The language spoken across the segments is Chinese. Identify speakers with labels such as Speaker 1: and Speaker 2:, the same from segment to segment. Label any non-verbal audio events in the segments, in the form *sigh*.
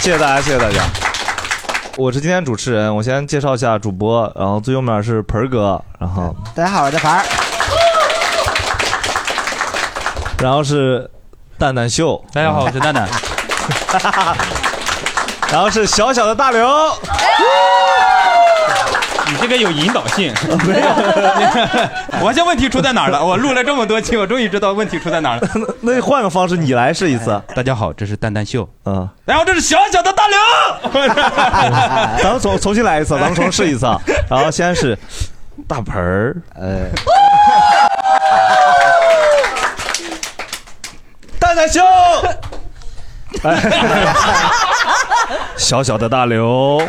Speaker 1: 谢谢大家，谢谢大家。我是今天主持人，我先介绍一下主播，然后最右面是盆儿哥，然后
Speaker 2: 大家好，我叫
Speaker 1: *laughs*
Speaker 2: 凡儿。
Speaker 1: 然后是蛋蛋秀，大家好，我是蛋蛋。 *laughs* 然后是小小的大刘，
Speaker 3: 你这个有引导性， *laughs* 没有？我这问题出在哪儿了？我录了这么多期，我终于知道问题出在哪儿了。
Speaker 1: *laughs* 那你换个方式，你来试一次。
Speaker 3: 大家好，这是蛋蛋秀，
Speaker 1: 嗯，
Speaker 3: 然后这是小小的大 *laughs* 刘，
Speaker 1: 咱们重重新来一次，咱们重试一次。啊。然后先是大盆儿，呃，蛋蛋秀，哎小小的大
Speaker 3: *laughs*
Speaker 1: 刘，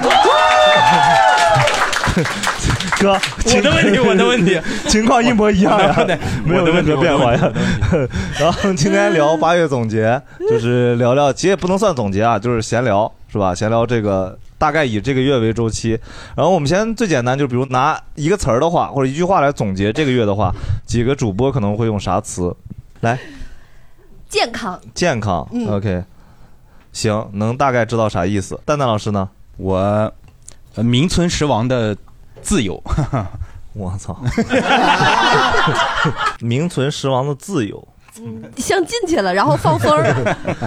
Speaker 1: 哥，
Speaker 3: 我的问题我的问题，
Speaker 1: 情况一模一样呀
Speaker 3: 我的，
Speaker 1: 没有
Speaker 3: 我的
Speaker 1: 任
Speaker 3: 问题
Speaker 1: 何变化
Speaker 3: 我
Speaker 1: 呀。 *laughs* 然后今天聊八月总结，就是聊聊，其实也不能算总结啊，就是闲聊，是吧？闲聊这个大概以这个月为周期。然后我们先最简单，就比如拿一个词儿的话，或者一句话来总结这个月的话，几个主播可能会用啥词？来，
Speaker 4: 健康，
Speaker 1: 健康、
Speaker 4: 嗯
Speaker 1: o k 行，能大概知道啥意思。蛋蛋老师呢？
Speaker 3: 我呃名存实亡的自由。
Speaker 1: *laughs* 我操，名存实亡的自由，
Speaker 4: 像进去了，然后放风儿，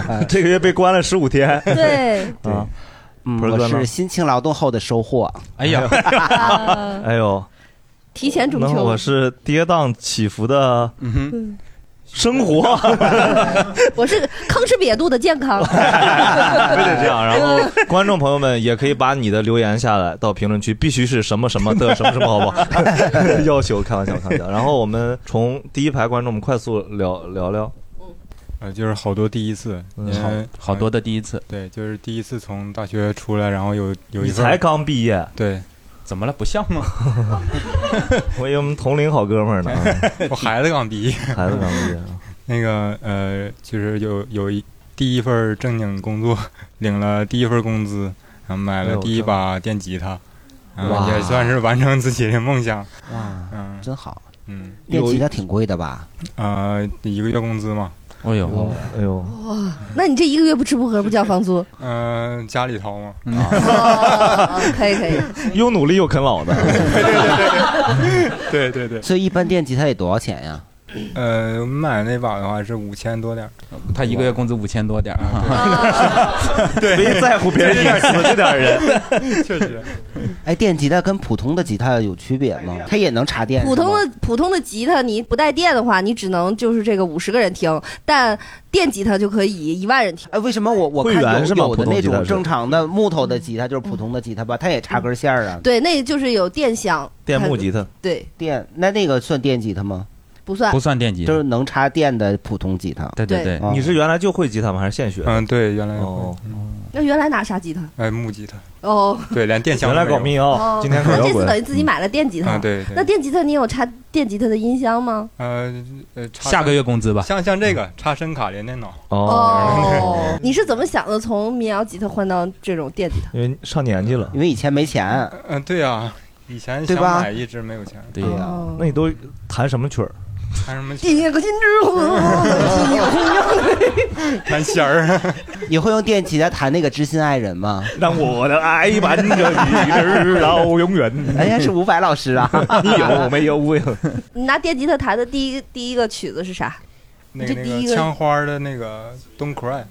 Speaker 3: 哎
Speaker 1: 这个月被关了十五天。
Speaker 4: 对，
Speaker 1: 啊，
Speaker 2: 嗯，
Speaker 1: 盆儿
Speaker 2: 我
Speaker 1: 哥呢
Speaker 2: 是辛勤劳动后的收获。
Speaker 3: 哎呀，
Speaker 1: *laughs* 哎呦，
Speaker 4: 提前中
Speaker 1: 那
Speaker 4: 秋
Speaker 1: 我，是跌宕起伏的
Speaker 4: 嗯
Speaker 1: 生活，
Speaker 4: 我是吭哧瘪肚的健
Speaker 2: *laughs*
Speaker 4: 康，
Speaker 1: 非得这样。然后
Speaker 2: 嗯
Speaker 1: 观众朋友们也可以把你的留言下来到评论区，必须是什么什么的什么什么，好不好？要求开玩笑，开玩笑。然后我们从第一排观众，我们快速聊聊聊。嗯
Speaker 5: 呃，就是好多第一次，因
Speaker 3: 好
Speaker 5: 为
Speaker 3: 好多的第一次，
Speaker 5: 对，就是第一次从大学出来，然后有有一
Speaker 1: 你
Speaker 5: 份
Speaker 1: 才刚毕业，
Speaker 5: 对，
Speaker 3: 怎么了？不像吗？
Speaker 1: *laughs* 我以为我们同龄好哥们儿呢，
Speaker 5: *laughs* 我孩子刚毕业，
Speaker 1: 孩子刚毕业。啊
Speaker 5: *laughs* 那个呃，就是有有一第一份正经工作，领了第一份工资，然后买
Speaker 1: 哎
Speaker 5: 了
Speaker 1: 呦
Speaker 5: 第一把电吉他，然
Speaker 1: 哇
Speaker 5: 后也算是完成自己的梦想。
Speaker 2: 哇，
Speaker 5: 嗯
Speaker 2: 真好！
Speaker 5: 嗯，
Speaker 2: 电吉他挺贵的吧？
Speaker 5: 呃，一个月工资嘛，
Speaker 3: 哎呦，
Speaker 1: 哎呦，
Speaker 4: 那你这一个月不吃不喝不交
Speaker 2: *laughs*
Speaker 4: 房租，
Speaker 1: *laughs*
Speaker 5: 嗯、家里掏嘛，
Speaker 1: 啊
Speaker 4: 哦可以可
Speaker 2: *laughs*
Speaker 4: 以，
Speaker 1: 又努力又啃老的，
Speaker 5: 对对对，
Speaker 2: 所以一般电吉他得多少钱呀？
Speaker 5: 呃，我买那把的话是五千多点儿，
Speaker 3: 他一个月工资五千多点儿啊，
Speaker 5: 啊
Speaker 1: *laughs* 没在乎别人隐私这点人。
Speaker 3: *laughs*
Speaker 5: 确实，
Speaker 2: 哎，电吉他跟普通的吉他有区别吗？它也能插电是吗？
Speaker 4: 普通的普通的吉他你不带电的话，你只能就是这个五十个人听，但电吉他就可以一万人听，
Speaker 2: 哎，为什么我我看
Speaker 1: 会员是
Speaker 2: 有
Speaker 1: 吗
Speaker 2: 有的
Speaker 1: 普通
Speaker 2: 那
Speaker 1: 吉他
Speaker 2: 种
Speaker 1: 是
Speaker 2: 正常的木头的吉他就是普通的吉他吧，它也插根
Speaker 4: 嗯
Speaker 2: 线儿啊？
Speaker 4: 对，那就是有电箱，
Speaker 1: 电木吉他，
Speaker 4: 对，
Speaker 2: 电那那个算电吉他吗？
Speaker 4: 不算
Speaker 3: 不，算电吉
Speaker 2: 就
Speaker 3: 他。
Speaker 2: 是能插电的普通吉他。
Speaker 3: 对对对，
Speaker 2: 啊
Speaker 1: 你是原来就会吉他吗？还是现学？
Speaker 5: 嗯、对，原来
Speaker 1: 哦，
Speaker 4: 那原来拿啥吉他？
Speaker 5: 哎木吉他，
Speaker 4: 哦，
Speaker 5: 对，连电箱
Speaker 1: 原来
Speaker 5: 都没有
Speaker 1: 搞民谣，
Speaker 4: 哦，
Speaker 1: 今天搞
Speaker 4: 那
Speaker 1: 摇
Speaker 4: 这次等
Speaker 1: 滚。
Speaker 4: 于自己买了电吉他
Speaker 5: 啊，，对对，
Speaker 4: 那电吉他你有插电吉他的音箱吗？
Speaker 5: 呃呃，插
Speaker 3: 下个月工资吧。
Speaker 5: 像像这个插声卡连电脑，
Speaker 4: 哦，你是怎么想的？从民谣吉他换到这种电吉他？
Speaker 1: 因为上年纪了。
Speaker 2: 因为以前没钱，
Speaker 5: 嗯、对啊，以前
Speaker 2: 对
Speaker 5: 想
Speaker 2: 吧
Speaker 5: 买一直没有钱，
Speaker 3: 对
Speaker 2: 对呀
Speaker 4: 哦
Speaker 1: 那你都弹什么曲儿？
Speaker 5: 弹什么
Speaker 4: 一个金之火，
Speaker 5: 弹弦儿，
Speaker 2: *laughs* 你会用电吉他弹那个《知心爱人》吗？
Speaker 1: 让我的爱伴着你直到永远。
Speaker 2: 哎呀，是伍佰老师啊！
Speaker 1: 你有没有我有？
Speaker 4: 你拿电吉他弹的第一第一个曲子是啥？
Speaker 5: 那个那
Speaker 4: 这第一
Speaker 5: 个
Speaker 4: 个
Speaker 5: 枪花儿的那个 Don't Cry，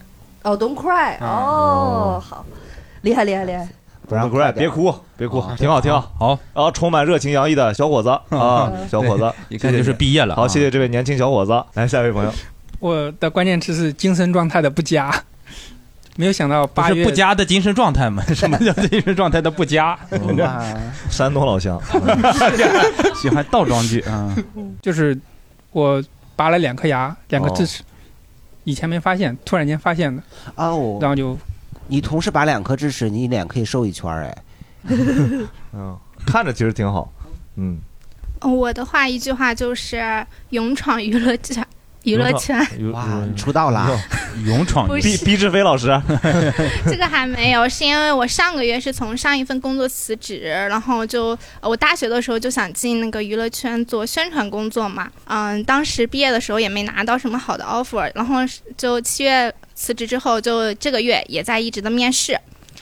Speaker 4: 哦，Don't Cry。
Speaker 5: 嗯
Speaker 4: 哦，好，厉害厉害厉害。
Speaker 2: *laughs* 不让
Speaker 1: 不是，
Speaker 2: 快点儿
Speaker 1: 别哭，别哭
Speaker 2: 啊，
Speaker 1: 挺好，挺好。
Speaker 3: 好，
Speaker 1: 然后充满热情洋溢的小伙子啊，小伙子，
Speaker 3: 一看就是毕业了。
Speaker 1: 好，谢谢。这位年轻小伙子。来，下一位朋友，
Speaker 6: 我的关键词是精神状态的不佳，没有想到
Speaker 3: 不
Speaker 6: 八
Speaker 3: 是
Speaker 6: 月
Speaker 3: 不佳 *laughs* 的精神状态吗？什么叫精神状态的不
Speaker 6: *laughs*
Speaker 3: 佳？
Speaker 6: 哦
Speaker 7: 啊
Speaker 2: 哇
Speaker 1: 山东老乡，
Speaker 3: *laughs* 喜欢倒装句啊。
Speaker 6: 就是我拔了两颗牙，两个
Speaker 1: 哦
Speaker 6: 智齿，以前没发现，突然间发现的，
Speaker 2: 哦，
Speaker 6: 然后就
Speaker 2: 你同时拔两颗智齿，你脸可以瘦一圈儿哎。
Speaker 7: *laughs*
Speaker 1: 嗯，看着其实挺好，嗯，
Speaker 7: 我的话一句话就是勇闯娱乐圈，娱乐圈
Speaker 1: 哇，你
Speaker 2: 出道啦！
Speaker 3: 勇闯
Speaker 7: 不
Speaker 1: 毕
Speaker 7: 是
Speaker 1: 毕志飞老师，
Speaker 7: 这个还没有，是因为我上个月是从上一份工作辞职，然后就呃我大学的时候就想进那个娱乐圈做宣传工作嘛，嗯，当时毕业的时候也没拿到什么好的 offer，然后是就七月辞职之后，就这个月也在一直的面试。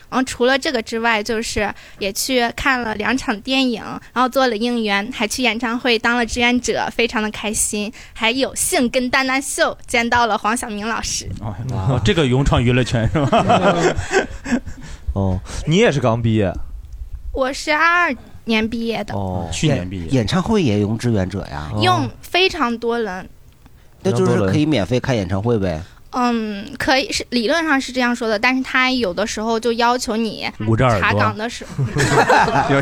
Speaker 7: 然后除了这个之外，就是也去看了两场电影，然后做了应援，还去演唱会当了志愿者，非常的开心，还有幸跟丹丹秀见到了黄晓明老师。
Speaker 3: 哦 *laughs* 哦这个勇闯娱乐圈是吧？
Speaker 1: *laughs* 哦，你也是刚毕业
Speaker 7: 我是二二年毕业的，
Speaker 1: 哦，
Speaker 3: 去年毕业，
Speaker 2: 演唱会也用志愿者呀，
Speaker 1: 哦
Speaker 7: 用非常多人，
Speaker 2: 那就
Speaker 1: 杨
Speaker 2: 是
Speaker 1: 多伦
Speaker 2: 可以免费看演唱会呗。
Speaker 7: 嗯，可以是理论上是这样说的，但是他有的时候就要求你
Speaker 3: 捂嗯着耳
Speaker 7: 查岗
Speaker 3: 朵，
Speaker 7: 的时 候，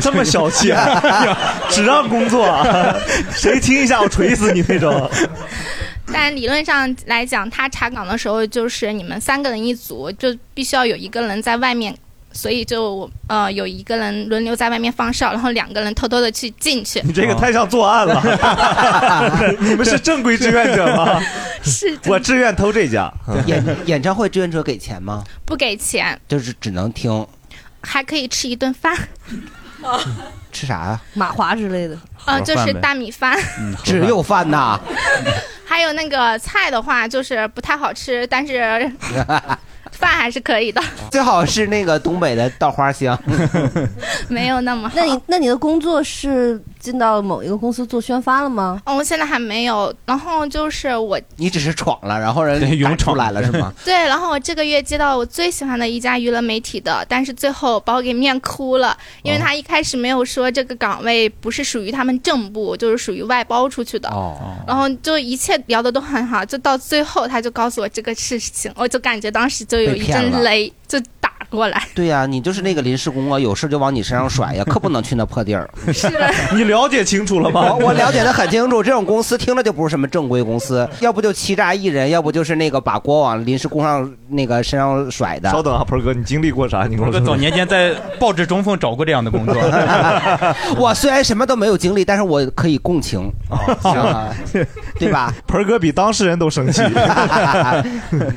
Speaker 3: *laughs*
Speaker 1: 这么小气，只让工作，谁听一下我锤死你那种。，
Speaker 7: 但理论上来讲，他查岗的时候就是你们三个人一组，就必须要有一个人在外面。所以就我呃有一个人轮流在外面放哨，然后两个人偷偷的去进去
Speaker 1: 你这个
Speaker 3: 哦
Speaker 1: 太像作案
Speaker 3: *laughs*
Speaker 1: 了，你们是正规志愿者吗？
Speaker 7: 是
Speaker 1: 我志愿偷这家，
Speaker 2: *laughs* 演演唱会志愿者给钱吗？
Speaker 7: 不给钱，
Speaker 2: 就是只能听，
Speaker 7: 还可以吃一顿饭，
Speaker 2: 吃啥啊呀？
Speaker 4: 马华之类的，
Speaker 7: 呃
Speaker 3: 盒
Speaker 7: 就
Speaker 3: 饭
Speaker 7: 是
Speaker 3: 呗
Speaker 7: 大米饭，
Speaker 3: 嗯
Speaker 2: *laughs* 只有饭呐。
Speaker 7: 还有那个菜的话，就是不太好吃，但是饭还是可以的，
Speaker 2: *laughs* 最好是那个东北的稻花
Speaker 1: *laughs*
Speaker 2: 香。
Speaker 7: 没有那么好。
Speaker 4: 那你那你的工作是进到某一个公司做宣发了吗？
Speaker 7: 哦，我现在还没有。然后就是我
Speaker 2: 你只是闯了，然后人
Speaker 3: 对
Speaker 2: 赶
Speaker 3: 勇
Speaker 2: 出
Speaker 3: 闯
Speaker 2: 来了是
Speaker 1: *laughs*
Speaker 2: 吗？
Speaker 7: 对，然后我这个月接到我最喜欢的一家娱乐媒体的，但是最后把我给面哭了，因为
Speaker 2: 哦
Speaker 7: 他一开始没有说这个岗位不是属于他们正部，就是属于外包出去的。
Speaker 2: 哦，
Speaker 7: 然后就一切聊的都很好，就到最后他就告诉我这个事情，我就感觉当时就有
Speaker 2: 被
Speaker 7: 一
Speaker 2: 骗了
Speaker 7: 阵雷就打
Speaker 2: *laughs*
Speaker 7: 过来，
Speaker 2: 对呀、你就是那个临时工啊，有事就往你身上甩
Speaker 1: *laughs*
Speaker 2: 呀，可不能去那破地儿。
Speaker 7: 是的。
Speaker 1: 你了解清楚了吗
Speaker 2: 我？我了解的很清楚，这种公司听着就不是什么正规公司，要不就欺诈艺人，要不就是那个把锅往临时工上那个身上甩的。
Speaker 1: 稍等啊，鹏哥，你经历过啥？你跟
Speaker 3: 鹏
Speaker 1: 我
Speaker 3: 哥
Speaker 1: 说
Speaker 3: 早。年间在报纸中缝找过这样的工作，
Speaker 2: 我虽然什么都没有经历，但是我可以共情，
Speaker 1: *laughs*
Speaker 2: 啊对吧？
Speaker 1: 哦鹏哥比当事人都生气。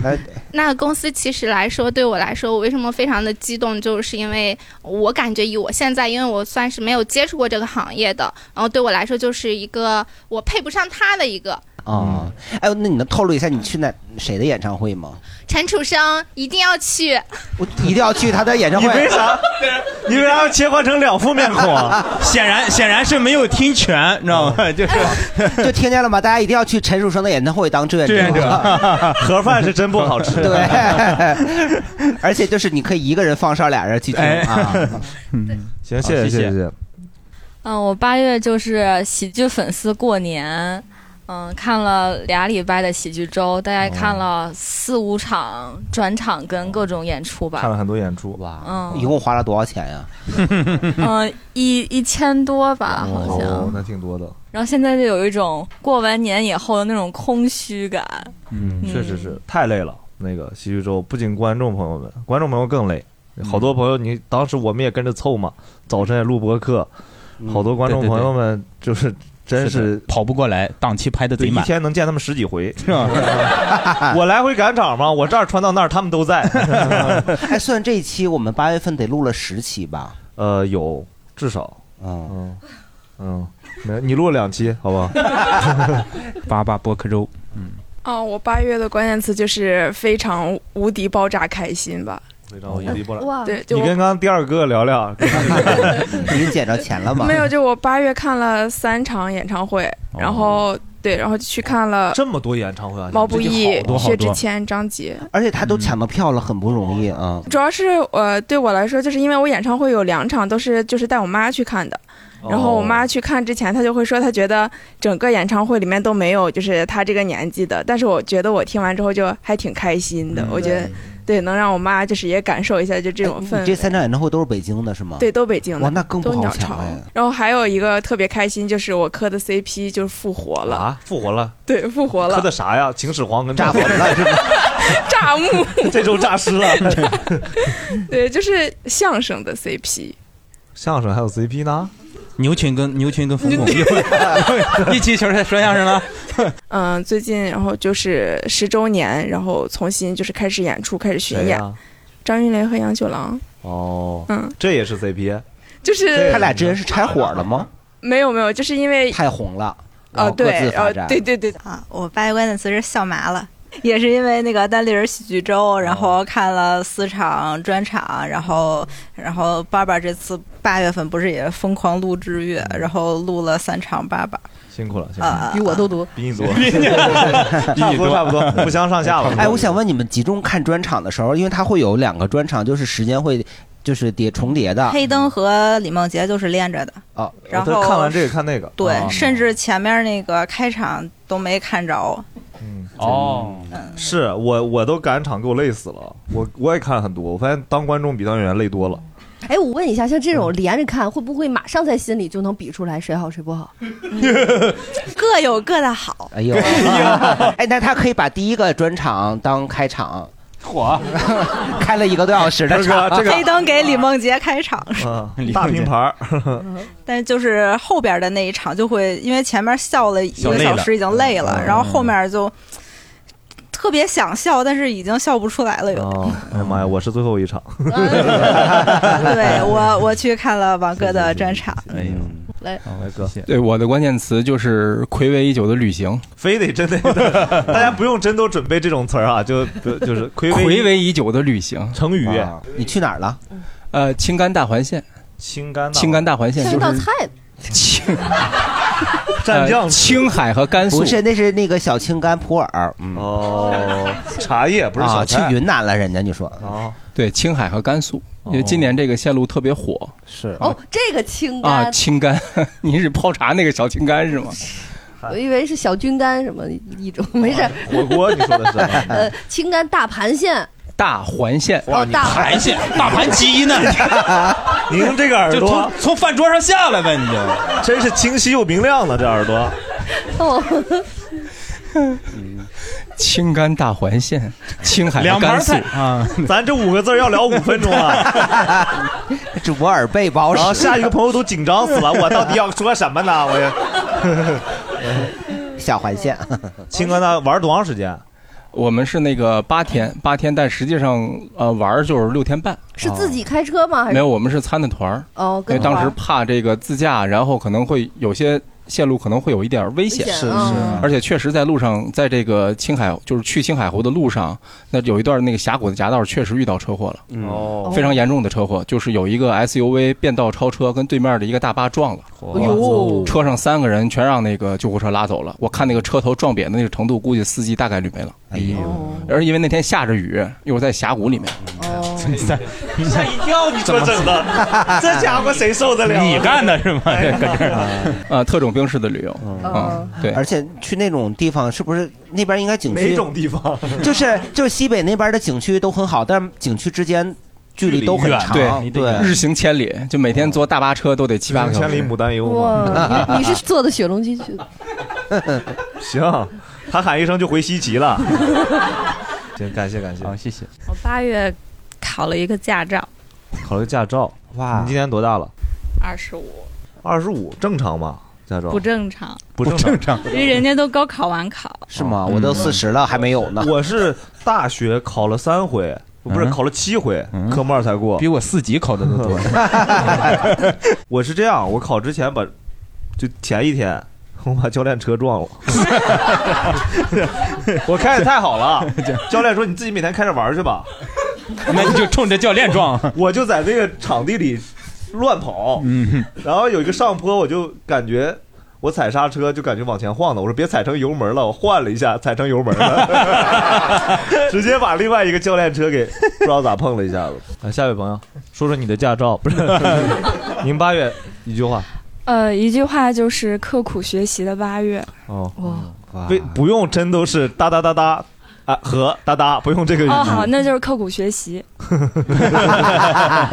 Speaker 2: 那
Speaker 7: 那公司其实来说，对我来说，我为什么非常的激动，就是因为我感觉以我现在，因为我算是没有接触过这个行业的，然后对我来说就是一个我配不上他的一个。
Speaker 2: *laughs* 哦，哎，那你能透露一下你去那谁的演唱会吗？
Speaker 7: 陈楚生一定要去，
Speaker 2: 我 *laughs* 一定要去他的演唱
Speaker 1: 你为
Speaker 2: 会。
Speaker 1: 啥？ *laughs*
Speaker 3: *laughs*
Speaker 1: 你为啥要切换成两副面孔啊？
Speaker 3: 显然显然是没有听全，你知道吗？ *laughs* 就是
Speaker 2: 就听见了吗？大家一定要去陈楚生的演唱会当志愿 *laughs* 啊
Speaker 3: 志愿者
Speaker 1: 盒饭是真不好吃。
Speaker 2: 对， *laughs* 而且就是你可以一个人放哨，俩人去听
Speaker 3: 哎
Speaker 2: 啊。
Speaker 1: *laughs* 行，
Speaker 3: 好谢
Speaker 1: 啊谢
Speaker 3: 谢
Speaker 1: 谢谢。
Speaker 8: 嗯，我八月就是喜剧粉丝过年，嗯，看了俩礼拜的喜剧周，大
Speaker 1: 哦
Speaker 8: 概看了四五场专场跟各种演出
Speaker 1: 看
Speaker 8: 吧。
Speaker 1: 了很多演出，
Speaker 2: 哇，
Speaker 8: 嗯
Speaker 2: 一共花了多少钱呀？
Speaker 8: 嗯，一一千多吧，好像。
Speaker 1: 哦，那挺多的。
Speaker 8: 然后现在就有一种过完年以后的那种空虚感。
Speaker 3: 嗯
Speaker 8: 嗯
Speaker 1: 确实是太累了。那个喜剧周不仅观众朋友们，观众朋友更累。好多朋友，你当时我们也跟着凑嘛，早晨也录播客，好多观众
Speaker 3: 对对对
Speaker 1: 朋友们就是真是
Speaker 3: 的跑不过来，档期拍的
Speaker 1: 对
Speaker 3: 贼
Speaker 1: 一
Speaker 3: 满，
Speaker 1: 天能见他们十几回。
Speaker 3: *laughs* 是吧？
Speaker 1: 我来回赶场嘛，我这儿传到那儿，他们 *laughs* 都在。
Speaker 2: *laughs* 哎，算这一期我们八月份得录了十期吧？
Speaker 1: 呃，有至少，
Speaker 2: 嗯，
Speaker 1: 嗯嗯，没你录了两期，好吧？ *laughs*
Speaker 3: 八八播客周，
Speaker 9: 哦，我八月的关键词就是非常无敌爆炸开心吧？
Speaker 1: 非常无敌不了。
Speaker 4: 哇，
Speaker 9: 对，就
Speaker 1: 你
Speaker 9: 我
Speaker 1: 跟刚刚第二个
Speaker 9: *laughs*
Speaker 1: 聊聊，
Speaker 2: 你捡着钱了吗？
Speaker 9: 没有，就我八月看了三场演唱会，然后对，然后去看了
Speaker 1: 这么多演唱会啊，
Speaker 9: 呃毛不易
Speaker 3: 好多、好
Speaker 9: 薛之
Speaker 3: 多
Speaker 9: 谦、张杰。
Speaker 2: 而且他都抢到票了，很不容易啊。
Speaker 9: 主要是呃，对我来说，就是因为我演唱会有两场都是就是带我妈去看的，然后我妈去看之前，她就会说她觉得整个演唱会里面都没有就是她这个年纪的，但是我觉得我听完之后就还挺开心的，我觉得对能让我妈就是也感受一下就这种氛
Speaker 2: 哎你
Speaker 9: 围。
Speaker 2: 这三场演唱会都是北京的是吗？
Speaker 9: 对，，都北京的
Speaker 2: 哇，。那更
Speaker 9: 都
Speaker 2: 不好
Speaker 9: 鸟
Speaker 2: 抢
Speaker 9: 巢
Speaker 2: 哎。。
Speaker 9: 然后还有一个特别开心，就是我磕的 CP 就是复活了，
Speaker 1: 啊，复活了，
Speaker 9: 对，复活
Speaker 1: 磕
Speaker 9: 了
Speaker 1: 的。啥呀？秦始皇跟
Speaker 2: 炸
Speaker 1: 赵
Speaker 2: 粉了是吧？
Speaker 10: 炸幕，
Speaker 1: *laughs* 这周诈尸了。
Speaker 10: *laughs* 对，就是相声的 CP。
Speaker 1: *laughs* 相声还有 CP 呢？
Speaker 3: 牛群跟牛群跟冯
Speaker 1: *laughs*
Speaker 3: 巩一起球在说相声了。
Speaker 10: 嗯，最近然后就是十周年，然后重新就是开始演出，开始巡
Speaker 1: 谁
Speaker 10: 演。
Speaker 1: 哎呀
Speaker 10: 张云雷和杨九郎
Speaker 1: 哦，
Speaker 10: 嗯，
Speaker 1: 这也是 CP，
Speaker 10: 就是
Speaker 2: 他俩之间是拆伙了吗？
Speaker 10: 没有没有，就是因
Speaker 11: 哎
Speaker 10: 为
Speaker 2: 太红了，然
Speaker 10: 啊，
Speaker 2: 后各
Speaker 10: 对
Speaker 2: 自，
Speaker 10: 然后
Speaker 2: 发展。
Speaker 10: 对对对
Speaker 11: 啊，我八月观的词是笑麻了，也是因为那个单立人喜剧周，然后看了四场专场，然后然后爸爸这次八月份不是也疯狂录制月，
Speaker 2: 嗯
Speaker 11: 然后录了三场爸爸。
Speaker 1: 辛苦了，辛苦
Speaker 11: 啊
Speaker 1: 了，
Speaker 11: 比我都多，
Speaker 1: 比你多， *laughs*
Speaker 2: 差
Speaker 1: *laughs* 差不多差不
Speaker 2: *laughs*
Speaker 1: 多， *laughs* 不相上下了。
Speaker 2: 哎，我想问你们集中看专场的时候，因为它会有两个专场，就是时间会就是叠重叠的。
Speaker 11: 呃
Speaker 2: 哦
Speaker 11: 黑灯和李梦洁就是连着的，
Speaker 1: 啊，
Speaker 11: 然
Speaker 1: 我都
Speaker 11: 后
Speaker 1: 看完这个看那个，
Speaker 11: 对，
Speaker 1: 啊
Speaker 11: 甚至前面那个开场都没看着。
Speaker 2: *laughs*
Speaker 1: 哦，
Speaker 2: 嗯
Speaker 1: 是我我都赶场给我累死了，我我也看了很多，我发现当观众比当演员累多了。
Speaker 4: 哎，我问一下，像这
Speaker 12: 嗯
Speaker 4: 种连着看，会不会马上在心里就能比出来谁好谁不好？
Speaker 11: 嗯各有各的好。
Speaker 2: 哎呦， *laughs* 哎，那他可以把第一个专场当开场，
Speaker 3: 火
Speaker 2: 开了一个多小
Speaker 1: *laughs*
Speaker 2: 时的场，
Speaker 11: 黑灯给李梦洁开场，
Speaker 1: 嗯，大拼盘儿，
Speaker 9: *laughs*
Speaker 11: 但是就是后边的那一场就会，因为前面笑了一嗯个小时已经累了，
Speaker 1: 笑累了
Speaker 11: 然后后面就特别想笑，但是已经笑不出来了。有的、
Speaker 1: 哦，哎呀妈呀，我是最后一场，
Speaker 11: *laughs* 对我我去看了王哥的专场，
Speaker 1: 哎呦，
Speaker 11: 来
Speaker 2: 嗯
Speaker 1: 来哥，
Speaker 12: 嗯对，我的关键词就是暌违已久的
Speaker 2: *laughs*
Speaker 12: 旅行，
Speaker 1: *laughs* 非得真的，大家不用真都准备这种词儿啊，就就
Speaker 12: *laughs*
Speaker 1: 就是暌
Speaker 12: 暌
Speaker 1: 违
Speaker 12: 违已久的旅行，
Speaker 1: 成语
Speaker 12: 啊
Speaker 2: 你去哪儿了？
Speaker 12: 呃，青甘大环线，
Speaker 1: 青甘
Speaker 12: 青甘大环线
Speaker 4: 像一
Speaker 12: 就
Speaker 4: 道
Speaker 12: 是
Speaker 4: 菜。
Speaker 1: 蘸酱
Speaker 12: 呃青海和甘肃
Speaker 2: 不是，那是那个小青甘普洱，嗯，
Speaker 1: 哦， *laughs* 茶叶不是
Speaker 2: 啊，
Speaker 12: 小
Speaker 2: 去
Speaker 12: 菜
Speaker 2: 云南了，人家你说
Speaker 1: 哦，
Speaker 12: 对，青海和甘肃，因为今年这个线路特别火，
Speaker 2: 是
Speaker 4: 哦，这个清
Speaker 12: 啊，
Speaker 4: 单，
Speaker 12: 青甘， *laughs* 你是泡茶那个小青甘是
Speaker 4: *laughs*
Speaker 12: 吗？
Speaker 4: 我以为是小菌干什么一种，没事。
Speaker 12: 啊火锅你说的是
Speaker 4: 呃，清干大盘线，
Speaker 12: 大环线，
Speaker 4: 哇哦你大环
Speaker 2: *laughs*
Speaker 3: 盘线 *laughs* 大盘鸡呢
Speaker 1: *laughs* 您这个耳
Speaker 3: 就
Speaker 1: 朵
Speaker 3: 从从饭桌上下来呗，你就
Speaker 1: 真是清晰又明亮了，这耳朵。
Speaker 4: 哦，
Speaker 12: 青甘大
Speaker 1: *laughs*
Speaker 12: 环线，青海和
Speaker 1: 两
Speaker 12: 甘
Speaker 1: 盘
Speaker 12: 肃
Speaker 1: 菜
Speaker 12: 啊，
Speaker 1: 咱这五个字儿要聊五分钟啊！
Speaker 2: 主播耳背不好使
Speaker 1: 然后下一个朋友都紧张死了，我到底要说什么呢？我
Speaker 2: 下环线。
Speaker 1: *laughs* 青哥呢，玩多长时间？
Speaker 12: 我们是那个八天，八天，但实际上呃玩儿就是六天半，啊
Speaker 4: 是自己开车吗？还
Speaker 12: 没
Speaker 4: 是
Speaker 12: 有，我们是参的团儿，
Speaker 4: 哦，
Speaker 12: 因
Speaker 4: 跟
Speaker 12: 为当时
Speaker 4: 团
Speaker 12: 怕这个自驾，然后可能会有些线路可能会有一点危
Speaker 4: 危
Speaker 12: 险，
Speaker 4: 险是嗯是
Speaker 12: 而且确实在路上，在这个青海就是去青海湖的路上，那有一段那个峡谷的夹道确实遇到车祸了，
Speaker 4: 嗯
Speaker 1: 哦
Speaker 12: 非常严重的车祸，就是有一个 SUV 变道超车，跟对面的一个大巴撞了，
Speaker 1: 哎呦
Speaker 12: 车上三个人全让那个救护车拉走了，我看那个车头撞扁的那个程度，估计司机大概率没了，哎呦，而因为那天下着雨，又是在峡谷里面，
Speaker 1: *laughs* 吓一跳！你说整 *laughs* 的，这家伙谁受得了？啊
Speaker 12: 你
Speaker 1: *laughs*
Speaker 12: 干
Speaker 3: 的
Speaker 2: *laughs*
Speaker 3: 是吗？
Speaker 2: 哎
Speaker 1: 这哦
Speaker 12: 搁这儿啊，特种兵式的旅游啊，对，
Speaker 2: 嗯而且去那种地方是不是那边应该景区？
Speaker 1: 哪种
Speaker 2: *laughs*
Speaker 1: 地方？
Speaker 2: 就是就是西北那边的景区都很好，但是景区之间距离都很长，哦
Speaker 12: 对日行千里，就每天坐大巴车都得七八个小时。
Speaker 1: 千里牡丹游
Speaker 4: 哇，你你是坐的雪龙机去的？
Speaker 1: *laughs* 行，他喊一声就回西岐了。行，感谢感谢，好，
Speaker 3: 谢谢。
Speaker 13: 我八月考了一个驾照，
Speaker 1: 考了个驾照，哇，你今年多大了？
Speaker 13: 二十五，
Speaker 1: 二十五，正常吗？驾照
Speaker 13: 不正常，
Speaker 1: 不正常
Speaker 13: 因为人家都高考完考。
Speaker 2: 是吗？我都四十了还没有呢。
Speaker 1: 我是大学考了三回，不是考了七回，科目二才过，比
Speaker 3: 嗯我四级考的都多。
Speaker 1: *laughs* 我是这样，我考之前把就前一天。 *laughs* 我把教练车撞了，我开的太好
Speaker 2: 啊
Speaker 1: 了。 *laughs* 教练说：“你自己每天开着玩去吧。”
Speaker 3: *laughs* 那你就冲着教练撞。
Speaker 1: *laughs* 我就在那个场地里乱跑， *laughs* 然后有一个上坡，我就感觉我踩刹车就感觉往前晃的，我说别踩成油门了，我换了一下踩成油门了，直接把另外一个教练车给不知道咋碰了一下子。啊，下一位朋友，说说你的驾照，不是您八月一句话
Speaker 14: 呃，一句话就是刻苦学习的八月。
Speaker 1: 哦，
Speaker 14: 哇
Speaker 1: 不不用真都是哒哒哒哒啊和哒哒，不用这个啊语
Speaker 14: 哦，好，
Speaker 1: 句。
Speaker 14: 那就是刻苦学习。
Speaker 1: 啊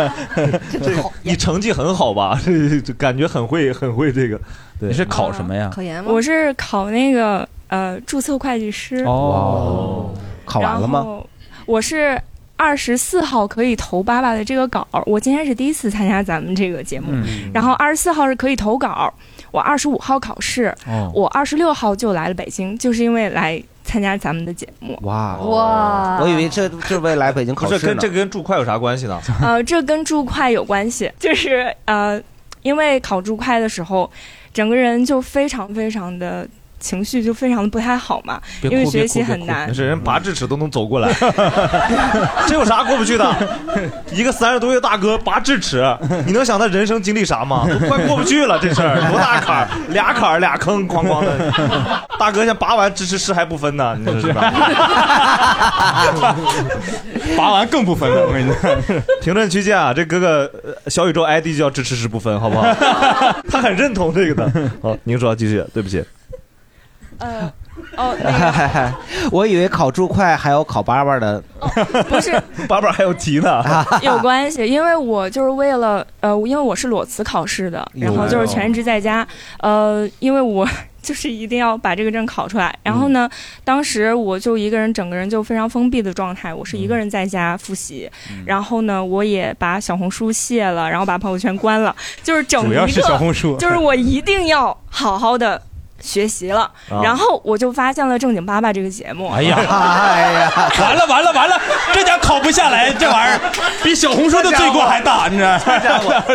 Speaker 1: 这你成绩很好吧？这这感觉很会很会这个。你
Speaker 3: 是考什么呀？
Speaker 4: 研
Speaker 14: 我是考那个呃注册会计师。
Speaker 3: 哦，
Speaker 2: 考完了
Speaker 14: 然
Speaker 2: 吗？
Speaker 14: 后我是二十四号可以投爸爸的这个稿儿，我今天是第一次参加咱们这个节目，
Speaker 15: 嗯
Speaker 14: 然后二十四号是可以投稿儿，我二十五号考试，
Speaker 15: 哦
Speaker 14: 我二十六号就来了北京，就是因为来参加咱们的节目。
Speaker 1: 哇
Speaker 14: 哇
Speaker 2: 我以为这就是为来北京考
Speaker 1: 不
Speaker 2: 试
Speaker 1: 是
Speaker 2: 呢。
Speaker 1: 跟这跟注会有啥关系呢？
Speaker 14: 呃，这跟注会有关系，就是呃，因为考注会的时候，整个人就非常非常的情绪就非常的不太好嘛，因为学习很难
Speaker 1: 没。事，人拔智齿都能走过 *laughs* 来，这有啥过不去的？一个三十多岁大哥拔智齿，你能想他人生经历啥吗？都快过不去了，这事儿多大坎儿，俩坎儿俩坑，哐哐的。大哥先拔完智齿是还不分呢，你说是吧？拔完更不分了，我跟你讲。 *laughs* 评论区见啊，这哥哥呃小宇宙 ID 就叫智齿是不分，好不好？ *laughs* 他很认同这个的。好，您说继续，对不起。
Speaker 14: 呃，哦，
Speaker 2: *laughs* 我以为考注会还有考八八的，
Speaker 14: 不是
Speaker 1: *laughs* 八八还有题
Speaker 2: *laughs*
Speaker 1: 呢。
Speaker 14: *laughs* 有关系，因为我就是为了呃，因为我是裸辞考试的，然后就是全职在家，呃，因为我 *laughs* 就是一定要把这个证考出来。然后呢，
Speaker 5: 嗯
Speaker 14: 当时我就一个人，整个人就非常封闭的状态，我是
Speaker 5: 嗯
Speaker 14: 一个人在家复习。然后呢，我也把小红书卸了，然后把朋友圈关了，就是整一个
Speaker 5: 主要是小红书
Speaker 14: 就是我一定要好好的。学习了，
Speaker 5: 啊
Speaker 14: 然后我就发现了《正经爸爸》这个节目。
Speaker 3: 哎呀
Speaker 2: 哎呀，
Speaker 3: 完了完了完了，这家考不下来，这玩意 *laughs* 儿比小红书的罪过还大，你知道吗？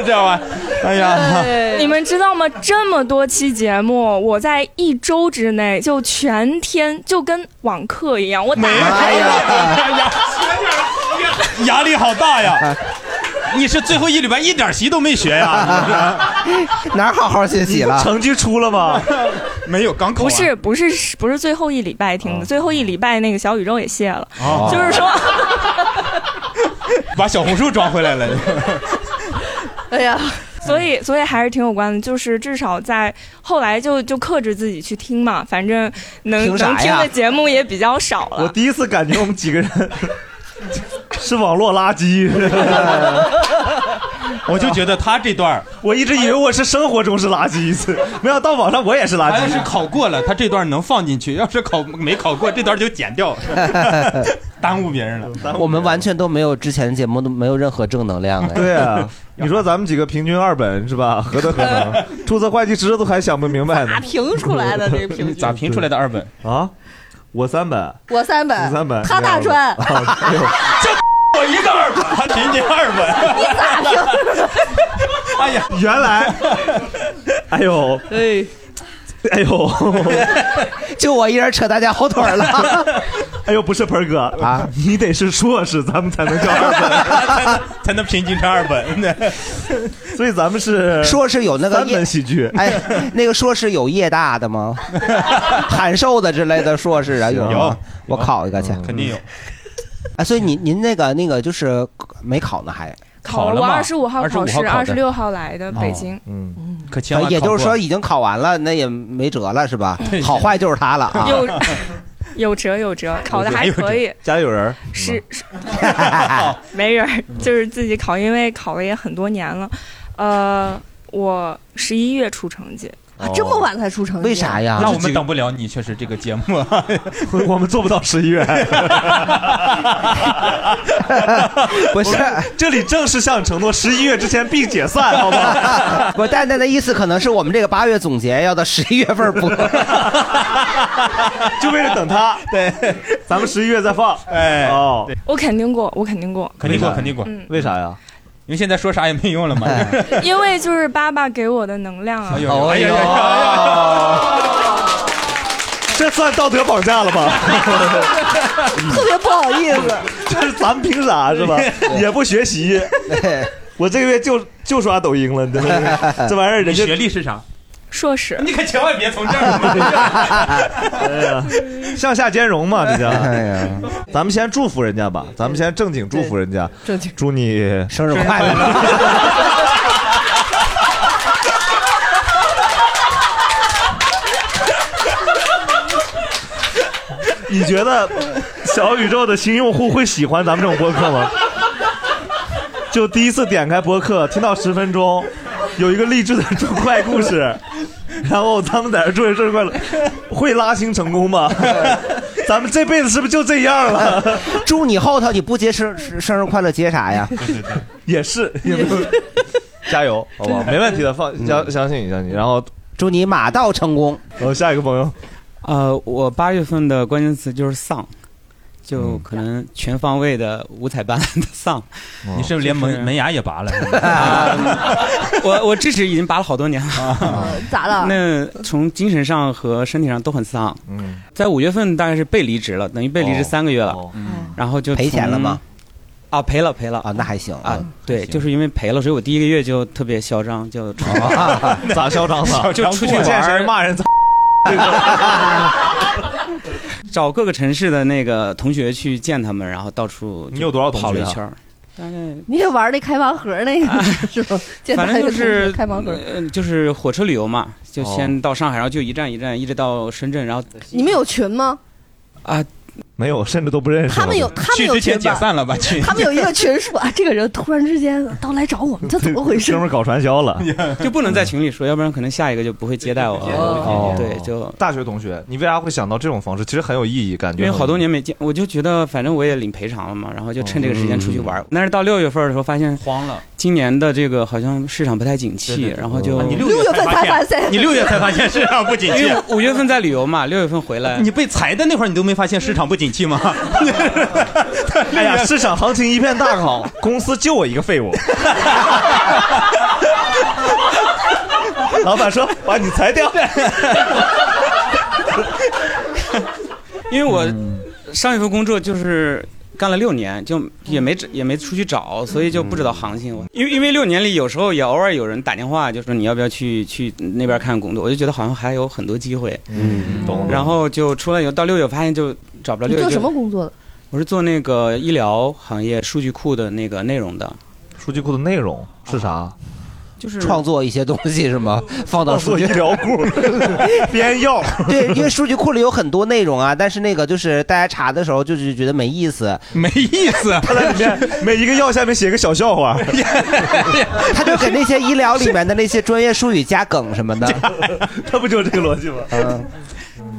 Speaker 3: 这玩意儿，哎 *laughs* 呀，
Speaker 14: 你们知道吗？这么多期节目，我在一周之内就全天就跟网课一样，我打开 *laughs*
Speaker 3: 哎压力好大呀！你是最后一礼拜一点习都没学 *laughs* 呀？
Speaker 2: 哪好好学习了？
Speaker 1: 成绩出了吗？
Speaker 3: *laughs* 没有，刚考
Speaker 14: 不
Speaker 3: 完
Speaker 14: 是不是不是最后一礼拜听的，最后一礼拜那个小宇宙也卸了，
Speaker 3: 哦
Speaker 14: 就是说，
Speaker 3: 把小红书装回来了。
Speaker 14: 哎呀，所以所以还是挺有关的，就是至少在后来就就克制自己去听嘛，反正能
Speaker 1: 听啥呀
Speaker 14: 能听的节目也比较少
Speaker 1: 我
Speaker 14: 了。
Speaker 1: 第一次感觉我们几个人 *laughs* 是网络垃圾。
Speaker 3: 我就觉得他这段，
Speaker 1: *laughs* 我一直以为我是生活中是垃圾一次，没想到网上我也是垃
Speaker 3: *laughs* 他要
Speaker 1: 圾。
Speaker 3: 是考过了，他这段能放进去；要是考没考过，这段就剪掉， *laughs* 耽误别人了。
Speaker 2: 我们完全都没有之前节目都没有任何正能量哎。
Speaker 1: *laughs*
Speaker 2: *laughs*
Speaker 1: 对啊，你说咱们几个平均二嗯本是 *laughs* 吧？何德何
Speaker 3: *laughs*
Speaker 1: 能？注册会计师都还想不明白呢。
Speaker 4: 评出来的这个平
Speaker 3: *laughs*
Speaker 4: 均
Speaker 3: 咋评出来的二本
Speaker 1: 啊？我三本，
Speaker 4: 我三本，
Speaker 1: 你三本，
Speaker 4: 他大专，
Speaker 1: 你二本啊哎呦
Speaker 3: 我一个二本，他评你二本，
Speaker 4: 你咋评？
Speaker 3: *laughs* 哎呀，
Speaker 1: 原来，哎 *laughs* 呦，
Speaker 3: 哎，
Speaker 1: 哎 *laughs* 呦，
Speaker 2: 就我一人扯大家后腿了。
Speaker 1: 哎呦，不是盆儿哥啊，你得是硕士，咱们才能叫 *laughs* 二
Speaker 3: 本，才能评进这二本。
Speaker 1: 所以咱们是
Speaker 2: 说是有那个
Speaker 1: 三本喜剧，
Speaker 2: *laughs* 哎，那个硕士有夜大的
Speaker 1: *laughs*
Speaker 2: 吗？函授的之类的硕士啊，有
Speaker 3: 有
Speaker 2: 吗？我考一个
Speaker 1: 嗯
Speaker 2: 去，
Speaker 3: 肯定有。
Speaker 2: *laughs* 哎，所以您您那个那个就是没考呢，还
Speaker 14: 考了我二十五号考哦试，二十六号来的北京。
Speaker 1: 嗯，
Speaker 3: 可千万
Speaker 2: 哎也就是
Speaker 3: 考
Speaker 2: 说
Speaker 3: 过
Speaker 2: 已经考完了，那也没辙了，是吧？好坏就是他了啊。
Speaker 14: 有 *laughs* 有折 *laughs* 有折，考的还可以，
Speaker 1: 家里有人
Speaker 14: 是是，没人儿就是 *laughs* 自己考，因为考了也很多年了。呃，我十一月出成绩，
Speaker 3: 啊这么晚
Speaker 4: 才出
Speaker 3: *laughs*
Speaker 4: 成
Speaker 3: 绩为啥
Speaker 2: 呀
Speaker 3: 那我们等不了你，确实这个节 *laughs* 目，哎
Speaker 1: 我们做不到十
Speaker 3: *laughs*
Speaker 1: 一月。
Speaker 2: 不是，
Speaker 1: 这里正式向你承诺，十一月之前必解散，好 *laughs* 吗？
Speaker 2: *laughs* 不，蛋蛋的意思可能是我们这个八月总结要到十一月份播，
Speaker 1: *laughs* 就为了等他。对，咱们十一月再放。哎，哦，
Speaker 14: 我肯定过，我肯定过，
Speaker 3: 肯定过，肯定过
Speaker 14: 嗯。
Speaker 1: 为啥呀？
Speaker 3: 因为现在说啥也没用了嘛。
Speaker 14: 因为就是爸爸给我的
Speaker 3: *laughs*
Speaker 14: 能量啊
Speaker 3: 哎。呦，哎哎呦，哎呦
Speaker 1: 这算道德绑架了吧？
Speaker 4: *laughs* 特别不好
Speaker 1: *laughs*
Speaker 4: 意思。
Speaker 1: 就是咱们凭啥是吧？也不学习，我这个月就就刷抖音了，真
Speaker 4: *laughs*
Speaker 1: 的是，这玩意儿人家
Speaker 3: 你学历是啥？
Speaker 14: 硕士，
Speaker 3: 哎你可千万别从这儿嘛。
Speaker 1: 哎呀，向下兼容嘛，这叫。哎呀，咱们先祝福人家吧，咱们先正经祝福人家，
Speaker 4: 正经
Speaker 1: 祝你
Speaker 2: 生日快乐。
Speaker 1: *laughs* 你觉得小宇宙的新用户会喜欢咱们这种播客吗？ *laughs* 就第一次点开播客，听到十分钟，有一个励志的祝快故事，然后他们在这祝你生日快乐，会拉新成功吗？咱们这辈子是不是就这
Speaker 2: *laughs*
Speaker 1: 样了？
Speaker 2: 祝你后头你不接生生日快乐接啥
Speaker 1: *laughs*
Speaker 2: 呀？
Speaker 1: 也是，也没有加油，好不好？没问题的，放相相信你，相信你。然后
Speaker 2: 祝你马到成功。
Speaker 1: 然后下一个朋友，
Speaker 15: 呃，我八月份的关键词就是丧，
Speaker 1: 嗯
Speaker 15: 就可能全方位的五彩斑斓的丧。
Speaker 1: 哦
Speaker 3: 你是不是连门门牙也拔了？
Speaker 15: *laughs* 我我智齿已经拔了好多年了。
Speaker 4: *laughs* 咋
Speaker 1: 啊
Speaker 4: 了？
Speaker 15: 那从精神上和身体上都很丧。
Speaker 1: 嗯，
Speaker 15: 在五月份大概是被离职了，等于被离
Speaker 1: 哦
Speaker 15: 职三个月了。
Speaker 12: 嗯
Speaker 4: 哦
Speaker 15: 然后就
Speaker 2: 赔钱
Speaker 15: 从
Speaker 2: 了吗？
Speaker 15: 啊，赔了赔了
Speaker 2: 啊，那还行
Speaker 15: 啊。对，就是因为赔了，所以我第一个月就特别嚣张，
Speaker 2: *laughs*
Speaker 15: 就
Speaker 1: 咋啊嚣张了？
Speaker 15: *laughs* 就出去
Speaker 1: 见
Speaker 15: 玩
Speaker 1: 谁
Speaker 15: 儿
Speaker 1: 骂人咋？
Speaker 15: *laughs* 找各个城市的那个同学去见他们，然后到处
Speaker 1: 你有多少同学啊
Speaker 15: 跑了一圈儿，
Speaker 4: 你也玩那开盲盒那
Speaker 12: 啊
Speaker 4: 个是吧？见
Speaker 15: 反
Speaker 4: 他
Speaker 15: 正
Speaker 4: 有
Speaker 15: 就
Speaker 4: 同
Speaker 15: 是
Speaker 4: 学开盲
Speaker 12: 呃
Speaker 4: 盒。
Speaker 15: 嗯，就是火车旅游嘛，就先到上海，然后就一站一站，一直到深圳，然后
Speaker 4: 你们有群吗？
Speaker 15: 啊，
Speaker 1: 没有，甚至都不认
Speaker 4: 识他们有他们有去之前群吧解散
Speaker 15: 了吧？ *laughs* 去
Speaker 4: 他们有一个群说啊，这个人突然之间都来找我们，这怎么
Speaker 15: *laughs*
Speaker 4: 回事？
Speaker 1: 哥们儿搞传销了，
Speaker 15: 就不能在群里说，要不然可能下一个就不会接待我
Speaker 1: 哦
Speaker 15: 了。对，就
Speaker 1: 大学同学，你为啥会想到这种方式？其实很有意义，感觉哦
Speaker 15: 因为好多年没见，我就觉得反正我也领赔偿了嘛，然后就趁这个时
Speaker 1: 嗯
Speaker 15: 间出去玩儿。但是到六月份的时候发现慌了，今年的这个好像市场不太景气，然后就
Speaker 3: 啊你六月份才发现六月份才发现
Speaker 15: *laughs*
Speaker 3: 你六月才发现市场不景气
Speaker 15: 因为五月份在旅游嘛，六月份回来，
Speaker 3: *laughs* 你被裁的那会儿，你都没发现市场不景气 *laughs* 吗？
Speaker 1: 哎呀，市场行情一片大好，公司就我一个废物。老板说把你裁掉。
Speaker 15: *laughs* 因为我上一份工作就是干了六年，就也没也没出去找，所以就不知道行情。因为因为六年里有时候也偶尔有人打电话，就说你要不要去去那边看工作，我就觉得好像还有很多机会。
Speaker 1: 嗯，懂
Speaker 15: 然后就出来以后到六月，发现就找不着
Speaker 4: 你
Speaker 15: 六月。
Speaker 4: 做
Speaker 15: 就
Speaker 4: 什么工作的？
Speaker 15: 我是做那个医疗行业数据库的那个内容的。
Speaker 1: 数据库的内容是啥？
Speaker 15: 就是
Speaker 2: 创作一些东西是吗？放到数据
Speaker 1: 创作医疗库编药。
Speaker 2: *laughs* 对，因为数据库里有很多内容啊，但是那个就是大家查的时候就是觉得没意思，
Speaker 15: 没意思。
Speaker 1: 他在里
Speaker 3: *laughs*
Speaker 1: 面每一个药下面写个小笑话，
Speaker 2: *laughs* 他就给那些医疗里面的那些专业术语加梗什么的。
Speaker 1: 他不就是这个逻辑吗？ *laughs*
Speaker 2: 嗯，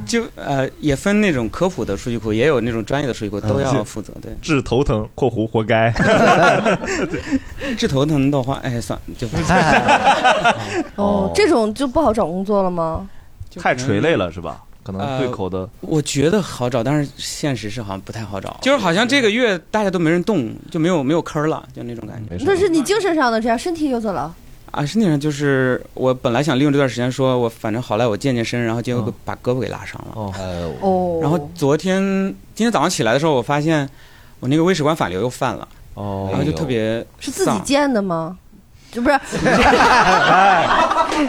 Speaker 15: 就呃也分那种科普的数据库，也有那种专业的数据库，都要负责。对，
Speaker 1: 治头疼（括弧活该
Speaker 15: 治头疼的话，哎，算
Speaker 1: *laughs*
Speaker 15: 就不
Speaker 4: 哦，这种就不好找工作了吗？），
Speaker 1: 太垂泪了是吧？可能对口的。
Speaker 15: 呃我觉得好找，但是现实是好像不太好找，就是好像这个月大家都没人动，就没有没有坑儿了，就那种感觉。
Speaker 4: 那嗯是你精神上的这样，身体又怎么了？
Speaker 15: 啊，身体上就是我本来想利用这段时间说，我反正好赖我健健身，然后结果把胳膊给拉伤了。
Speaker 1: 嗯哦，
Speaker 4: 哦
Speaker 15: 然后昨天今天早上起来的时候，我发现我那个胃食管反流又犯了，
Speaker 1: 哦
Speaker 15: 然后就特别
Speaker 4: 是自己建的吗？就不是，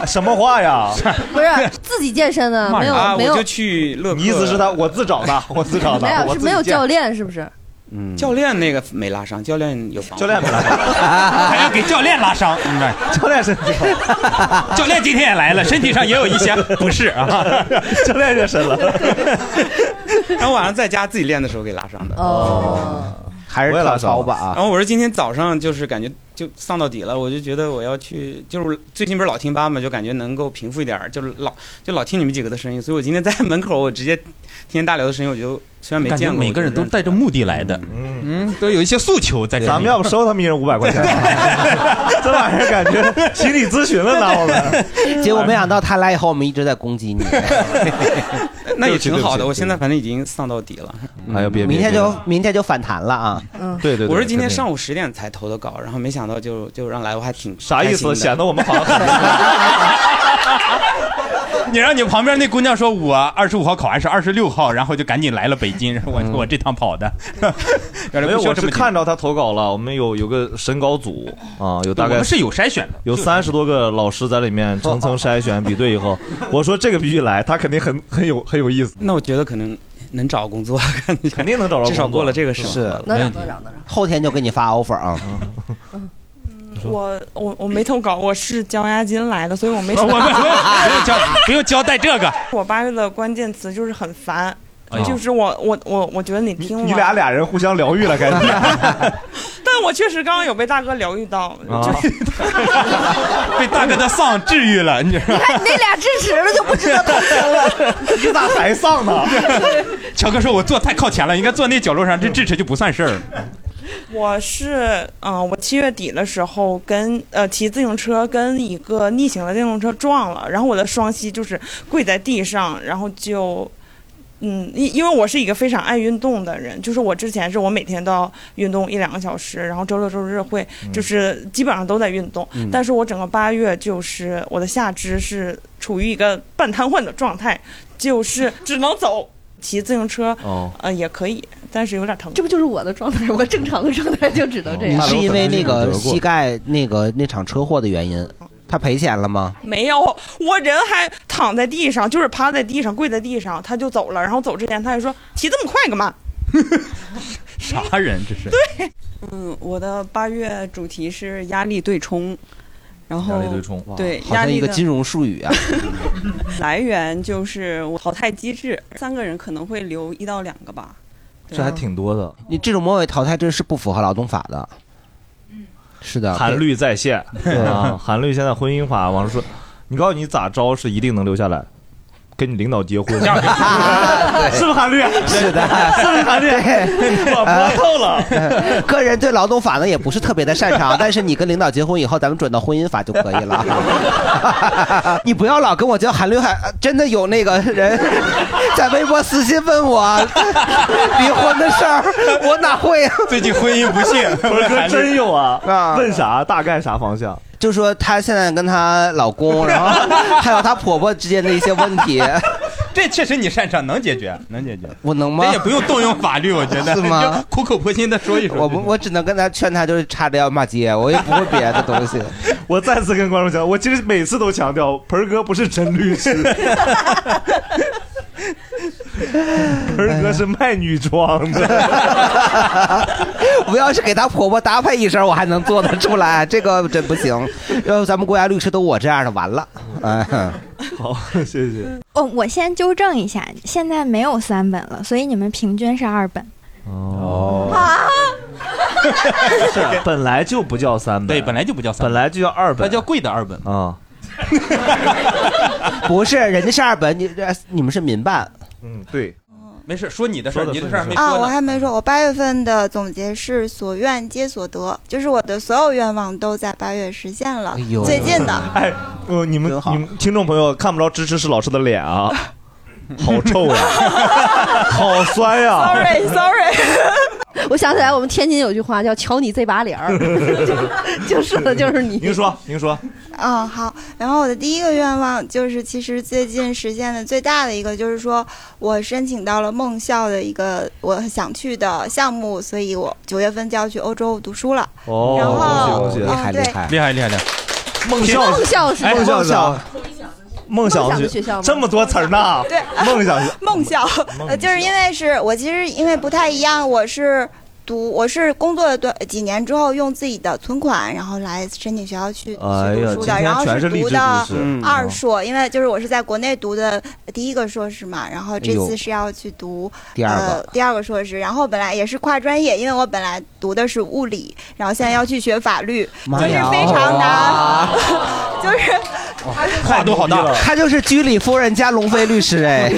Speaker 1: 什么话呀？
Speaker 4: 不是自己健身的，没有
Speaker 15: 啊，
Speaker 4: 没
Speaker 15: 我
Speaker 4: 有
Speaker 15: 就去乐。
Speaker 1: 你意思是他我自找
Speaker 15: *laughs*
Speaker 1: 的，我自找
Speaker 4: 没有是没有教。练是不是？
Speaker 15: 嗯，教练那个没拉伤，教练有防。教
Speaker 1: 练没
Speaker 3: *laughs*
Speaker 1: 拉哎
Speaker 15: 伤，
Speaker 3: 还要给教练拉伤，明白？
Speaker 1: 嗯
Speaker 3: *laughs*
Speaker 1: 教练身体
Speaker 3: 好，教练今天也来了，身体上也有一
Speaker 1: *laughs*
Speaker 3: 些不适啊。
Speaker 1: 教练热
Speaker 3: *laughs*
Speaker 1: 身了，
Speaker 15: *laughs* 然后晚上在家自己练的时候给拉伤的。
Speaker 4: 哦，
Speaker 2: 还是跳操吧
Speaker 15: 然
Speaker 2: 啊。
Speaker 15: 后我是今天早上就是感觉就丧到底了，我就觉得我要去，就是最近不是老听吧嘛，就感觉能够平复一点儿，就是老就老听你们几个的声音，所以我今天在门口我直接听见大刘的声音，我就虽然没
Speaker 3: 感觉
Speaker 15: 见过，
Speaker 3: 每个人都带着目的来的，
Speaker 15: 嗯，
Speaker 3: 都有一些诉求在这里。
Speaker 1: 咱们要不收他们一人五百
Speaker 3: *laughs*
Speaker 1: 块钱？这玩意儿 *laughs* 感觉心理咨询了呢，我
Speaker 2: *laughs*
Speaker 1: 们。
Speaker 2: 结果没想到他来以后，我们一直在攻击你。
Speaker 15: 那也
Speaker 2: 对不起对
Speaker 15: 挺好
Speaker 2: 不
Speaker 15: 的，
Speaker 2: 起
Speaker 15: 我现在反正已经丧到底了。
Speaker 1: 哎呀，别
Speaker 2: 明天就明天就反弹了啊！
Speaker 4: 嗯，
Speaker 1: 对对对
Speaker 15: 我是今
Speaker 1: 肯
Speaker 15: 天
Speaker 1: 定
Speaker 15: 上午十点才投的稿，然后没想到就就让来，我还挺
Speaker 1: 啥意思？显得我们好像
Speaker 3: 你让你旁边那姑娘说，我二十五号考完试，二十六号，然后就赶紧来了北京，我我这趟
Speaker 1: *laughs*
Speaker 3: 跑的。 *laughs* 原
Speaker 1: 嗯没
Speaker 3: 来不
Speaker 1: 有，
Speaker 3: 需要
Speaker 1: 我
Speaker 3: 这
Speaker 1: 是
Speaker 3: 么紧
Speaker 1: 看着他投稿了。我们有有个审稿组啊，有大概
Speaker 3: 我们是有筛选的
Speaker 1: 有三十多个老师在里面层层筛选比对以
Speaker 3: *laughs*。
Speaker 1: 后，我说这个必须来，他肯定很很有很有意思。
Speaker 15: 那我觉得可能能找工作，肯
Speaker 1: 定能找着工作
Speaker 15: 至少过了这个审核
Speaker 2: 是
Speaker 15: 了
Speaker 2: 能找着后天就给你发 offer 啊！
Speaker 16: 我我我没投稿，我是交押金来的，所以我没
Speaker 3: 我们不用不用交 *laughs* 不用交代这个，
Speaker 16: *laughs* 我八月的关键词就是很烦
Speaker 1: 哎，呦
Speaker 16: 就是我我我我觉得你听我，
Speaker 1: 你俩俩人互相疗愈了，感觉。
Speaker 16: 但但我确实刚刚有被大哥疗愈到，
Speaker 3: 啊，被大哥的丧治愈了，你知
Speaker 1: *laughs*
Speaker 3: 道吗？
Speaker 2: 你那俩智齿了就不知道痛
Speaker 3: 疼
Speaker 2: 了，
Speaker 3: 你咋还丧呢？ *laughs* 乔哥说：“我坐太靠前了，应该坐那角落上，这智齿就不
Speaker 1: *laughs*
Speaker 3: 算事儿。
Speaker 16: *laughs* 我是啊、呃我七月底的时候跟呃骑自行车跟一个逆行的电动车撞了，然后我的双膝就是跪在地上，然后就。嗯，因因为我是一个非常爱运动的人，就是我之前是我每天都要运动一两个小时，然后周六周日会就是基本上都在运动，
Speaker 17: 嗯
Speaker 16: 但是我整个八月就是我的下肢是处于一个半瘫痪的状态，就是只能走，骑自行车，
Speaker 1: 哦
Speaker 16: 呃也可以，但是有点疼。
Speaker 17: 这不就是我的状态？我正常的状态就只能这
Speaker 2: 你
Speaker 17: 样。
Speaker 2: 是因为那个膝盖那个那场车祸的原因，他赔钱了吗？
Speaker 16: *laughs* 没有，我人还躺在地上，就是趴在地上，跪在地上，他就走了。然后走之前，他还说骑这么快干嘛？”
Speaker 3: 啥人这是？
Speaker 17: 嗯，我的八月主题是压力对冲，然后
Speaker 2: 压力对冲哇
Speaker 17: 对
Speaker 2: 好
Speaker 17: 压
Speaker 2: 像
Speaker 17: 力
Speaker 2: 一个
Speaker 17: 的
Speaker 2: 金
Speaker 16: *laughs*
Speaker 2: 融术语啊。
Speaker 17: 来源就是我淘汰机制，三个人可能会留一到两个
Speaker 2: *laughs*
Speaker 17: 吧。对
Speaker 2: 这还
Speaker 1: 挺多的。
Speaker 2: 你这种末位淘汰制是不符合劳动法的。是的，
Speaker 1: 韩律在线，
Speaker 2: *laughs* 对
Speaker 1: 啊，韩律现在婚姻法，王叔说，你告诉你咋招是一定能留下来，跟你领导结婚， *laughs*
Speaker 2: 对
Speaker 1: 是不是韩律？
Speaker 2: *laughs* 是的，
Speaker 1: *laughs* 是不是韩律？ *laughs* 我摸透了。
Speaker 2: *laughs* 呃个人对劳动法呢也不是特别的擅长，但是你跟领导结婚以后，咱们转到婚姻法就可以了。 *laughs* 你不要老跟我叫韩律，还呃真的有那个人在微博私信问我离婚的事儿，我哪会啊？
Speaker 3: 最近婚姻
Speaker 1: *laughs*
Speaker 3: 不
Speaker 2: *laughs*
Speaker 3: 幸，
Speaker 1: 不是哥真有啊！
Speaker 2: 啊
Speaker 1: 问啥？大概啥方向？
Speaker 2: 就说她现在跟她老公，然后还有她婆婆之间的一些问题，
Speaker 3: 这确实你擅长，能解决，能解决。
Speaker 2: 我能吗
Speaker 3: 那？也不用动用法律，我
Speaker 4: *laughs*
Speaker 3: 觉得
Speaker 2: 是吗？
Speaker 3: 就苦口婆心的说一说。
Speaker 2: 我不，我只能跟她劝她，就是叉着腰骂街，我也不会别的东西。
Speaker 1: 我再次跟观众讲，我其实每次都强调，盆儿哥不是真律
Speaker 2: *laughs*
Speaker 1: 师，盆儿哥是卖女装的。
Speaker 2: *laughs* 我要是给她婆婆搭配一身，我还能做得出来， *laughs* 这个真不行。要咱们国家律师都我这样的，完了。哎， *laughs*
Speaker 1: 好，谢谢。
Speaker 18: *laughs* 哦，我先纠正一下，现在没有三本了，所以你们平均是二本。
Speaker 1: 哦，
Speaker 19: 啊
Speaker 1: 是 *laughs* 本来就不叫三本，对，本
Speaker 3: 来就不叫
Speaker 1: 三本，本来就叫二本，那叫
Speaker 3: 贵的二本
Speaker 1: 啊。
Speaker 2: 不是，人家是二本，你这你们是民办。
Speaker 1: 嗯，对。
Speaker 3: 没事，说你的事儿，
Speaker 2: 说的
Speaker 3: 你的
Speaker 2: 是
Speaker 3: 事儿没
Speaker 20: 啊，我
Speaker 3: 说呢。
Speaker 20: 还没说，我八月份的总结是所愿皆所得，就是我的所有愿望都在八月实现了。最近
Speaker 1: *laughs*
Speaker 20: 的，
Speaker 1: 哎，呃，你们你们听众朋友看不着芝芝是老师的脸啊，好臭啊，好酸呀、 *laughs*
Speaker 4: sorry，我想起来，我们天津有句话叫“瞧你这把脸
Speaker 1: *laughs*
Speaker 4: 儿”，就是的，就是你。
Speaker 1: 您说，您说，
Speaker 20: 嗯，好。然后我的第一个愿望就是，其实最近实现的最大的一个就是说，我申请到了梦校的一个我想去的项目，所以我九月份就要去欧洲读书了。
Speaker 1: 哦，
Speaker 20: 然后
Speaker 1: 恭喜恭喜，
Speaker 20: 哦对
Speaker 3: 厉害厉害厉害！
Speaker 1: 梦校
Speaker 20: 梦校是
Speaker 1: 哎
Speaker 20: 梦
Speaker 1: 梦
Speaker 20: 校
Speaker 1: 校梦想
Speaker 20: 梦想的学校吗
Speaker 1: 这么多词儿呢？
Speaker 20: 对，啊
Speaker 1: 梦想
Speaker 20: 梦校，呃，就是因为是我其实因为不太一样，我是读我是工作了段几年之后，用自己的存款，然后来申请学校去去
Speaker 1: 哎呀
Speaker 20: 读书
Speaker 1: 今
Speaker 20: 的，
Speaker 1: 天
Speaker 20: 然后
Speaker 1: 全是励
Speaker 20: 读
Speaker 1: 志
Speaker 20: 的
Speaker 1: 故事嗯
Speaker 20: 二硕，因为就是我是在国内读的第一个硕士嘛，然后这
Speaker 2: 哎呦
Speaker 20: 次是要去读
Speaker 2: 第二个
Speaker 20: 呃第二个硕士，然后本来也是跨专业，因为我本来读的是物理，然后现在要去学法律，就
Speaker 2: 妈
Speaker 20: 是
Speaker 2: 呀
Speaker 20: 非常难
Speaker 2: 哇，
Speaker 3: 哦
Speaker 20: 就是。
Speaker 3: 跨度好大，
Speaker 2: 她就是居里夫人加龙飞律师哎。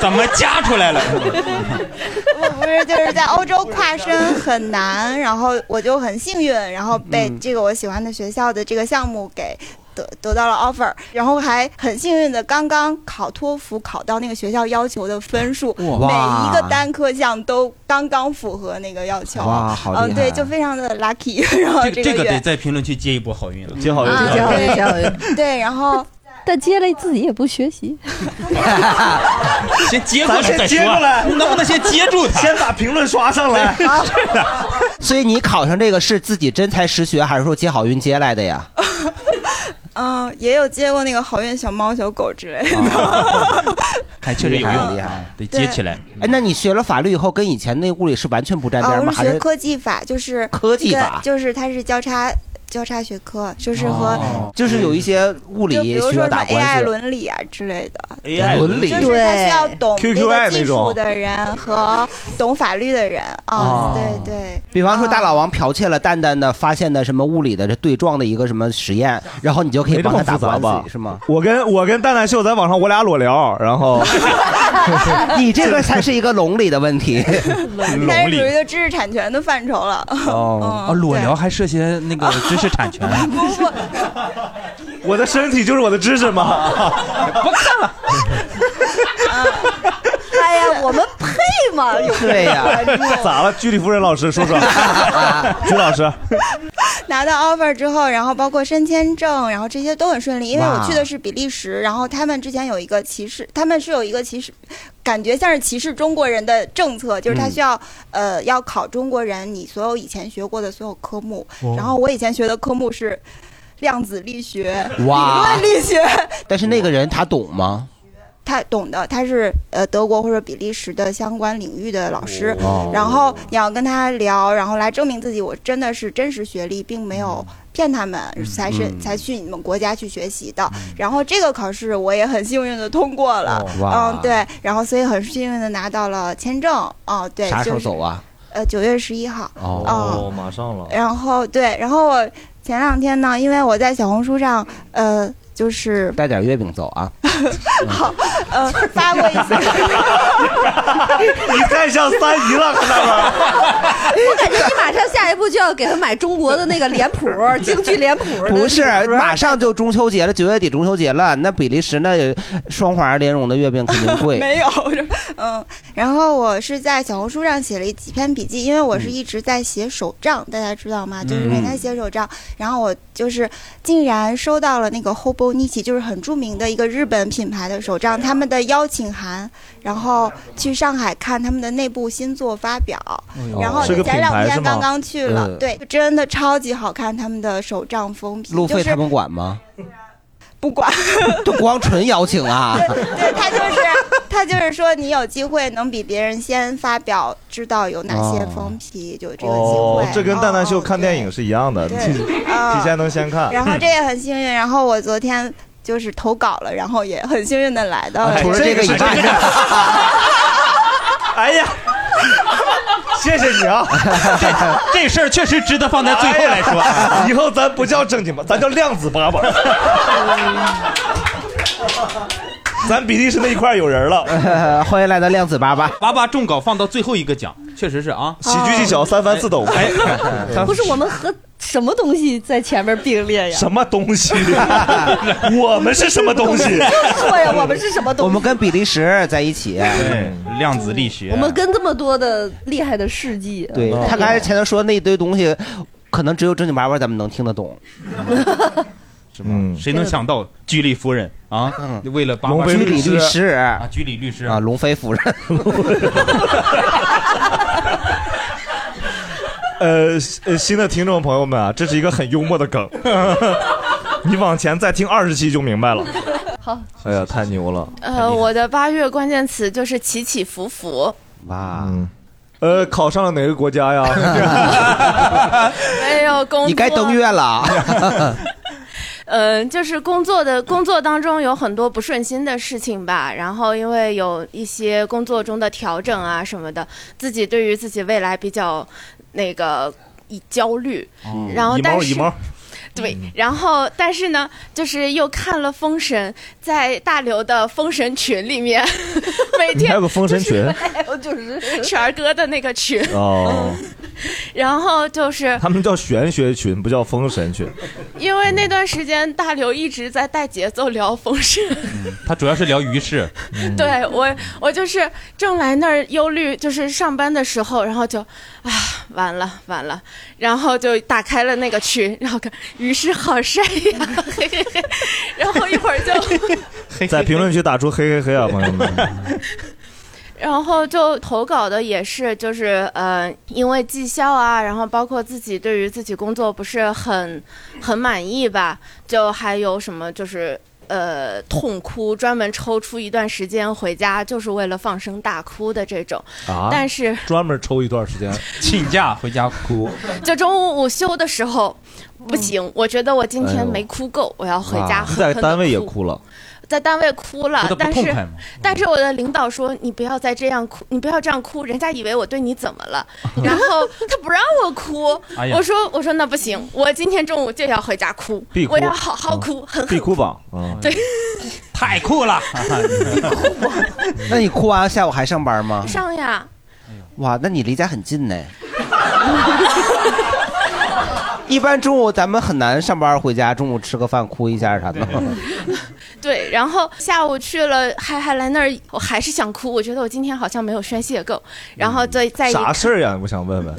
Speaker 3: 怎么加出
Speaker 4: *laughs*
Speaker 3: 来了？
Speaker 20: 我不是就是在欧洲跨申很难，然后我就很幸运，然后被
Speaker 19: 嗯
Speaker 20: 这个我喜欢的学校的这个项目给。得得到了 offer，然后还很幸运的刚刚考托福考到那个学校要求的分数，每
Speaker 2: 哇
Speaker 20: 一个单科项都刚刚符合那个要求。
Speaker 3: 哇好厉
Speaker 20: 嗯，对，
Speaker 3: 害啊
Speaker 20: 就非常的 lucky。然后
Speaker 3: 这个
Speaker 20: 月
Speaker 3: 得在评论区接一波好运了，
Speaker 1: 接好
Speaker 4: 运啊接好运接好运
Speaker 20: 对，然后
Speaker 4: 但接了自己也不学习，
Speaker 3: 先接
Speaker 4: 过
Speaker 3: 过
Speaker 4: 来
Speaker 3: 来再
Speaker 4: 再说
Speaker 3: 说，啊能不能先接住他？
Speaker 1: 先把评论刷上
Speaker 20: *laughs*
Speaker 1: 来。
Speaker 20: 啊
Speaker 2: 所以你考上这个是自己真才实学，还是说接好运接来的呀？
Speaker 20: 嗯、也有接过那个好运小猫、小狗之类的。
Speaker 3: 啊还确实有用，啊
Speaker 2: 厉
Speaker 4: 嗯
Speaker 2: 害，
Speaker 3: 得
Speaker 20: 接起
Speaker 3: 来。
Speaker 2: 哎，那你学了法律以后，跟以前那物理是完全不沾边
Speaker 20: 啊，
Speaker 2: 吗？
Speaker 20: 我是
Speaker 2: 还
Speaker 20: 学
Speaker 2: 是
Speaker 20: 科技法，就是
Speaker 2: 科技
Speaker 20: 跟
Speaker 2: 法
Speaker 20: 就是它是交叉。交叉学科，就是和
Speaker 3: 哦
Speaker 2: 就是有一些物
Speaker 20: 就比
Speaker 2: 理
Speaker 20: 如
Speaker 2: 需要
Speaker 20: 说什么
Speaker 2: 打官
Speaker 20: AI
Speaker 2: 司。
Speaker 20: 伦理啊之类的
Speaker 2: AI 伦理
Speaker 20: 就是他需要懂这
Speaker 2: QQI
Speaker 20: 个
Speaker 2: 那
Speaker 20: 技
Speaker 2: 种
Speaker 20: 术的人和懂法律的人啊
Speaker 2: 哦，
Speaker 20: 对对。啊
Speaker 2: 比方说，大老王剽窃了蛋蛋的发现的什么物理的这对撞的一个什么实验，然后你就可以
Speaker 1: 没这
Speaker 2: 帮
Speaker 1: 么
Speaker 2: 他
Speaker 1: 复
Speaker 2: 打
Speaker 1: 杂
Speaker 2: 官
Speaker 1: 吧？
Speaker 2: 司，是吗？？
Speaker 1: *laughs* 我跟我跟蛋蛋秀在网上，我俩裸聊，然后
Speaker 2: *laughs* 你这个才是一个笼里的问题。
Speaker 20: 该属于一个知识产权的范
Speaker 2: *laughs*
Speaker 20: 畴了。嗯
Speaker 3: 哦，哦裸聊还涉嫌那个知识产权，
Speaker 1: *laughs* 我的身体就是我的知识嘛。
Speaker 4: 哎呀，我们配吗？有
Speaker 2: 对呀
Speaker 1: *laughs* 咋了？居里夫人老师说
Speaker 20: *laughs*
Speaker 1: 说，居老师，
Speaker 20: 拿到 offer 之后，然后包括申签证，然后这些都很顺利。因为
Speaker 1: 哇
Speaker 20: 我去的是比利时，然后他们之前有一个歧视，他们是有一个歧视，感觉像是歧视中国人的政策，就是他
Speaker 19: 嗯
Speaker 20: 需要、呃要考中国人你所有以前学过的所有科目。
Speaker 2: 哦
Speaker 20: 然后我以前学的科目是量子力学、
Speaker 2: *laughs* 哇
Speaker 20: 理论力学，
Speaker 2: 但是那个人他懂
Speaker 1: *laughs*
Speaker 2: 吗？
Speaker 20: 他懂的，他是呃德国或者比利时的相关领域的老师，
Speaker 2: 哦
Speaker 20: 然后你要跟他聊，然后来证明自己，我真的是真实学历，并没有骗他们，才是、
Speaker 19: 嗯
Speaker 20: 才去你们国家去学习的。然后这个考试我也很幸运的通过了，
Speaker 2: 嗯哦哇
Speaker 20: 嗯，对，然后所以很幸运的拿到了签证，哦、对，
Speaker 2: 啥时候
Speaker 20: 就是
Speaker 2: 走啊？
Speaker 20: 呃，九月十一号。嗯
Speaker 1: 哦，马上 *laughs*
Speaker 2: 哎
Speaker 1: 了。
Speaker 20: 然后对，然后我前两天呢，因为我在小红书上，呃，就是
Speaker 2: 带点月饼走啊！
Speaker 4: *laughs*
Speaker 20: 好，呃，发过一些。
Speaker 1: 你太像三姨了，看到吗？
Speaker 4: 我感觉你马上下一步就要给他买中国的那个脸谱，京剧脸谱。
Speaker 2: 不是，马上就中秋节了，九月底中秋节了，那比利时那双黄莲蓉的月饼肯
Speaker 20: *laughs*
Speaker 2: 定贵。
Speaker 20: 没有，嗯，然后我是在小红书上写了一几篇笔记，因为我是
Speaker 2: 嗯
Speaker 20: 一直在写手账，大家知道吗？就是每天写手账，然后我就是竟然收到了那个 Hobonichi，就是很著名的一个日本品牌的手
Speaker 2: 啊
Speaker 20: 账，他们的邀请函，然后去上海看他们的内部新作发表，
Speaker 2: 呦
Speaker 20: 然后
Speaker 2: 哦是个
Speaker 20: 前两
Speaker 2: 品牌是
Speaker 20: 天
Speaker 2: 吗
Speaker 20: 刚刚去了，
Speaker 2: 嗯
Speaker 20: 对，真的超级好看，他们的手账封皮，
Speaker 2: 路
Speaker 20: 就
Speaker 2: 费他
Speaker 20: 是
Speaker 2: 们管吗？
Speaker 20: 不管。
Speaker 2: 就光纯邀请
Speaker 20: *laughs*
Speaker 2: 啊！
Speaker 20: 对他就是 *laughs* 他就是说，你有机会能比别人先发表，知道有哪些封皮，就 *laughs* 这个机
Speaker 1: 哦
Speaker 20: 会。，
Speaker 1: 这跟蛋蛋秀看电影是一样的，
Speaker 20: 对啊
Speaker 1: 提前能先看。
Speaker 20: 然后这也很幸运，然后我昨天就是投稿了，然后也很幸运的来到了。
Speaker 1: 啊除了这个以外
Speaker 20: 这个
Speaker 1: 哎呀， *laughs* 谢谢你
Speaker 20: *laughs*
Speaker 1: 啊！
Speaker 3: 这事儿确实值得放在最后来说。
Speaker 1: 哎以后咱不叫正经吧，咱叫量子
Speaker 20: *laughs*
Speaker 1: 爸爸。咱比利时那一块有人了。
Speaker 2: *laughs* 欢迎来到量子爸爸。
Speaker 3: 娃
Speaker 1: *laughs*
Speaker 3: 娃重稿放到最后一个讲，确实是啊，
Speaker 1: 喜剧技巧三番四抖
Speaker 3: 哎，哎
Speaker 4: *laughs* 不是我们和什么东西在前面并列呀？
Speaker 1: 什么东
Speaker 3: *laughs*
Speaker 1: 西？我们是什么东
Speaker 4: *laughs*
Speaker 1: 西？
Speaker 4: 说呀，我们是什么
Speaker 2: 我
Speaker 4: 东西？
Speaker 2: 们跟比利时在一起。
Speaker 3: 对，
Speaker 2: 嗯
Speaker 3: 量子力学
Speaker 4: 我们跟这么多的厉害的事迹，
Speaker 2: *laughs*
Speaker 4: 呃
Speaker 2: 对
Speaker 1: 哦
Speaker 4: 太厉害
Speaker 2: 他刚才前头说那一堆东西，可能只有正经八百咱们能听得懂。
Speaker 3: 什
Speaker 2: 嗯
Speaker 3: 么？谁能想到居里夫人啊？为了八卦
Speaker 2: 居里律师
Speaker 3: 啊，居里律师
Speaker 2: 啊，龙飞夫人。
Speaker 1: *laughs* 呃，呃新的听众朋友们啊，这是一个很幽默的梗， *laughs* 你往前再听二十期就明白了。
Speaker 21: 好，
Speaker 1: 哎呀，太牛了！
Speaker 21: 呃，我的八月关键词就是起起伏伏，
Speaker 2: 哇，
Speaker 1: 呃，考上了哪个国家呀？
Speaker 21: 没有工
Speaker 2: *laughs*
Speaker 21: 作。
Speaker 2: 你该登月了。
Speaker 21: *laughs* 嗯，就是工作的工作当中有很多不顺心的事情吧，然后因为有一些工作中的调整啊什么的，自己对于自己未来比较那个以焦虑，然后
Speaker 1: 一
Speaker 21: 但
Speaker 1: 毛
Speaker 21: 是
Speaker 1: 一毛，
Speaker 21: 对，
Speaker 2: 嗯
Speaker 21: 然后但是呢，就是又看了《封神》，在大刘的《封神群》里面，
Speaker 4: 哎
Speaker 21: 每
Speaker 1: 你
Speaker 21: 天
Speaker 1: 还有个封神
Speaker 21: *laughs*
Speaker 1: 群
Speaker 21: 我就是全儿哥的那个群，
Speaker 1: *laughs* 哦，
Speaker 21: *laughs* 然后就是
Speaker 1: 他们叫玄学群，不叫封神群。
Speaker 21: 因为那段时间大刘一直在带节奏聊《封神》
Speaker 3: 他主要是聊于适，
Speaker 21: *laughs* 对我我就是正来那儿忧虑，就是上班的时候，然后就啊完了完了，然后就打开了那个群，然后看于是好帅呀， *laughs* 嘿嘿嘿，然后一会儿就。
Speaker 1: 在评论区打出嘿嘿嘿啊，朋友们！
Speaker 21: 然后就投稿的也是，就是呃，因为绩效啊，然后包括自己对于自己工作不是很很满意吧，就还有什么就是。呃痛哭，专门抽出一段时间回家，就是为了放声大哭的这种。
Speaker 1: 啊，
Speaker 21: 但是
Speaker 1: 专门抽一段时间
Speaker 3: 请假回家哭，
Speaker 21: 就中午午休的时候，不行，我觉得我今
Speaker 1: 嗯哎
Speaker 21: 天
Speaker 1: 呦
Speaker 21: 没哭够，我要回家
Speaker 1: 啊
Speaker 21: 狠
Speaker 1: 在
Speaker 21: 狠地
Speaker 1: 单位也哭了，
Speaker 21: 在单位哭了
Speaker 1: 哭得，不
Speaker 21: 但
Speaker 1: 痛
Speaker 21: 是
Speaker 1: 快吗
Speaker 21: 但是我的领导说你不要再这样哭，你不要这样哭，人家以为我对你怎么了，
Speaker 1: *laughs*
Speaker 21: 然后他不让我哭，
Speaker 1: 哎呀
Speaker 21: 我说我说那不行，我今天中午就要回家哭
Speaker 1: 必，哭啊
Speaker 21: 我要好好哭，狠
Speaker 1: 必
Speaker 21: 狠
Speaker 1: 哭榜嗯啊，
Speaker 21: 对，
Speaker 3: 太酷了！
Speaker 2: 那你哭完下午还上班
Speaker 1: 啊
Speaker 2: 吗？
Speaker 21: 上呀，
Speaker 2: 哇，那你离家很近呢。 *laughs* 一般中午咱们很难上班回家，中午吃个饭哭一下啥的。
Speaker 21: 对，然后下午去了还还来那儿，我还是想哭，我觉得我今天好像没有宣泄够，然后再再
Speaker 1: 嗯
Speaker 21: 一
Speaker 1: 啥事儿呀？我想问问，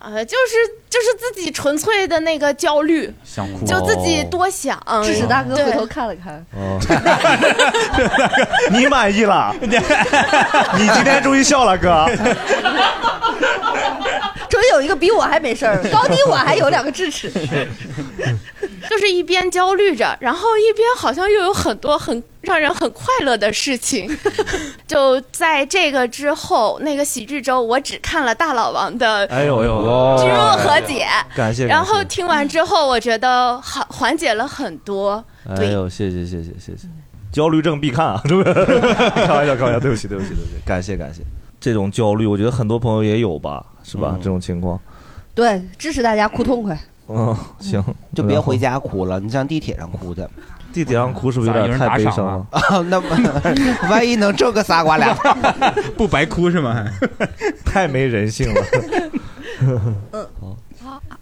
Speaker 21: 呃，就是就是自己纯粹的那个焦虑，
Speaker 1: 想哭哦
Speaker 21: 就自己多想。
Speaker 4: 智齿大哥回头
Speaker 21: 看了看，
Speaker 1: *laughs* 你满
Speaker 2: *laughs*
Speaker 1: 意了？你今天终于笑了，哥。
Speaker 4: 终于有一个比我还没事儿，高低我还有两个智齿。
Speaker 21: *laughs* 就是一边焦虑着，然后一边好像又有很多很让人很快乐的事
Speaker 4: *laughs*
Speaker 21: 情。就在这个之后，那个喜剧周我只看了大老王的
Speaker 1: 哎呦哎呦，
Speaker 21: 植入和解，
Speaker 1: 感谢。
Speaker 21: 然后听完之后，我觉得缓缓解了很多。
Speaker 1: 感谢哎呦，谢谢谢谢谢谢，焦虑症必看啊， *laughs* 是不是？开玩笑，开玩笑，对不起对不起对不
Speaker 2: *laughs*
Speaker 1: 起，感谢感谢。这种焦虑，我觉得很多朋友也有吧，是
Speaker 2: 嗯
Speaker 1: 吧？这种情况，
Speaker 4: 对，支持大家哭痛快。
Speaker 1: 嗯，行，
Speaker 2: 就别回家哭了，你上地铁上哭去。
Speaker 1: 地铁上哭是不是有点太悲伤了？
Speaker 2: 啊？ *laughs* 那么万一能挣个仨瓜俩枣，
Speaker 1: 不白哭是吗？ *laughs* 太没人性了。
Speaker 2: *laughs*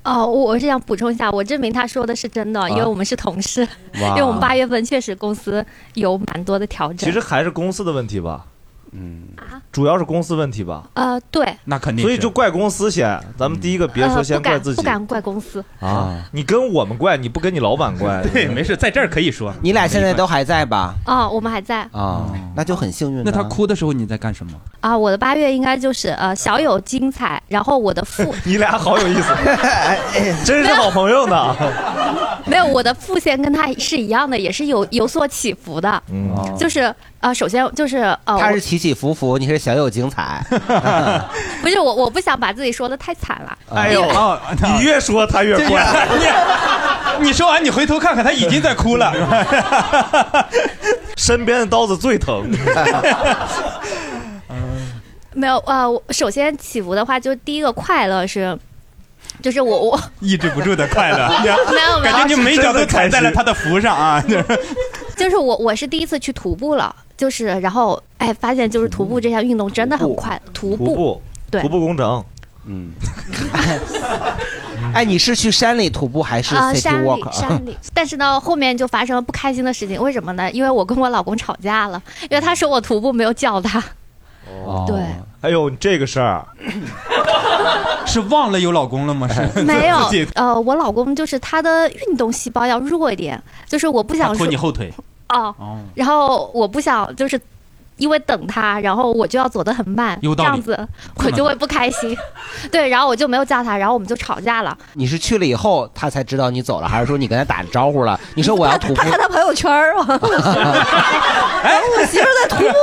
Speaker 19: 哦，我我是想补充一下，我证明他说的是真的，因为
Speaker 1: 啊
Speaker 19: 我们是同事，
Speaker 1: 哇
Speaker 19: 因为我们八月份确实公司有蛮多的调整。
Speaker 1: 其实还是公司的问题吧，嗯，主要是公司问题吧。
Speaker 19: 呃，对，
Speaker 1: 那肯
Speaker 3: 定
Speaker 1: 所以
Speaker 3: 是
Speaker 1: 就怪公司先。咱们第一个别说
Speaker 19: 呃
Speaker 1: 先
Speaker 19: 不
Speaker 1: 怪
Speaker 19: 敢
Speaker 1: 自己
Speaker 19: 不敢怪公司。
Speaker 1: 啊，你跟我们怪，你不跟你老板怪。
Speaker 3: *laughs*
Speaker 1: 嗯
Speaker 3: 对，没事，在这儿可以说。
Speaker 2: 你俩现在都还在吧？
Speaker 19: 哦，我们还在
Speaker 2: 啊，那就很幸运。
Speaker 3: 那他哭的时候你在干什么？
Speaker 19: 啊，我的八月应该就是呃小有精彩，然后我
Speaker 1: *laughs*
Speaker 19: 的副
Speaker 1: 你俩好有意
Speaker 2: *laughs*
Speaker 1: 思，真是好朋友
Speaker 3: *laughs*
Speaker 1: 呢。
Speaker 19: 没有我的副线跟他是一样的，也是有有所起伏的，
Speaker 3: 哦
Speaker 1: 嗯
Speaker 19: 就是呃首先就是呃
Speaker 2: 他
Speaker 19: 我
Speaker 2: 是起起伏伏，你是小有精
Speaker 3: *laughs*
Speaker 2: 彩。
Speaker 19: *laughs* 不是我我不想把自己说的太惨了，
Speaker 3: 哎呦，
Speaker 1: *laughs*
Speaker 3: 你
Speaker 1: 越说他越
Speaker 3: 怪。你你说完，你回头看看，他已经在哭了。
Speaker 1: *laughs* 身边的刀子最疼。
Speaker 19: 没有呃我首先起伏的话，就第一个快乐是。就是我我 *laughs*
Speaker 3: 抑制不住的快乐，
Speaker 19: 没有没有
Speaker 3: *laughs* 感觉你每一脚都踩在了他的福上啊！ *laughs* 就是
Speaker 19: 就是我我是第一次去徒步了，就是然后哎发现就是徒步这项运动真的很快，
Speaker 1: 徒
Speaker 19: 徒步
Speaker 1: 步，
Speaker 19: 对
Speaker 1: 徒步工程，
Speaker 2: 嗯。 *laughs* 哎，你是去山里徒步还是
Speaker 19: 啊、
Speaker 2: city
Speaker 19: 山
Speaker 2: walk？
Speaker 19: 里
Speaker 2: 啊
Speaker 19: 山里，但是呢后面就发生了不开心的事情，为什么呢？因为我跟我老公吵架了，因为他说我徒步没有叫他， *laughs* 对，
Speaker 1: 哎呦，你这个事儿
Speaker 3: *laughs* 是忘了有老公了吗？是
Speaker 19: 没有
Speaker 3: *laughs* 自己，
Speaker 19: 呃，我老公就是他的运动细胞要弱一点，就是我不想
Speaker 3: 拖
Speaker 19: 说
Speaker 3: 你后腿。
Speaker 19: 哦，
Speaker 3: 哦， *laughs*
Speaker 19: 然后我不想就是因为等他，然后我就要走得很慢，
Speaker 2: 有
Speaker 19: 这
Speaker 2: 道理
Speaker 19: 样子我就会不开心， *laughs* 对，然后我就没有叫他，然后我们就吵架了。
Speaker 2: *laughs* 你是去了以后他才知道你走了，还是说你跟他打招呼了？你说我要徒步
Speaker 19: 他，看他朋友圈儿啊，
Speaker 3: 我
Speaker 19: 媳妇在徒
Speaker 1: *laughs*
Speaker 19: 步。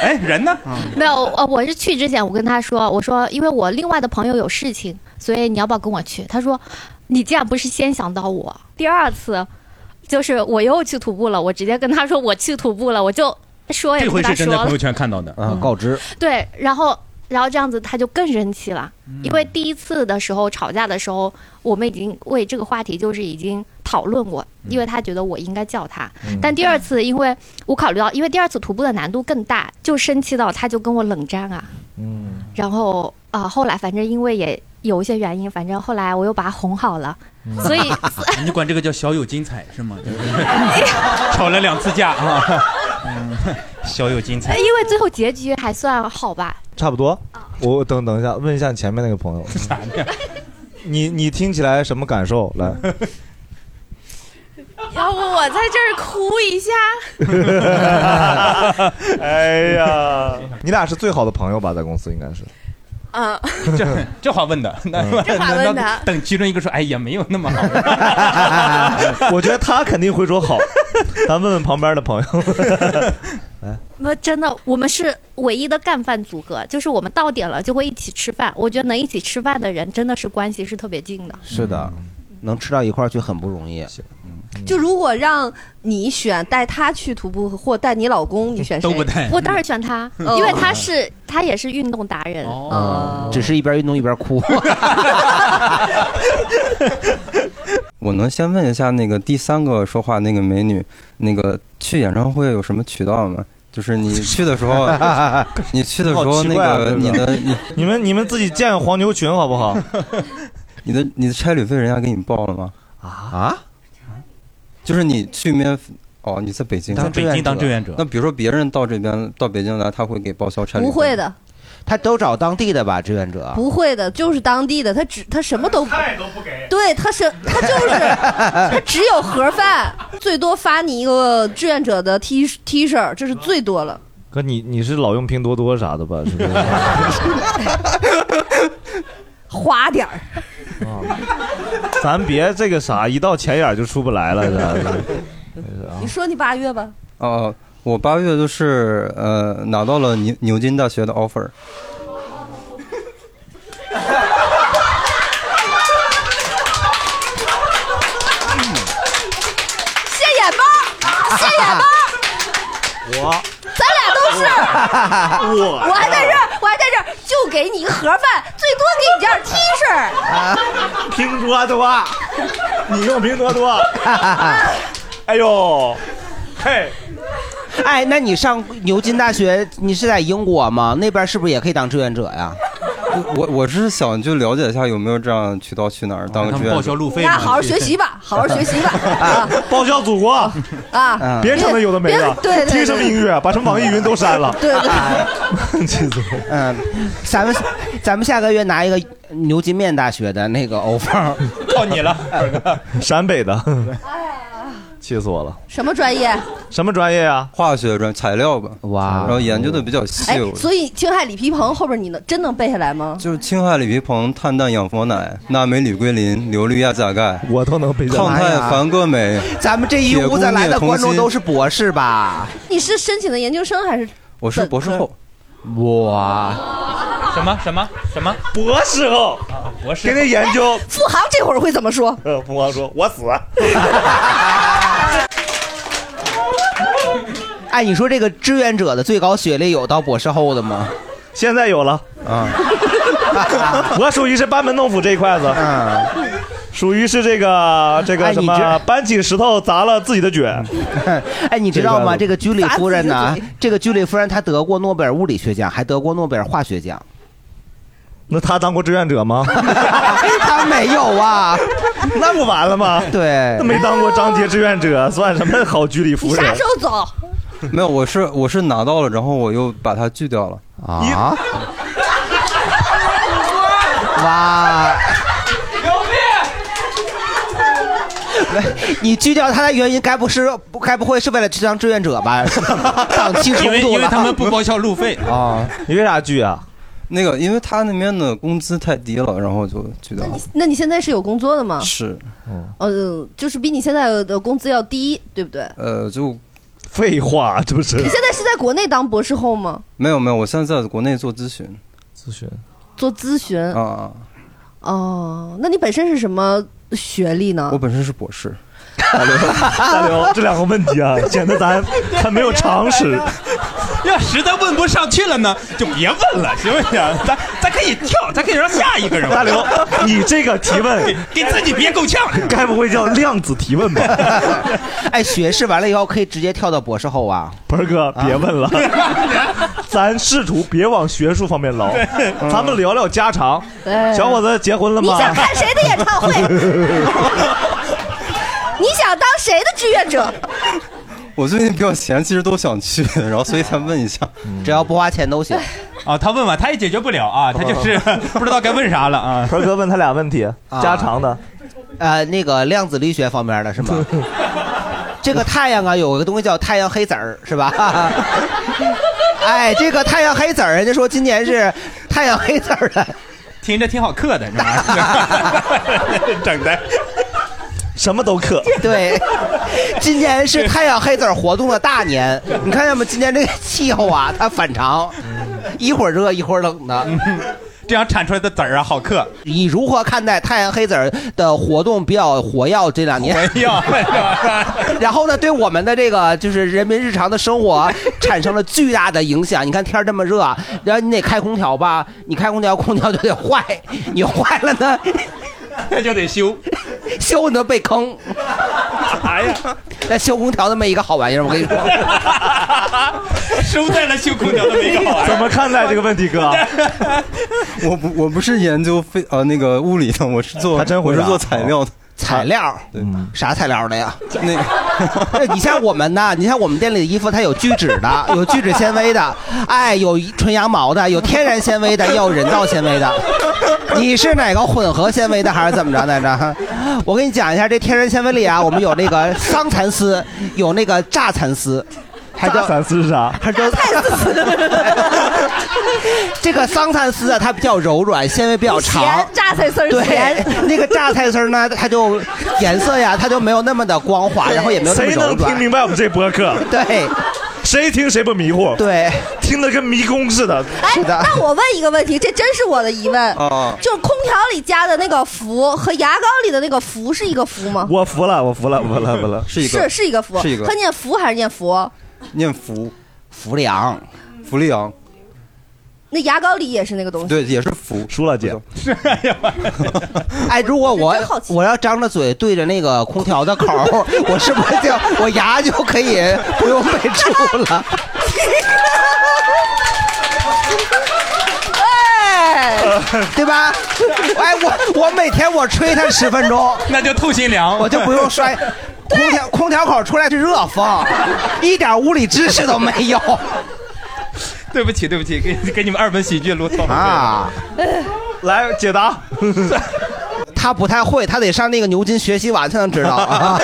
Speaker 3: 哎，人呢？
Speaker 19: *laughs* 没有，呃， *laughs* 我是去之前我跟他说，我说因为我另外的朋友有事情，所以你要不要跟我去？他说你这样不是先想到我。第二次就是我又去徒步了，我直接跟他说我去徒步了，我就说也
Speaker 22: 这
Speaker 19: 不
Speaker 22: 回
Speaker 19: 跟他
Speaker 22: 是
Speaker 19: 说
Speaker 22: 真在朋
Speaker 19: 了
Speaker 22: 友。圈看到的
Speaker 2: 啊，告知。
Speaker 19: 对，然后然后这样子他就更生气了，因为第一次的时候吵架的时候，我们已经为这个话题就是已经讨论过，因为他觉得我应该叫他，但第二次因为我考虑到，因为第二次徒步的难度更大，就生气到他就跟我冷战啊，
Speaker 1: 嗯，
Speaker 19: 然后啊、呃后来反正因为也有一些原因，反正后来我又把他哄好了，所以
Speaker 3: 嗯 *laughs* 你管这个叫小有精彩是吗？ *laughs* 吵了两次 *laughs* 架啊，小有精彩。
Speaker 19: 因为最后结局还算好吧，
Speaker 1: 差不多。我等等一下，问一下你前面那个朋友，你你听起来什么感受？来，
Speaker 21: 要不我在这儿哭一下？
Speaker 1: 哎呀，你俩是最好的朋友吧？在公司应该是。
Speaker 21: 嗯，
Speaker 3: 这哎这话问的，那
Speaker 21: 这话问的
Speaker 3: *laughs* 等其中一个说，哎，也没有那么好。
Speaker 1: *laughs* 我觉得他肯定会说好，咱问问旁边的朋友。
Speaker 19: 那真的，我们是唯一的干饭组合，就是我们到点了就会一起吃饭。我觉得能一起吃饭的人，真的是关系是特别近的。
Speaker 2: 是的，嗯能吃到一块儿去很不容易。嗯
Speaker 4: 就如果让你选带他去徒步或带你老公，你选谁？
Speaker 2: 都不带哦
Speaker 19: 我当然选
Speaker 2: *laughs*
Speaker 19: 他，因为他是他也是运动达人。哦
Speaker 2: 嗯，只是一边运动一边哭。
Speaker 23: *laughs* 我能先问一下那个第三个说话那个美女，那个去演唱会有什么渠道吗？就是你去的时候，
Speaker 1: *laughs*
Speaker 23: 你去的时候
Speaker 1: 好奇
Speaker 23: 那
Speaker 1: 怪啊
Speaker 23: 个
Speaker 1: 这个
Speaker 23: 你的你
Speaker 1: *laughs* 你们你们自己建黄牛群好不好？
Speaker 23: *laughs* 你的你的差旅费人家给你报了吗？
Speaker 2: 啊？
Speaker 23: 就是你去面哦，你在北京，
Speaker 3: 你在北京当志愿者
Speaker 23: 那比如说别人到这边到北京来，他会给报销差旅
Speaker 4: 不
Speaker 23: 费。
Speaker 4: 会的，
Speaker 2: 他都找当地的吧，志愿
Speaker 23: 啊
Speaker 2: 者。
Speaker 4: 不会的，就是当地的，他只他什么都菜都不给，对，他是他就是
Speaker 1: *laughs*
Speaker 4: 他只有盒饭，最多发你一个志愿者的 T T 恤，这是最多了。
Speaker 1: 哥，你你是老用拼多多啥的吧？是不是？
Speaker 23: *laughs*
Speaker 4: 花点儿，
Speaker 1: 咱别这个啥，一到钱眼儿就出不来了。这
Speaker 4: 你说你八月吧，
Speaker 23: 哦，我八月就是呃拿到了牛牛津大学的 offer，
Speaker 4: 谢眼吧，谢眼吧，
Speaker 1: 我
Speaker 4: 咱俩都是，
Speaker 1: 我
Speaker 4: 我还在这儿，我还在这儿，就给你一个盒饭，最多给你件 T 恤。
Speaker 1: 拼多多，你用拼
Speaker 2: *laughs*
Speaker 1: 多多？哎呦，嘿，
Speaker 2: *laughs* 哎，那你上牛津大学，你是在英国吗？那边是不是也可以当志愿者
Speaker 1: *laughs*
Speaker 2: 呀？
Speaker 23: 我我是想就了解一下有没有这样渠道去哪
Speaker 1: 哦
Speaker 23: 儿当个志愿者。
Speaker 3: 报销路
Speaker 4: 那好好学习吧，好好学习吧，
Speaker 23: *laughs*
Speaker 4: 啊
Speaker 1: 报销祖
Speaker 2: 哦
Speaker 1: 国
Speaker 4: 啊！
Speaker 1: 别整那有的没的
Speaker 4: 别，对对对
Speaker 1: 听什么音乐，把什么网易云都删了。
Speaker 4: 对对。
Speaker 2: 嗯，咱们咱们下个月拿一个牛津面大学的那个 offer，
Speaker 3: 靠你了，
Speaker 1: *laughs* 陕北的， *laughs* 气死我了！
Speaker 4: 什么专业？
Speaker 1: 什么专业啊？
Speaker 23: 化学专材料吧。
Speaker 2: 哇，
Speaker 23: 然后研究的比较细。
Speaker 4: 哎
Speaker 23: 我，
Speaker 4: 所以青海李皮鹏后边你能真能背下来吗？
Speaker 23: 就是氢氦锂铍硼、碳氮氧氟氖、钠镁铝硅磷、硫氯氩钾钙，
Speaker 1: *laughs* 我都能背
Speaker 2: 下来
Speaker 23: 抗
Speaker 2: 哎
Speaker 23: 碳
Speaker 2: 呀
Speaker 23: 钒铬镁，
Speaker 2: 咱们这一屋子来的观众都是
Speaker 23: 铁
Speaker 2: 钴博士吧？
Speaker 4: 你是申请的研究生还是？
Speaker 23: 我是博士后。
Speaker 2: 哇，
Speaker 3: *laughs* 什么什么什么
Speaker 1: 博士后，
Speaker 3: 啊博士
Speaker 1: 天
Speaker 3: 后
Speaker 1: 天研究
Speaker 4: 哎。付航这会儿会怎么说？
Speaker 1: 呃，凤凰
Speaker 2: *laughs*
Speaker 1: 说：“我死。
Speaker 2: 哎，你说这个志愿者的最高学历有到博士后的吗？
Speaker 1: *laughs* 现在有了
Speaker 2: 啊， *laughs*
Speaker 1: 我属于是班门弄斧这一块子，属于是这个
Speaker 2: 嗯哎
Speaker 1: 这个
Speaker 2: 你
Speaker 1: 什么
Speaker 2: 这
Speaker 1: 搬起石头砸了自己的卷。
Speaker 2: *laughs* 哎，你知道吗？
Speaker 1: 这
Speaker 2: 这
Speaker 1: 个
Speaker 2: 个居里夫人
Speaker 1: 砸
Speaker 2: 呢
Speaker 1: 自己的嘴？
Speaker 2: 这个居里夫人她得过诺贝尔物理学奖，还得过诺贝尔化学
Speaker 1: *laughs*
Speaker 2: 奖。 *laughs*
Speaker 1: 那她当过志愿者吗？
Speaker 2: 哎她没有啊，
Speaker 1: 那不完了吗？
Speaker 2: 对，
Speaker 1: 没当过张杰志愿者，算什么好居里
Speaker 4: 你
Speaker 1: 夫人
Speaker 4: 啥？时候走？
Speaker 23: *laughs* 没有，我是我是拿到了，然后我又把它拒掉了
Speaker 2: 啊。哇！你拒掉他的原因，该不是不该不会是为了去当志愿者
Speaker 1: *laughs*
Speaker 2: 吧？档期冲突
Speaker 3: 因为
Speaker 2: 了，
Speaker 3: 因为他们不报销路费
Speaker 23: 啊！
Speaker 1: 你为啥拒啊？
Speaker 23: 那个，因为他那边的工资太低了，然后就拒掉了。
Speaker 4: 那你现在是有工作的吗？
Speaker 23: 是，
Speaker 1: 嗯
Speaker 4: 呃，就是比你现在的工资要低，对不对？
Speaker 23: 呃，就
Speaker 1: 废话，这不是
Speaker 4: 你现在是在国内当博士后吗？
Speaker 23: 没有没有，我现在在国内做咨询
Speaker 1: 咨询
Speaker 4: 做咨询？
Speaker 23: 啊，
Speaker 4: 哦，那你本身是什么学历呢？
Speaker 23: 我本身是博士。
Speaker 1: 大刘，大刘，这两个问题啊，显得咱咱没有常
Speaker 4: *laughs*
Speaker 1: 识。
Speaker 3: 要实在问不上去了呢，就别问了，行不行？咱咱可以跳，咱可以让下一个人问。
Speaker 1: 大刘，你这个提问
Speaker 3: *laughs* 给自己憋够呛，
Speaker 1: 该不会叫量子提问吧？
Speaker 2: *laughs* 哎，学士完了以后可以直接跳到博士后啊！
Speaker 1: *laughs* 鹏哥，别问了，咱试图别往学术方面捞，咱们聊聊家常。
Speaker 4: 对
Speaker 1: 小伙子结婚了
Speaker 4: 你
Speaker 1: 吗？
Speaker 4: 想看谁的演唱会？你想当谁的志
Speaker 1: *laughs*
Speaker 4: 愿者？
Speaker 23: 我最近比较闲，其实都想去，然后所以才问一下，
Speaker 1: 嗯
Speaker 2: 只要不花钱都行。
Speaker 3: 啊，他问吧，他也解决不了啊，他就是
Speaker 1: *laughs*
Speaker 3: 不知道该问啥了啊。
Speaker 1: 鹏哥问他俩问题，家常的，
Speaker 2: 啊呃，那个量子力学方面的是
Speaker 1: *laughs*
Speaker 2: 吗？这个太阳啊，有个东西叫太阳黑子儿，是
Speaker 1: *laughs*
Speaker 2: 吧？哎，这个太阳黑子儿，人家说今年是太阳黑子儿的。
Speaker 3: *laughs* 听着挺好嗑的，这玩意儿整的。
Speaker 1: 什么都可。
Speaker 2: 对，今年
Speaker 1: *laughs*
Speaker 2: 是太阳黑子儿活动的大年，你看见没？今年这个气候啊，它反常，
Speaker 1: 嗯
Speaker 2: 一会儿热一会儿冷的。
Speaker 3: 这样产出来的籽儿啊，好嗑。
Speaker 2: 你如何看待太阳黑子儿的活动比较活跃这两年？
Speaker 3: 活
Speaker 2: *laughs*
Speaker 3: 跃，
Speaker 2: 然后呢，对我们的这个就是人民日常的生
Speaker 3: *laughs*
Speaker 2: 活啊产生了巨大的影响。你看天儿这么热，啊然后你得开空调吧？你开空调，空调就得坏，你坏了呢，
Speaker 3: 那就得修，
Speaker 2: 修你都被坑。
Speaker 3: 啥呀？
Speaker 2: 那修空调那么一个好玩意儿，我跟你说，
Speaker 3: *laughs* 收在了修空调的美
Speaker 1: *laughs*
Speaker 3: 好。
Speaker 1: 怎么看待这个问题，哥？
Speaker 23: 我不我不是研究非呃那个物理的，我是做
Speaker 1: 还真会
Speaker 23: 我是
Speaker 1: 啊
Speaker 23: 做材料的。
Speaker 2: 材料，
Speaker 23: 对，
Speaker 1: 嗯
Speaker 2: 啥材料的呀？ *laughs*
Speaker 23: 那
Speaker 2: 个，你像我们呢，你像我们店里的衣服，它有聚酯的，有聚酯纤维的，哎，有纯羊毛的，有天然纤维的，也有人造纤维的。你是哪个混合纤维的，还是怎么着来着？我跟你讲一下，这天然纤维里啊，我们有那个桑蚕丝，有那个榨蚕丝。还叫
Speaker 1: 蚕丝是啥？
Speaker 2: 还叫 *laughs* 这个桑蚕丝啊，它比较柔软，纤维比较长
Speaker 4: 咸。榨
Speaker 3: *laughs*
Speaker 4: 菜丝儿
Speaker 2: 对
Speaker 4: 咸，
Speaker 2: 那个榨菜丝儿呢，它就颜色呀，它就没有那么的光滑，然后也没有那么
Speaker 1: 谁
Speaker 2: 柔
Speaker 1: 能听
Speaker 2: 软。
Speaker 1: 明白我们这播客？
Speaker 2: 对，
Speaker 1: 谁听谁不迷糊？
Speaker 2: 对，
Speaker 1: 听得跟迷宫似的。
Speaker 4: 哎，那我问一个问题，这真是我的疑问，
Speaker 1: 啊
Speaker 4: 就是空调里加的那个氟和牙膏里的那个氟是一个氟吗？
Speaker 1: 我服了，我服了，我服了，我服
Speaker 2: *laughs*
Speaker 1: 了，
Speaker 23: 是一
Speaker 4: 是是一个氟，
Speaker 23: 是一个
Speaker 4: 它念氟还是念氟？
Speaker 23: 念氟，
Speaker 2: 氟利昂，
Speaker 23: 氟利昂，
Speaker 4: 那牙膏里也是那个东西。
Speaker 23: 对，也是氟。
Speaker 1: 输了姐，
Speaker 2: 哎，如果我我要张着嘴对着那个空调的口儿，我是不是就我牙就可以不用被蛀
Speaker 3: *laughs*
Speaker 2: 了？
Speaker 4: 哎，
Speaker 2: 对吧？哎，我我每天我吹它十分钟，
Speaker 3: *laughs* 那就透心凉，
Speaker 2: 我就不用摔。空调空调口出来是热风，一点物理知识都没
Speaker 3: *laughs*
Speaker 2: 有。
Speaker 3: *laughs* 对不起，对不起，给给你们二本喜剧录错哎了
Speaker 2: 啊！
Speaker 1: 来解答。
Speaker 2: *laughs* 他不太会，他得上那个牛津学习完才能知道。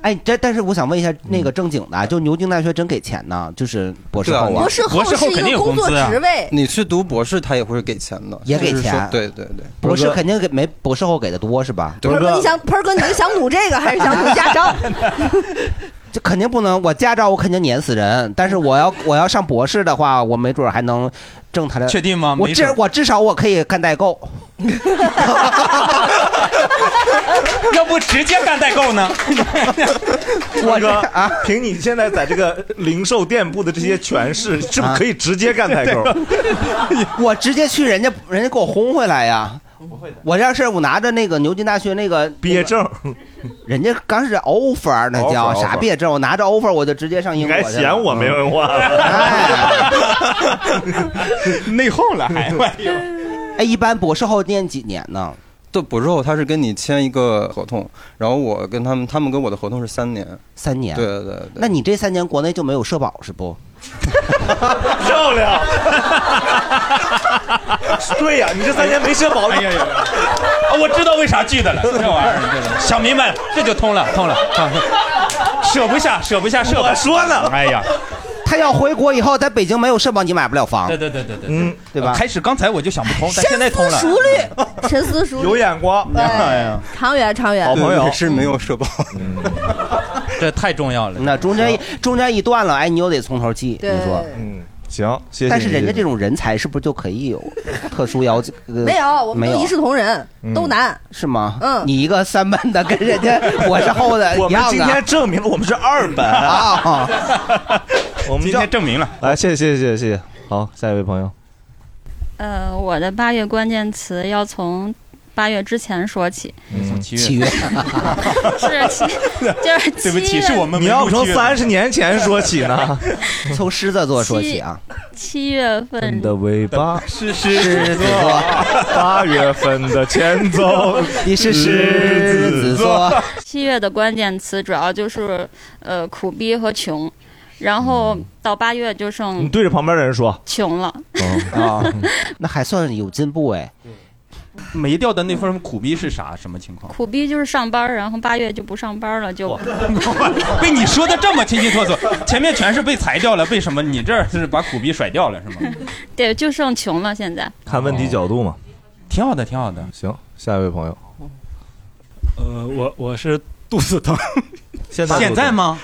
Speaker 2: 哎，这但是我想问一下，那个正经的，啊就牛津大学真给钱呢？就是博士
Speaker 23: 对啊
Speaker 2: 后啊？
Speaker 23: 博士后博士后是一个肯定有工作工资啊职
Speaker 4: 位
Speaker 23: 你去读博士，他也会给钱的，
Speaker 2: 也给
Speaker 23: 就是说
Speaker 2: 钱
Speaker 23: 对对对，
Speaker 2: 博士
Speaker 23: *laughs*
Speaker 2: 肯定给没博士后给的多是吧？
Speaker 4: 盆儿哥，你想盆儿哥，你
Speaker 2: *laughs*
Speaker 4: 是想努这个还是想努驾照？
Speaker 2: 这肯定不能，我驾照我肯定碾死人，但是我要我要上博士的话，我没准还能挣他的。
Speaker 3: 确定吗
Speaker 2: 我
Speaker 3: 没
Speaker 2: 至
Speaker 3: 准
Speaker 2: 我至少我可以干代购。
Speaker 3: *laughs* 要不直接干代购呢？
Speaker 1: 我哥啊，凭你现在在这个零售店铺的这些权势，是
Speaker 2: 啊
Speaker 1: 不是可以直接干代购？
Speaker 3: *laughs*
Speaker 2: 我直接去人家，人家给我轰回来呀。我这事儿我拿着那个牛津大学那个
Speaker 1: 毕业证，
Speaker 2: 人家刚是 offer 那叫
Speaker 1: offer，
Speaker 2: 啥
Speaker 1: offer
Speaker 2: 毕业证？我拿着 offer 我就直接上英
Speaker 1: 你
Speaker 2: 国
Speaker 1: 还
Speaker 2: 去了。
Speaker 1: 嫌我没啊文化？
Speaker 3: 嗯内讧了还？
Speaker 2: *laughs* 哎，一般博士后念几年呢？
Speaker 23: 对，博士后他是跟你签一个合同，然后我跟他们，他们跟我的合同是三年，
Speaker 2: 三年
Speaker 23: 对对对。
Speaker 2: 那你这三年国内就没有社保是不？
Speaker 1: 漂亮。 *laughs* 对呀，你这三年没社保，
Speaker 3: 哎呀呀！啊我知道为啥拒的了，这玩意儿想明白了，这就通了，通了，通了舍不下，舍不下舍。
Speaker 1: 我说呢，
Speaker 3: 哎呀，
Speaker 2: 他要回国以后，在北京没有社保，你买不了房。
Speaker 3: 对对对对对，
Speaker 2: 嗯，对吧？
Speaker 3: 开始刚才我就想不通，但现在
Speaker 2: *laughs*
Speaker 3: 通了。
Speaker 4: 熟虑，深思熟虑，
Speaker 3: 有
Speaker 1: 眼光
Speaker 2: 哎
Speaker 4: 对，啊长远长远。
Speaker 23: 是没有社保，
Speaker 1: 嗯
Speaker 3: 这太重要了。
Speaker 2: 那中间一中间一断了，哎，你又得从头记。你
Speaker 4: 对
Speaker 2: 说，
Speaker 1: 嗯，行，谢谢
Speaker 2: 但是人家
Speaker 1: 你
Speaker 2: 这种人才是不是就可以有特殊要求？呃
Speaker 4: 没有，我们
Speaker 2: 没
Speaker 4: 都
Speaker 2: 有嗯
Speaker 4: 一视同仁，都难。
Speaker 2: 是吗？
Speaker 4: 嗯
Speaker 2: 你一个三班的跟人家我是后的
Speaker 1: *laughs* 我
Speaker 2: 一
Speaker 1: 们
Speaker 2: 样
Speaker 1: 今
Speaker 2: 啊
Speaker 1: 天证明了我们是二
Speaker 2: *laughs*
Speaker 1: 本
Speaker 2: 啊。
Speaker 1: 我们今天
Speaker 3: 证明了。
Speaker 1: 来，谢谢谢谢谢谢，好，下一位朋友，
Speaker 24: 呃，我的八月关键词要从八月之前说起，
Speaker 1: 嗯，
Speaker 3: 七
Speaker 2: 月，七月，
Speaker 24: 是七，
Speaker 3: *laughs*
Speaker 24: 就是七月
Speaker 1: 你要不从三十年前说起呢？
Speaker 2: *laughs* 从狮子座
Speaker 24: 说起啊，七月份
Speaker 1: 你的尾巴
Speaker 3: 是
Speaker 1: 狮
Speaker 2: 狮子
Speaker 1: 子座
Speaker 2: 座，，
Speaker 1: *laughs* 八月份的前奏
Speaker 2: 你是狮
Speaker 1: 嗯
Speaker 2: 子座。
Speaker 24: *laughs* 七月的关键词主要就是呃苦逼和穷，然后到八月就
Speaker 1: 你
Speaker 2: 嗯
Speaker 24: 剩
Speaker 1: 对着旁边的人说。
Speaker 24: 穷了。
Speaker 2: *laughs* 啊，那还算有进步哎。
Speaker 3: 没掉的那份苦逼是啥？什么情况？
Speaker 24: 苦逼就是上班，然后八月就不上班了，就
Speaker 3: *laughs* 被你说的这么清清楚楚，前面全是被裁掉了，为什么你这儿是把苦逼甩掉了是吗？
Speaker 24: *laughs* 对，就剩穷了。现在
Speaker 2: 哦
Speaker 1: 看问题角度嘛，
Speaker 3: 挺好的，挺好的。
Speaker 1: 行，下一位朋友，
Speaker 25: 呃，我我是肚子疼，
Speaker 1: 现在现在吗？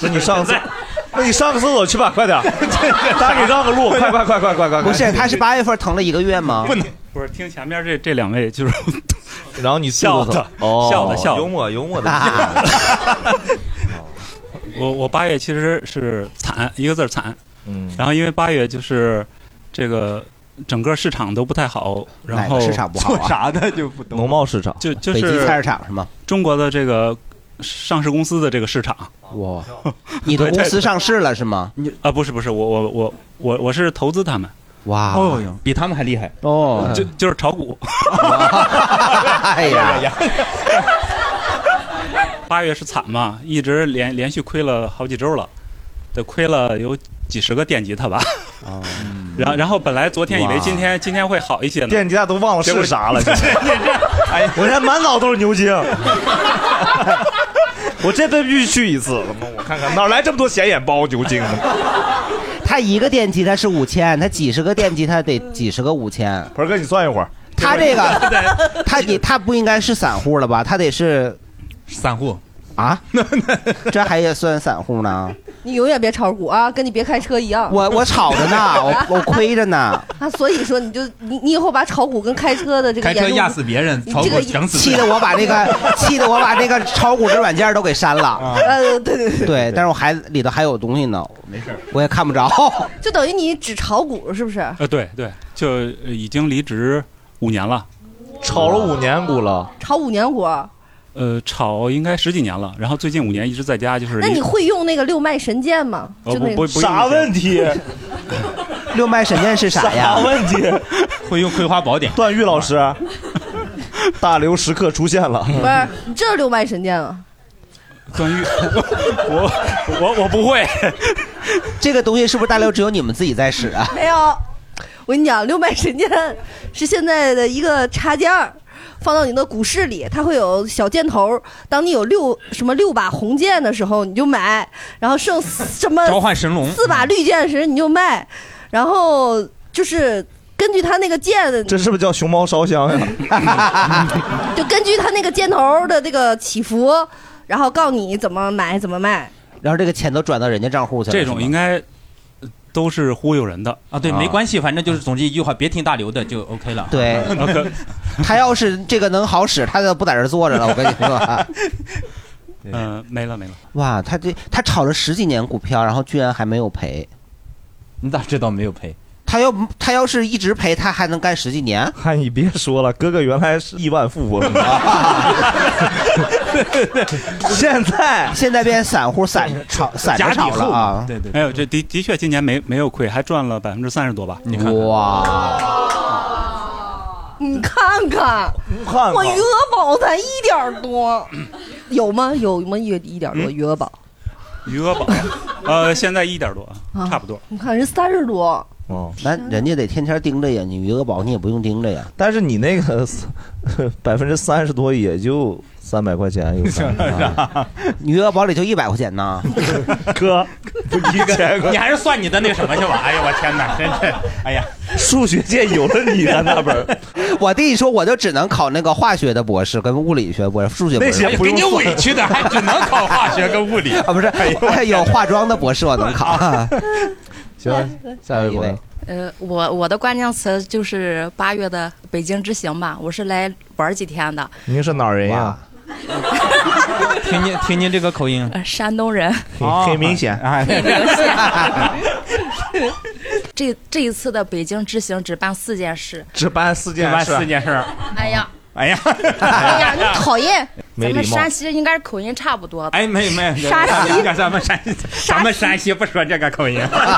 Speaker 1: 那你上
Speaker 15: *laughs*
Speaker 1: 次
Speaker 25: 现在，
Speaker 1: 那你上个厕所去吧，快
Speaker 25: *laughs*
Speaker 1: 点儿，大家给让个路，快快快快快
Speaker 2: *laughs*
Speaker 1: 快！
Speaker 2: 不是，他是
Speaker 1: *laughs*
Speaker 2: 八月份疼了一个月吗？
Speaker 25: 不能不是听前面这这两位就是，
Speaker 1: *laughs* 然后你
Speaker 25: 笑
Speaker 1: 肚子
Speaker 25: 的
Speaker 1: 疼哦
Speaker 25: 笑的笑的
Speaker 1: 幽默幽默的
Speaker 25: *laughs* 我我八月其实是惨，一个字儿惨。
Speaker 1: 嗯
Speaker 25: 然后因为八月就是这个整个市场都不太好，然
Speaker 2: 哪
Speaker 25: 后
Speaker 2: 个市场不好啊做啥
Speaker 25: 的就不懂。
Speaker 1: 农贸市场
Speaker 25: 就就
Speaker 2: 北
Speaker 25: 是
Speaker 2: 极菜市场是吗？
Speaker 25: 中国的这个上市公司的这个市场。
Speaker 2: 哇，
Speaker 25: *laughs*
Speaker 2: 你的公司上市了是吗？
Speaker 25: 你啊，不是不是，我我我我我是投资他们。
Speaker 2: 哇
Speaker 25: 哦哟，比他们还厉害
Speaker 2: 哦
Speaker 25: 就就是炒股。
Speaker 2: 哎呀，
Speaker 25: 八月是惨嘛，一直连连续亏了好几周了，得亏了有几十个电吉他吧。
Speaker 2: 哦
Speaker 25: *laughs* 然后然后本来昨天以为
Speaker 1: 哇
Speaker 25: 今天今天会好一些呢，
Speaker 1: 电吉他都忘了
Speaker 25: 结果
Speaker 1: 是啥了，
Speaker 25: *laughs* 对
Speaker 1: *laughs* 哎，我现在满脑都是牛津。 *laughs* 我这辈子必须去一次，我看看哪儿来这么多显眼包牛啊津呢？
Speaker 2: 他一个电吉他是五千，他几十个电吉他得几十个五千。
Speaker 1: 盆哥，你算一会儿。
Speaker 2: 他这个，他你他不应该是散户了吧？他得是
Speaker 25: 散户
Speaker 2: 啊？这还也算散户呢？
Speaker 4: 你永远别炒股啊，跟你别开车一样。
Speaker 2: 我我炒着
Speaker 4: *laughs*
Speaker 2: 呢，我我亏着呢。
Speaker 4: 啊，所以说你就你你以后把炒股跟开车的这个
Speaker 2: 开车
Speaker 4: 严重
Speaker 2: 压死
Speaker 25: 别人
Speaker 4: 你这个
Speaker 2: 气得我把那个，气得我把那个炒股这软件都给删了。
Speaker 4: 呃，对对对，
Speaker 2: 对，但是我还里头还有东西呢，没
Speaker 25: 事，
Speaker 2: 我也看不着。
Speaker 4: 就等于你只炒股是不是？
Speaker 25: 呃对对，就呃已经离职五年了，
Speaker 1: 炒了五年股了，
Speaker 4: 炒五年股，
Speaker 25: 呃，炒应该十几年了，然后最近五年一直在家，就是
Speaker 4: 那你会用那个六脉神剑吗？
Speaker 25: 哦
Speaker 4: 就
Speaker 25: 不
Speaker 4: 那
Speaker 25: 不
Speaker 4: 个
Speaker 25: 不用啥问
Speaker 1: 题？
Speaker 2: 六脉神剑是啥呀？
Speaker 1: 问题？
Speaker 25: 会用《葵花宝典》。
Speaker 1: 段誉老师，
Speaker 2: *laughs*
Speaker 1: 大刘时刻出现了。
Speaker 4: 不是，你这是六脉神剑啊！
Speaker 25: 段誉，我我我不会。
Speaker 2: 这个东西是不是大刘只有你们自己在使啊？
Speaker 4: 没有，我跟你讲，六脉神剑是现在的一个插件儿，放到你的股市里，它会有小箭头。当你有六什么六把红箭的时候，你就买；然后剩四什
Speaker 22: 呃
Speaker 4: 么
Speaker 3: 召唤神龙
Speaker 4: 四把绿箭时你就卖。然后就是根据它那个箭，
Speaker 1: 这是不是叫熊猫烧香呀？ *laughs*
Speaker 4: 就根据它那个箭头的这个起伏，然后告诉你怎么买怎么卖。
Speaker 2: 然后这个钱都转到人家账户去了。
Speaker 25: 这种应该都是忽悠人的
Speaker 3: 啊。对，没关系，反正就是总结一句话，别听大刘的就 OK 了。啊 *laughs*
Speaker 2: 对
Speaker 25: OK
Speaker 2: 他要是这个能好使，他就不在这儿坐 *laughs* 着了。我跟你
Speaker 25: *laughs*
Speaker 2: 说，啊
Speaker 25: 嗯、没了没了。
Speaker 2: 哇，他这他炒了十几年股票，然后居然还没有赔。
Speaker 3: 你咋知道没有赔？
Speaker 2: 他要他要是一直赔，他还能干十几年？
Speaker 1: 嗨，你别说了，哥哥原来是亿万
Speaker 2: *laughs*
Speaker 1: 富翁，现在
Speaker 2: 现在变散户散炒散着炒了啊！
Speaker 25: 对对，没有这的的确今年没没有亏，还赚了百分之三十多吧？你看，
Speaker 2: 哇，
Speaker 4: 你看看，
Speaker 1: 看
Speaker 4: 我余额宝才一点儿多， *coughs* 有吗？有吗？一一点儿多
Speaker 25: 嗯
Speaker 4: 余额宝，
Speaker 25: 余额宝，呃，现在一点多，
Speaker 4: 啊
Speaker 25: 差不多。
Speaker 4: 你看人三十多，
Speaker 1: 哦，
Speaker 2: 那
Speaker 3: 啊
Speaker 2: 人家得天天盯着呀，你余额宝你也不用盯着呀。
Speaker 1: 但是你那个百分之三十多也就三百块钱，有啥？
Speaker 3: *laughs*
Speaker 2: 余额宝里就一百块钱呢，
Speaker 1: 哥，一千
Speaker 3: 你还是算你的那什么去吧。哎呀，我天哪，真是，哎呀，
Speaker 1: *laughs* 数学界有了你的那本儿，
Speaker 2: 我弟说我就只能考那个化学的博士跟物理学博士，数学博士
Speaker 3: 哎呀给你委屈的，还只能考化学跟物 *laughs* 理
Speaker 2: *laughs* 啊，不是，
Speaker 1: 哎
Speaker 2: 还有化妆的博士我能考。
Speaker 1: *laughs* 行，下一位，
Speaker 22: 呃，我我的关键词就是八月的北京之行吧，我是来玩儿几天的，
Speaker 1: 您是哪儿人呀？
Speaker 3: *laughs* 听您听您这个口音，
Speaker 22: 呃，山东人。 *laughs*
Speaker 1: 很明显
Speaker 3: 啊，
Speaker 22: 这这一次的北京之行只办四件事，
Speaker 1: 只办四件
Speaker 3: 办
Speaker 1: 事，
Speaker 3: 四件事。
Speaker 22: 哎呀，
Speaker 3: 哎呀，
Speaker 22: 哎呀，你讨厌！
Speaker 3: 没
Speaker 22: 咱们
Speaker 3: 礼貌
Speaker 22: 山西应该是口音差不多的。
Speaker 3: 哎，没没，
Speaker 22: 沙西
Speaker 3: 咱们咱们山西，咱们山西不说这个口音。
Speaker 1: *laughs*
Speaker 3: *laughs*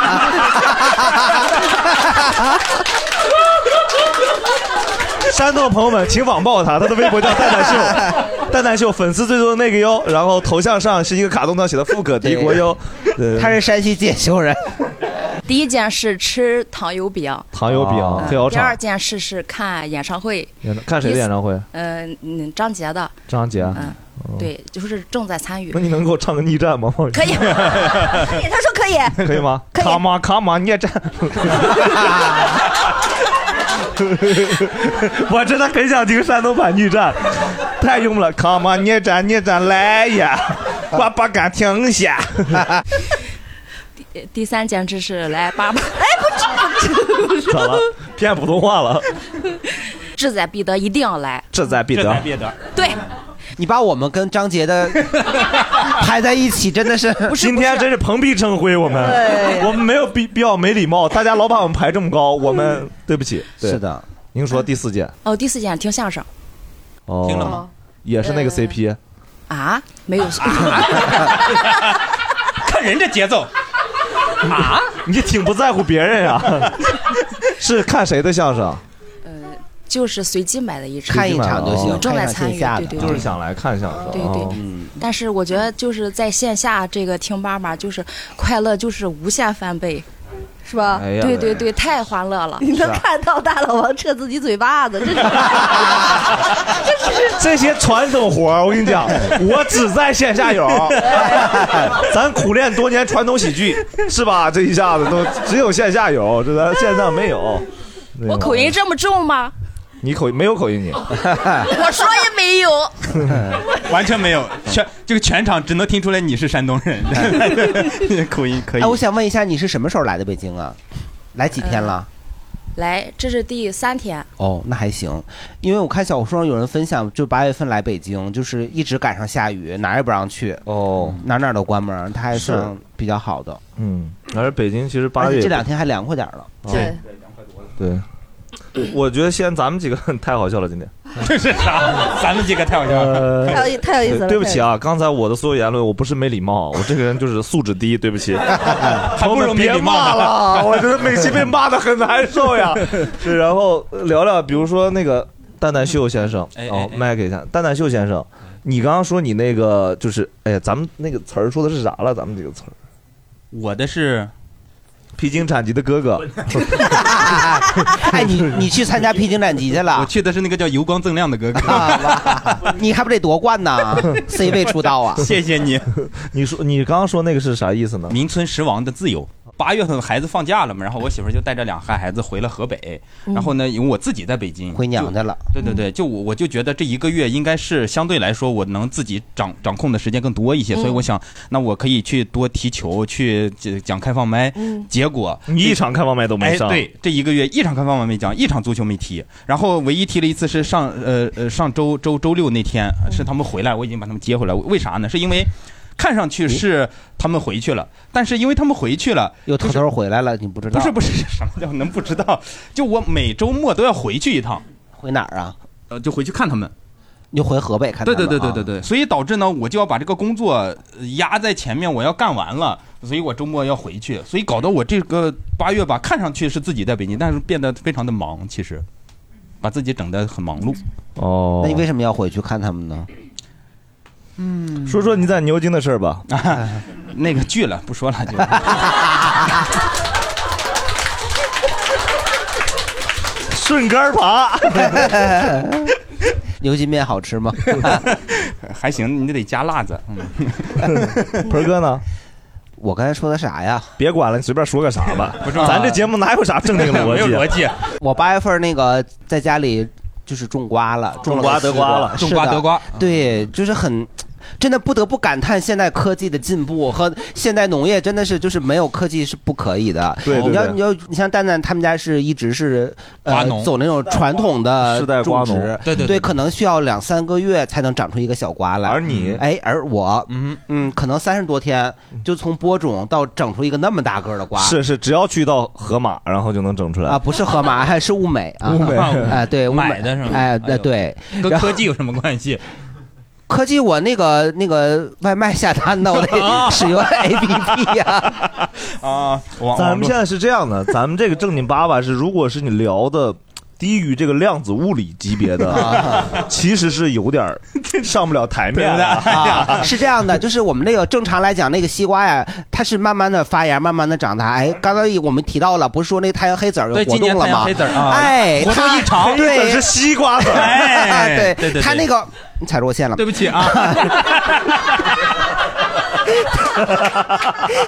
Speaker 1: 山东的朋友们，请网暴他，他的微博叫蛋蛋秀，蛋蛋秀粉丝最多的那个哟。然后头像上是一个卡通上写的“富可敌国”哟，对
Speaker 2: 他是山西介休人，
Speaker 22: 第一件事吃糖油饼，
Speaker 1: 糖油饼、
Speaker 3: 哦
Speaker 22: 嗯
Speaker 1: 黑窑
Speaker 22: 第二
Speaker 1: 厂。
Speaker 22: 件事是看演唱会，
Speaker 1: 看谁的演唱会？
Speaker 22: 嗯嗯，张杰的，
Speaker 3: 哦
Speaker 1: 张杰。
Speaker 22: 嗯，对，就是正在参与
Speaker 1: 那。你能给我唱个逆战吗？
Speaker 22: 可以
Speaker 4: 可以，他说可以，
Speaker 1: 可以吗？卡玛卡玛逆
Speaker 2: *laughs*
Speaker 1: 战。我真的很想听山东版逆战，太幽默了，Come on，孽障孽障来呀，我不敢
Speaker 2: *laughs*
Speaker 1: 停下。
Speaker 22: 第第三坚持是来哎爸 *laughs* 爸，
Speaker 1: 咋了？变 *laughs* 普通话了？
Speaker 22: 志在必得，一定要来。
Speaker 1: 志在必
Speaker 2: 得，
Speaker 22: 对，
Speaker 2: 你把我们跟张杰的 *laughs* 排在一起，真的是。
Speaker 1: 今天真是蓬荜生辉，我们
Speaker 2: 对
Speaker 1: 我们没有必必要没礼貌，大家老把我们排这么高，我们对不起。对
Speaker 2: 是的，
Speaker 1: 您说第四届
Speaker 22: 哦，第四件听相声
Speaker 1: 哦，听
Speaker 22: 了吗？
Speaker 1: 也是那个 CP，
Speaker 22: 啊，没有。
Speaker 1: 看人这节奏啊， *laughs* 你挺不在乎别人 *laughs* 啊？是看谁的相声？
Speaker 22: 就是随机买的一场，
Speaker 1: 看一哦场就行
Speaker 22: 有正在参与，对对，对
Speaker 1: 就是想来看相声，
Speaker 22: 对对
Speaker 1: 嗯
Speaker 22: 但是我觉得就是在线下这个听妈妈，就是快乐就是无限翻倍，
Speaker 4: 是吧
Speaker 1: 哎呀
Speaker 22: 对对对，太欢乐了。
Speaker 4: 你能看到大老王撤自己嘴巴子，这 *laughs* 是
Speaker 1: *laughs* 这些传统活儿，我跟你讲，我只在线下 *laughs* 有。咱苦练多年传统喜剧，是吧？这一下子都只有线下有，这咱线上没 *laughs* 有。
Speaker 22: 我口音这么
Speaker 4: *laughs*
Speaker 22: 重吗？
Speaker 1: 你口没有口 *laughs* 音你，
Speaker 22: 我说也没有。
Speaker 3: *laughs* 完全没有，全这个全场只能听出来你是山东
Speaker 1: *laughs*
Speaker 3: 人，口音可以
Speaker 2: 哎，。我想问一下，你是什么时候来的北京啊？来几天了？
Speaker 22: 来，这是第三天，
Speaker 3: 呃
Speaker 2: 哦，那还行，因为我看小红书上有人分享，就八月份来北京，就是一直赶上下雨，哪儿也不让去，
Speaker 1: 哦，
Speaker 2: 哪儿哪儿都关门，他还
Speaker 1: 是
Speaker 2: 上比较好的，
Speaker 1: 嗯，而北京其实八
Speaker 2: 而且
Speaker 1: 月
Speaker 2: 这两天还凉快点儿了，
Speaker 1: 哦对对，我觉得先咱们几个 *laughs* 太好笑了，今天
Speaker 3: 这是啥？ *laughs* 咱们几个太好笑
Speaker 1: 呃
Speaker 3: 了，
Speaker 4: 太有太有意思了。
Speaker 1: 对不起啊，刚才我的所有言论，我不是没礼貌，我这个人就是素质低，对不
Speaker 4: *laughs*
Speaker 1: 起。
Speaker 3: 还不如没
Speaker 1: 别
Speaker 3: 礼貌
Speaker 1: 骂
Speaker 3: 呢 *laughs*
Speaker 1: 了，我觉得每期被骂的很难受
Speaker 4: 啊
Speaker 1: 呀。 *laughs* 是，然后聊聊，比如说那个蛋蛋秀先生，
Speaker 3: 哎哎
Speaker 1: 哦，麦给一下，蛋蛋秀先生，你刚刚说你那个就是，哎呀，咱们那个词儿说的是啥了？咱们这个词儿，
Speaker 3: 我的是
Speaker 1: 披荆斩棘的哥哥，
Speaker 2: *laughs* 哎，你你去参加披荆斩棘去了？我啊
Speaker 3: 去的是那个叫油光锃亮的哥哥，
Speaker 2: 你还不得夺冠
Speaker 3: *laughs*
Speaker 2: 呢？C 位出道啊！
Speaker 3: 谢谢你。
Speaker 1: 你说你刚刚说那个是啥意思呢？
Speaker 3: 名存实亡的自由。八月份孩子放假了嘛，然后我媳妇儿就带着两个孩子回了河北，
Speaker 2: 嗯
Speaker 3: 然后呢，因为我自己在北京回
Speaker 2: 娘家了。
Speaker 3: 对对对，就我我就觉得这一个月应该是相对来说我能自己掌掌控的时间更多一些，
Speaker 2: 嗯
Speaker 3: 所以我想，那我可以去多踢球，去讲讲开放麦。
Speaker 2: 嗯
Speaker 3: 结果
Speaker 1: 你一场开放麦都没上
Speaker 3: 哎，对，这一个月一场开放麦没讲，一场足球没踢，然后唯一踢了一次是上呃呃上周周周六那天
Speaker 1: 嗯
Speaker 3: 是他们回来，我已经把他们接回来，为啥呢？是因为看上去是他们回去了，但是因为他们回去了，
Speaker 2: 又偷偷回来了，你不知道？
Speaker 3: 不是不 *laughs* 是，什么叫能不知道？就我每周末都要回去一趟，
Speaker 2: 回哪儿啊？
Speaker 3: 呃，就回去看他们。
Speaker 2: 你就回河北看他
Speaker 3: 对
Speaker 2: 们
Speaker 3: 对
Speaker 2: 啊
Speaker 3: 对对对对，所以导致呢，我就要把这个工作呃压在前面，我要干完了，所以我周末要回去，所以搞得我这个八月吧，看上去是自己在北京，但是变得非常的忙，其实把自己整得很忙碌。
Speaker 1: 哦
Speaker 2: 那你为什么要回去看他们呢？
Speaker 3: 嗯，
Speaker 1: 说说你在牛津的事儿吧。
Speaker 3: *laughs* 那个拒了，不说了，就
Speaker 1: 顺杆
Speaker 3: *laughs*
Speaker 1: 爬。
Speaker 2: *laughs* 牛筋面好吃吗？
Speaker 3: 还行，你得加辣子。
Speaker 1: *laughs* 盆哥
Speaker 3: *laughs*
Speaker 1: 呢？
Speaker 2: 我刚才说的啥呀？
Speaker 1: 别管了，你随便说个啥
Speaker 3: *laughs*
Speaker 1: 吧
Speaker 2: 不重要
Speaker 1: 咱这节目哪有啥正经逻
Speaker 3: 没
Speaker 1: 辑？啊
Speaker 3: 有逻辑。
Speaker 2: 我八月份那个在家里就是种瓜了，
Speaker 1: 种
Speaker 2: 了
Speaker 1: 瓜
Speaker 2: 个
Speaker 1: 得
Speaker 2: 西
Speaker 1: 瓜了
Speaker 2: 是的
Speaker 1: 种瓜得瓜
Speaker 2: 对，就是很。真的不得不感叹现代科技的进步和现代农业，真的是就是没有科技是不可以的。
Speaker 1: 对对
Speaker 2: 你要
Speaker 1: 对
Speaker 2: 你要你像蛋蛋他们家是一直是
Speaker 1: 瓜
Speaker 2: 呃
Speaker 1: 农
Speaker 2: 走那种传统的
Speaker 1: 世代瓜
Speaker 2: 种植
Speaker 1: 农对对对
Speaker 2: 对，可能需要两三个月才能长出一个小瓜来。而
Speaker 1: 你
Speaker 2: 哎，而我
Speaker 3: 嗯
Speaker 2: 嗯，可能三十多天就从播种到长出一个那么大个儿的瓜。
Speaker 1: 是是，只要去到河马，然后就能整出来
Speaker 2: 啊，。不是河马，还是物美啊，
Speaker 1: 物美
Speaker 2: 哎，对，物美
Speaker 3: 买的是吗
Speaker 2: 哎，
Speaker 3: 哎
Speaker 2: 那
Speaker 3: 呦
Speaker 2: 对，
Speaker 3: 跟
Speaker 2: 然后
Speaker 3: 科技有什么关系？
Speaker 2: 科技，我那个那个外卖下单呢，我得
Speaker 3: *laughs*
Speaker 2: 使用 APP 呀。
Speaker 3: 啊，网
Speaker 1: 咱们现在是这样
Speaker 3: *laughs*
Speaker 1: 的，咱们这个正经八百是，如果是你聊的低于这个量子物理级别
Speaker 3: 啊
Speaker 1: 的，其实是有点儿上不了台面
Speaker 3: *laughs*
Speaker 1: 的。
Speaker 3: 哎
Speaker 2: 啊，是这样的，就是我们那个正常来讲，那个西瓜呀，它是慢慢的发芽，慢慢的长大。哎，刚刚我们提到了，不是说那太阳黑子儿
Speaker 3: 对
Speaker 2: 又活
Speaker 3: 今年
Speaker 2: 动了
Speaker 3: 太阳
Speaker 2: 吗？
Speaker 3: 黑子儿啊
Speaker 2: 哎，
Speaker 3: 活动
Speaker 2: 它
Speaker 3: 异常黑
Speaker 2: 对，
Speaker 3: 子是
Speaker 1: 西
Speaker 2: *laughs*
Speaker 1: 瓜子儿
Speaker 3: 哎
Speaker 2: 对
Speaker 3: 对对对
Speaker 2: 它那个你踩着我线了，
Speaker 3: 对不起
Speaker 2: *laughs*
Speaker 3: 啊。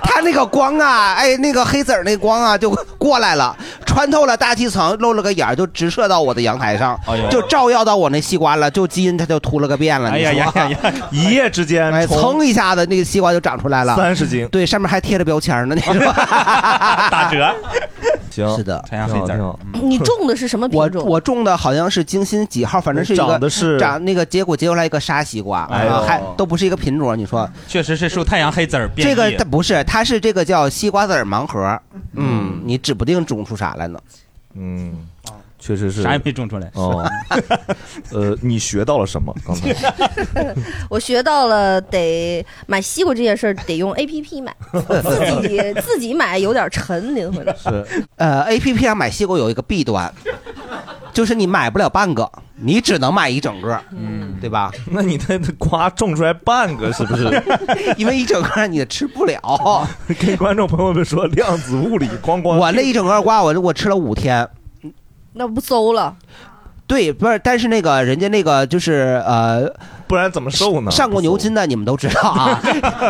Speaker 2: 它那个光啊，哎，那个黑子儿那光啊就过来了，穿透了大气层，露了个眼儿，就直射到我的阳台上
Speaker 3: 哎
Speaker 1: 呦，
Speaker 2: 就照耀到我那西瓜了，就基因它就秃了个遍了。
Speaker 1: 哎呀
Speaker 2: 你说
Speaker 1: 呀呀一夜之间
Speaker 2: 哎，
Speaker 1: 从
Speaker 2: 蹭一下子那个西瓜就长出来了，
Speaker 1: 30斤
Speaker 2: 对，上面还贴着标签呢，你说 *laughs*
Speaker 1: 打折。 *laughs*
Speaker 2: 行，是的，
Speaker 3: 太阳黑子儿。
Speaker 2: 你种的是什么品嗯种？我我种的好像是京新几号，反正是一个
Speaker 3: 长得是
Speaker 2: 长那个结果结出来一个沙西瓜，
Speaker 3: 哎呦
Speaker 2: 啊还都不是一个品种。你说
Speaker 3: 确实是受太阳黑子儿变
Speaker 2: 这个
Speaker 3: 异
Speaker 2: 它不是，它是这个叫西瓜子儿盲盒，嗯，你指不定种出啥来呢。
Speaker 1: 嗯，确实是
Speaker 3: 啥也没种出来
Speaker 2: *laughs*
Speaker 3: *laughs*
Speaker 1: 哦，呃，你学到了什么？刚才
Speaker 4: 我学到了得买西瓜这件事儿得用 A P P 买，自 *laughs* 己自己买有点沉，拎回来。
Speaker 2: 是，呃，A P P 上买西瓜有一个弊端，就是你买不了半个，你只能买一整个，嗯，对吧？
Speaker 1: 那你的瓜种出来半个是不是？
Speaker 2: *laughs* 因为一整个你吃不
Speaker 1: *laughs*
Speaker 2: 了。
Speaker 1: 给观众朋友们说，量子物理光光
Speaker 2: 我那一整个瓜，我我吃了五天。
Speaker 4: 那不馊了。
Speaker 2: 对，不是，但是那个人家那个就是呃，
Speaker 1: 不然怎么瘦嗯呢
Speaker 2: 上过牛筋的你们都知道
Speaker 1: *laughs*
Speaker 2: 啊，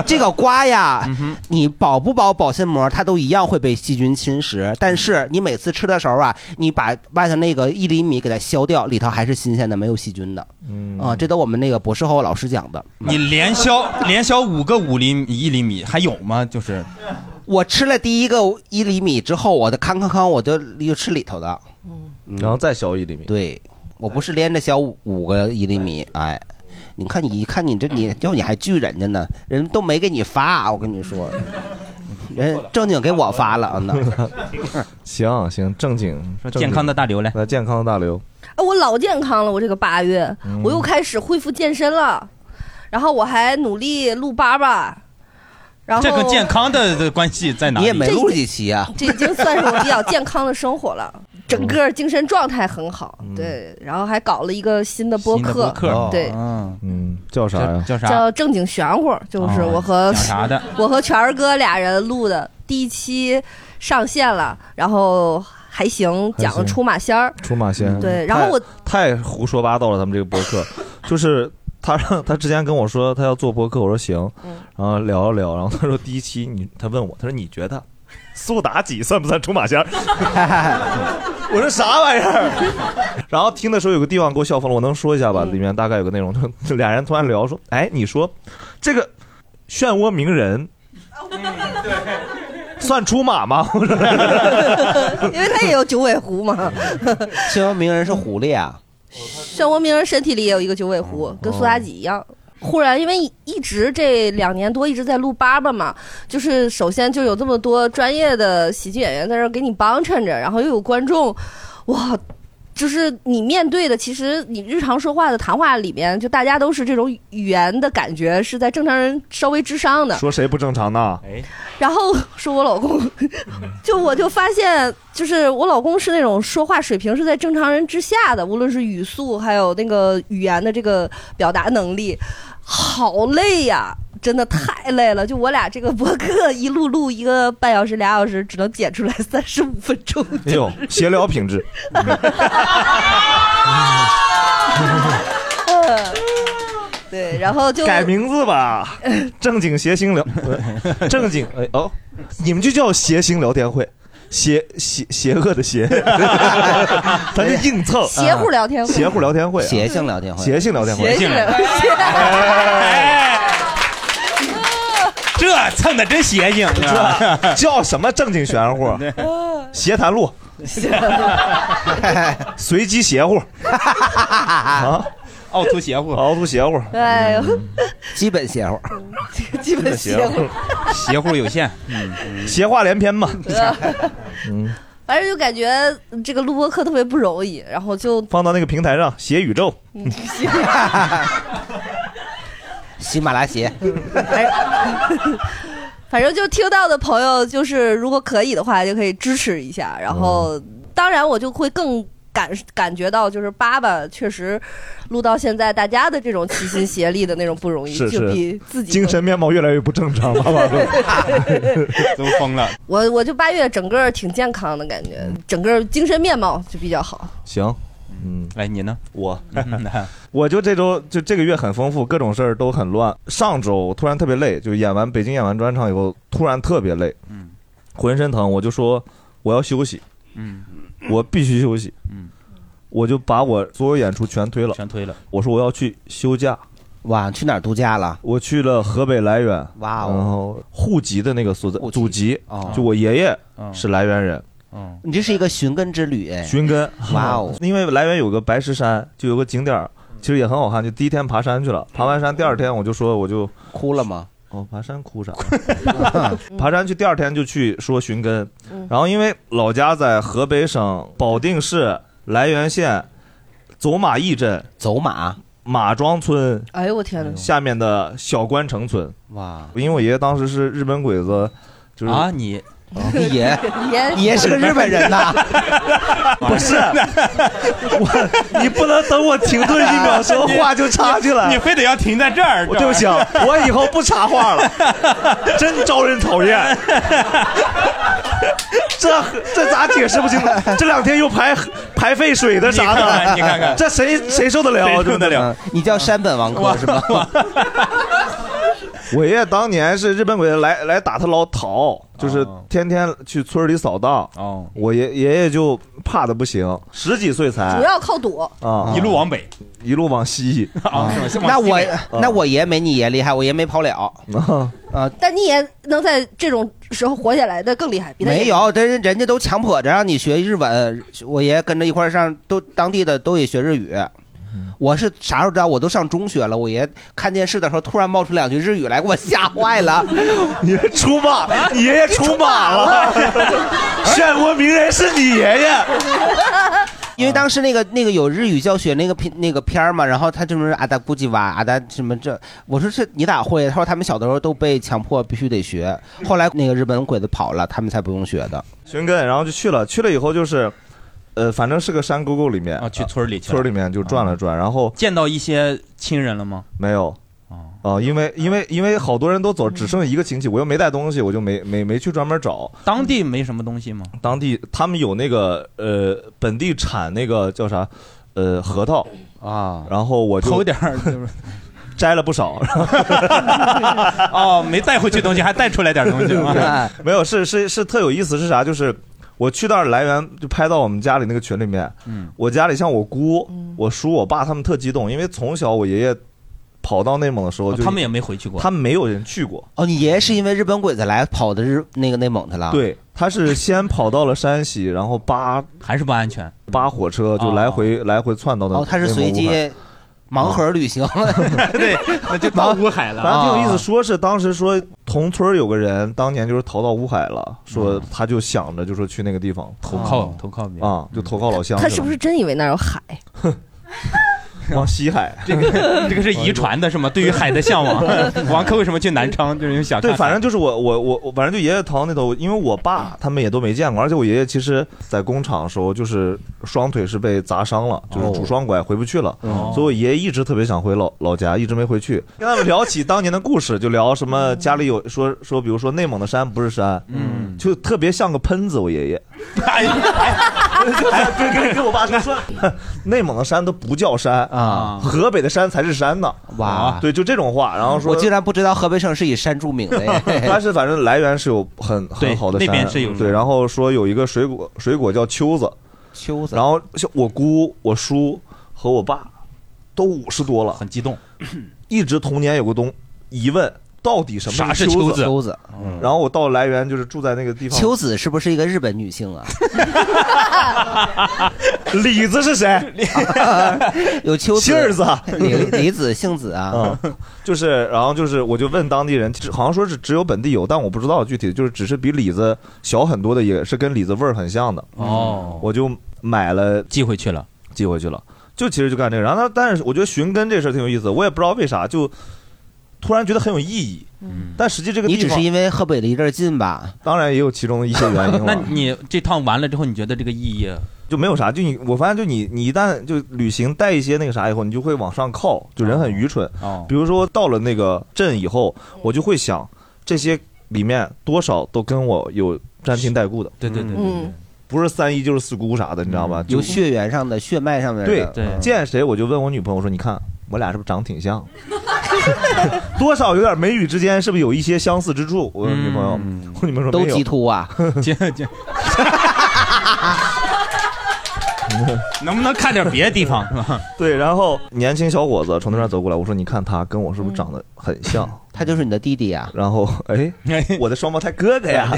Speaker 2: 这个瓜呀，你保不保保鲜膜，它都一样会被细菌侵蚀。但是你每次吃的时候啊，你把外头那个一厘米给它削掉，里头还是新鲜的，没有细菌的。
Speaker 1: 嗯
Speaker 2: 啊，这都我们那个博士后老师讲的。
Speaker 3: 你连削连削五个五厘米一厘米，还有吗？就是
Speaker 2: 我吃了第一个一厘米之后，我的康康康，我就就吃里头的，
Speaker 4: 嗯
Speaker 2: 嗯
Speaker 1: 然后再削一厘米。
Speaker 2: 对，我不是连着削五五个一厘米，哎，你看你一看你这你就你还拒人家呢，人都没给你发，我跟你
Speaker 1: *laughs*
Speaker 2: 说，人正经给我发了啊呢。
Speaker 1: 行啊行，正经说
Speaker 3: 健康的
Speaker 1: 大刘来，来健康的大刘，
Speaker 4: 哎，我老健康了，我这个八月，我又开始恢复健身了，然后我还努力录粑粑，然后
Speaker 3: 这跟健康的的关系在哪里？
Speaker 4: 你也没录几
Speaker 2: 期啊
Speaker 4: 这已经算是我比较健康的生活了，整个精神状态很好，对，然后还搞了一个新的播
Speaker 1: 新的
Speaker 4: 客，对，
Speaker 1: 嗯，叫啥呀？
Speaker 3: 叫
Speaker 4: 叫正经玄乎，就是我和、
Speaker 1: 讲啥的
Speaker 4: *laughs* 我和全儿哥俩人录的第一期上线了，然后还行，
Speaker 1: 还行
Speaker 4: 讲了出
Speaker 1: *laughs*
Speaker 4: 马仙儿，
Speaker 1: 出马仙。
Speaker 4: 对然后我
Speaker 1: 太太胡说八道了，他们这个博客，就是他让他之前跟我说他要做博客，我说行，
Speaker 4: 嗯
Speaker 1: 然后聊了聊，然后他说第一期你他问我，他说你觉得苏妲己算不算出马仙儿？ *laughs* 我说啥玩意儿？ *laughs* 然后听的时候有个地方给我笑疯了，我能说一下吧？
Speaker 4: 嗯
Speaker 1: 里面大概有个内容，就俩人突然聊说，哎，你说这个漩涡鸣人算出马吗？ *laughs* 我说
Speaker 4: 因为他也有九尾
Speaker 1: *laughs*
Speaker 4: 狐嘛。
Speaker 1: 嗯
Speaker 2: 漩涡鸣人是狐狸啊，
Speaker 4: 漩涡鸣人身体里也有一个九尾狐，跟苏妲己一样。忽然，因为一直这两年多一直在录粑粑嘛，就是首先就有这么多专业的喜剧演员在这儿给你帮衬着，然后又有观众，哇，就是你面对的，其实你日常说话的谈话里面，就大家都是这种语言的感觉是在正常人稍微之上的。
Speaker 1: 说谁不正常呢？
Speaker 4: 然后说我老公，
Speaker 1: 嗯
Speaker 4: 就我就发现，就是我老公是那种说话水平是在正常人之下的，无论是语速还有那个语言的这个表达能力，好累呀、真的太累了。就我俩这个博客一录录一个半小时、俩小时，只能剪出来三十五分钟。
Speaker 1: 哎呦，闲聊品质。
Speaker 4: 嗯对， *laughs* 然后就
Speaker 1: 改
Speaker 4: *laughs*
Speaker 1: 名字吧，正经谐星聊，正经哎哦，你们就叫谐星聊天会，邪邪邪恶的邪，咱就硬蹭，
Speaker 4: 邪乎哎聊天会
Speaker 1: 邪乎聊天会，啊
Speaker 2: 邪性聊天会
Speaker 1: 邪性聊天会，
Speaker 4: 谐星聊天会
Speaker 3: 这蹭的真邪性，
Speaker 1: 是吧？叫什么正经玄乎？邪谈录，随机邪乎 *laughs* 啊，
Speaker 3: 凹凸邪乎，
Speaker 1: 凹凸邪乎，
Speaker 4: 哎呦，
Speaker 2: 基本邪乎，
Speaker 4: 基 *laughs* 本邪乎。
Speaker 3: 邪乎有限，
Speaker 1: 邪话连篇嘛。
Speaker 4: 反正就感觉这个录播课特别不容易，然后就
Speaker 1: 放到那个平台上，邪宇宙，
Speaker 4: 嗯 *laughs*
Speaker 2: 喜马拉邪，
Speaker 4: 哎反正就听到的朋友，就是如果可以的话，就可以支持一下。然后，
Speaker 1: 嗯
Speaker 4: 当然我就会更感感觉到，就是爸爸确实录到现在，大家的这种齐心协力的那种不容易，
Speaker 1: 是
Speaker 4: 就是比自，己
Speaker 1: 精神面貌越来越不正
Speaker 4: *laughs*
Speaker 1: 常了，爸爸都疯了。
Speaker 4: 我我就八月整个挺健康的感觉，整个精神面貌就比较好。
Speaker 1: 行，嗯，
Speaker 3: 来哎你呢？嗯
Speaker 1: 我，我就这周就这个月很丰富，各种事儿都很乱。上周突然特别累，就演完北京演完专场以后，突然特别累，嗯，浑身疼，我就说我要休息，
Speaker 3: 嗯，
Speaker 1: 我必须休息。嗯，我就把我所有演出全推了，
Speaker 3: 全推了。
Speaker 1: 我说我要去休假。
Speaker 2: 哇，去哪儿度假了？
Speaker 1: 我去了河北涞源。
Speaker 2: 哇哦
Speaker 1: 然后户籍的那个所在祖籍，就我爷爷是涞源人。
Speaker 2: 嗯，你这是一个寻根之旅哎。
Speaker 1: 寻根，
Speaker 2: *laughs* 哇哦
Speaker 1: 因为来源有个白石山，就有个景点儿，其实也很好看。就第一天爬山去了，爬完山第二天我就说我就
Speaker 2: 嗯哭了吗？
Speaker 1: *laughs* 哦，爬山
Speaker 2: *laughs*
Speaker 1: 哭啥？ *laughs* 爬山去第二天就去说寻根，
Speaker 2: 嗯
Speaker 1: 然后因为老家在河北省保定市涞源县走马驿镇，
Speaker 2: 走马
Speaker 1: 马庄村
Speaker 4: 哎呦我天哪！
Speaker 1: 下面的小关城村。
Speaker 2: 哇，
Speaker 1: 因为我爷爷当时是日本鬼子，就是
Speaker 3: 啊
Speaker 1: *laughs*
Speaker 3: 你。
Speaker 2: 你爷，
Speaker 4: 爷
Speaker 2: 你爷是个日本人
Speaker 4: *laughs*
Speaker 2: 呐？
Speaker 1: 不是，
Speaker 3: *laughs*
Speaker 1: 我你不能等我停顿一秒说 *laughs* 话就插进来，
Speaker 3: 你非得要停在这儿，
Speaker 1: 我对不起啊，我以后不插话了，真招人讨厌。 *laughs* 这这咋解释不
Speaker 3: *laughs*
Speaker 1: 清呢？这两天又排排废水的 *laughs* 啥的，
Speaker 3: 你看看你看
Speaker 1: *laughs*
Speaker 3: 看
Speaker 1: 这谁谁受得了？啊
Speaker 2: 谁
Speaker 3: 受得
Speaker 1: 真
Speaker 3: 了
Speaker 1: 的？
Speaker 2: 你叫山本王
Speaker 1: 哥是吧？我爷爷当年是日本鬼子来来打他老逃，就是天天去村里扫荡。
Speaker 3: 哦，
Speaker 1: 我爷爷爷就怕的不行，十几岁才
Speaker 4: 主要靠躲。
Speaker 1: 哎啊，
Speaker 3: 一路往北，
Speaker 1: 一路往西。
Speaker 3: 啊
Speaker 2: 那我那我爷没你爷厉害，我爷没跑了。
Speaker 3: 哦
Speaker 2: 啊，
Speaker 4: 但你也能在这种时候活下来的更厉害，比他也
Speaker 2: 没
Speaker 4: *laughs*
Speaker 2: 有，人人家都强迫着让你学日文，我爷跟着一块儿上，都当地的都也学日语。我是啥时候知道？我都上中学了，我爷看电视的时候突然冒出两句日语来，给我吓坏
Speaker 1: *laughs*
Speaker 2: 了。
Speaker 1: 你出马，你爷爷出马
Speaker 2: *laughs*
Speaker 1: 了， *laughs* 漩涡鸣人是你爷爷。啊
Speaker 2: 因为当时那个那个有日语教学那个片那个片儿嘛，然后他就是阿达估计哇阿达什么这，我说这你咋会？他说他们小的时候都被强迫必须得学，
Speaker 1: 嗯
Speaker 2: 后来那个日本鬼子跑了，他们才不用学的。
Speaker 1: *laughs* 寻根，然后就去了，去了以后就是，呃，反正是个山沟沟里面啊，
Speaker 3: 去村里去啊
Speaker 1: 村里面就转了转，然后
Speaker 3: 见到一些亲人了吗？
Speaker 1: 没有。哦，因为因为因为好多人都
Speaker 3: 嗯
Speaker 1: 走，只剩一个亲戚，我又没带东西，我就没没没去专门找。
Speaker 3: *laughs* 当地没什么东西吗？
Speaker 1: 当地他们有那个呃本地产那个叫啥呃核桃
Speaker 2: 啊，
Speaker 1: 然后我就
Speaker 3: 偷点 *laughs* 儿就是
Speaker 1: 摘了不少，
Speaker 3: 哦，没带回去东西，还带出来点
Speaker 1: *laughs*
Speaker 3: 东西啊哦吗？
Speaker 2: 哎
Speaker 1: 没有，是是是特有意思，是啥？就是我去那儿来源就拍到我们家里那个群里面，
Speaker 3: 嗯
Speaker 1: 我家里像我姑、我叔、我爸他们特激动，因为从小我爷爷跑到内蒙的时候就、
Speaker 3: 哦他们也没回去过，
Speaker 1: 他们没有人去过。
Speaker 2: 哦，你爷爷是因为日本鬼子来跑的日那个内蒙去了？
Speaker 1: 对，他是先跑到了山西，然后扒
Speaker 3: 还是不安全，
Speaker 1: 扒火车就来回、来回窜到那。
Speaker 2: 哦哦，他是随
Speaker 1: 内蒙古
Speaker 2: 机
Speaker 1: 海
Speaker 2: 盲盒旅行。
Speaker 1: 啊
Speaker 2: *laughs*
Speaker 3: 对，那就
Speaker 1: 到
Speaker 3: 乌海
Speaker 1: 反正挺有
Speaker 4: 啊
Speaker 1: 意思，说是当时说同村儿有个人当年就是逃到乌海了，
Speaker 4: 嗯
Speaker 1: 说他就想着就说去那个地方
Speaker 3: 投靠投靠
Speaker 1: 啊，就投靠老乡去了。
Speaker 4: 嗯他是不是真以为那儿有海？啊
Speaker 1: *laughs* 往西海？
Speaker 3: 这个这个是遗传的是吗？对于海的向
Speaker 1: *laughs*
Speaker 3: 往，王珂为什么去南昌？就是因为想
Speaker 1: 对，
Speaker 3: 看海
Speaker 1: 反正就是我我我我，反正就爷爷逃那头，因为我爸他们也都没见过，而且我爷爷其实在工厂的时候就是双腿是被砸伤了，就是拄双拐回不去了，
Speaker 3: 哦
Speaker 1: 所以我爷爷一直特别想回老老家，一直没回去。跟他们聊起当年的故事，就聊什么家里有说说，比如说内蒙的山不是山，嗯，就特别像个喷子，我爷爷。哎，跟跟跟我爸说说，内蒙的山都不叫山
Speaker 2: 啊，
Speaker 1: 河北的山才是山呢。
Speaker 2: 哇
Speaker 1: *laughs* 对，就这种话，然后说
Speaker 2: 我竟然不知道河北省是以山著名的
Speaker 1: *laughs*
Speaker 2: 耶
Speaker 1: 它是反正来源是有很很好的
Speaker 3: 那
Speaker 1: 山，
Speaker 3: 边是有
Speaker 1: 对，然后说有一个水果水果叫秋子，
Speaker 2: 秋
Speaker 1: 子，然后像我姑、我叔和我爸都五十多了，很
Speaker 3: 激动，
Speaker 1: 一直童年有个东疑问，到底什么
Speaker 2: 啥是
Speaker 1: 秋
Speaker 2: 秋子秋子
Speaker 1: 子？然后我到来源就是住在那个地方，
Speaker 2: 秋子是不是一个日本女性啊？
Speaker 1: 李子是谁？
Speaker 2: *laughs* 有秋子、
Speaker 1: 杏儿子啊
Speaker 2: *laughs* 李李子、杏子啊。 *laughs*
Speaker 1: 嗯，就是，然后就是，我就问当地人，好像说是只有本地有，但我不知道具体，就是只是比李子小很多的，也是跟李子味儿很像的。
Speaker 3: 哦，
Speaker 1: 我就买了，
Speaker 3: 寄回去了，
Speaker 1: 寄回去了，就其实就干这个。然后他，但是我觉得寻根这事儿挺有意思，我也不知道为啥，就突然觉得很有意义。
Speaker 3: 嗯，
Speaker 1: 但实际这个
Speaker 2: 你
Speaker 1: 地
Speaker 2: 只
Speaker 1: 方
Speaker 2: 是因为河北离这儿近吧？
Speaker 1: 当然也有其中一些
Speaker 3: *laughs*
Speaker 1: 原因
Speaker 3: 那
Speaker 1: 了。
Speaker 3: 你这趟完了之后，你觉得这个意义？
Speaker 1: 就没有啥，就你我发现，就你你一旦就旅行带一些那个啥以后，你就会往上靠，就人很愚蠢。
Speaker 3: 哦
Speaker 1: 比如说到了那个镇以后，我就会想这些里面多少都跟我有沾亲带故的。
Speaker 3: 对对对
Speaker 4: 对对嗯，
Speaker 1: 不是三一就是四姑啥的，你知道吧？
Speaker 2: 嗯
Speaker 1: 就
Speaker 2: 有血缘上的、血脉上的。
Speaker 1: 对嗯见谁我就问我女朋友我说，你看我俩是不是长挺像？ *laughs* 多少有点眉宇之间，是不是有一些相似之处？ *laughs* 我
Speaker 2: 嗯啊
Speaker 1: *laughs* 女朋友，我女朋友说
Speaker 2: 都
Speaker 1: 没有
Speaker 2: 鸡突啊，
Speaker 1: 鸡
Speaker 3: 鸡能不能看点别的地 *laughs* 方？
Speaker 1: *laughs* 对，然后年轻小伙子从那边走过来，我说：“你看他跟我是不是长得很像？”
Speaker 2: 他就是你的弟啊弟呀。
Speaker 1: 嗯然后， *laughs* 哎，我的双胞胎哥哥 *laughs* 呀。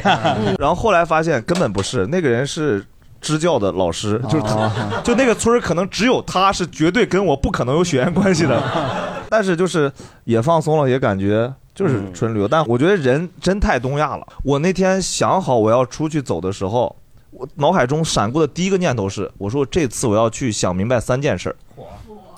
Speaker 1: 然后后来发现根本不是，那个人是支教的老师，就是他，就那个村儿可能只有他是绝对跟我不可能有血缘关系 *laughs* 的。但是就是也放松了，也感觉就是纯旅游。但我觉得人真太东亚了。我那天想好我要出去走的时候，我脑海中闪过的第一个念头是，我说这次我要去想明白三件事儿。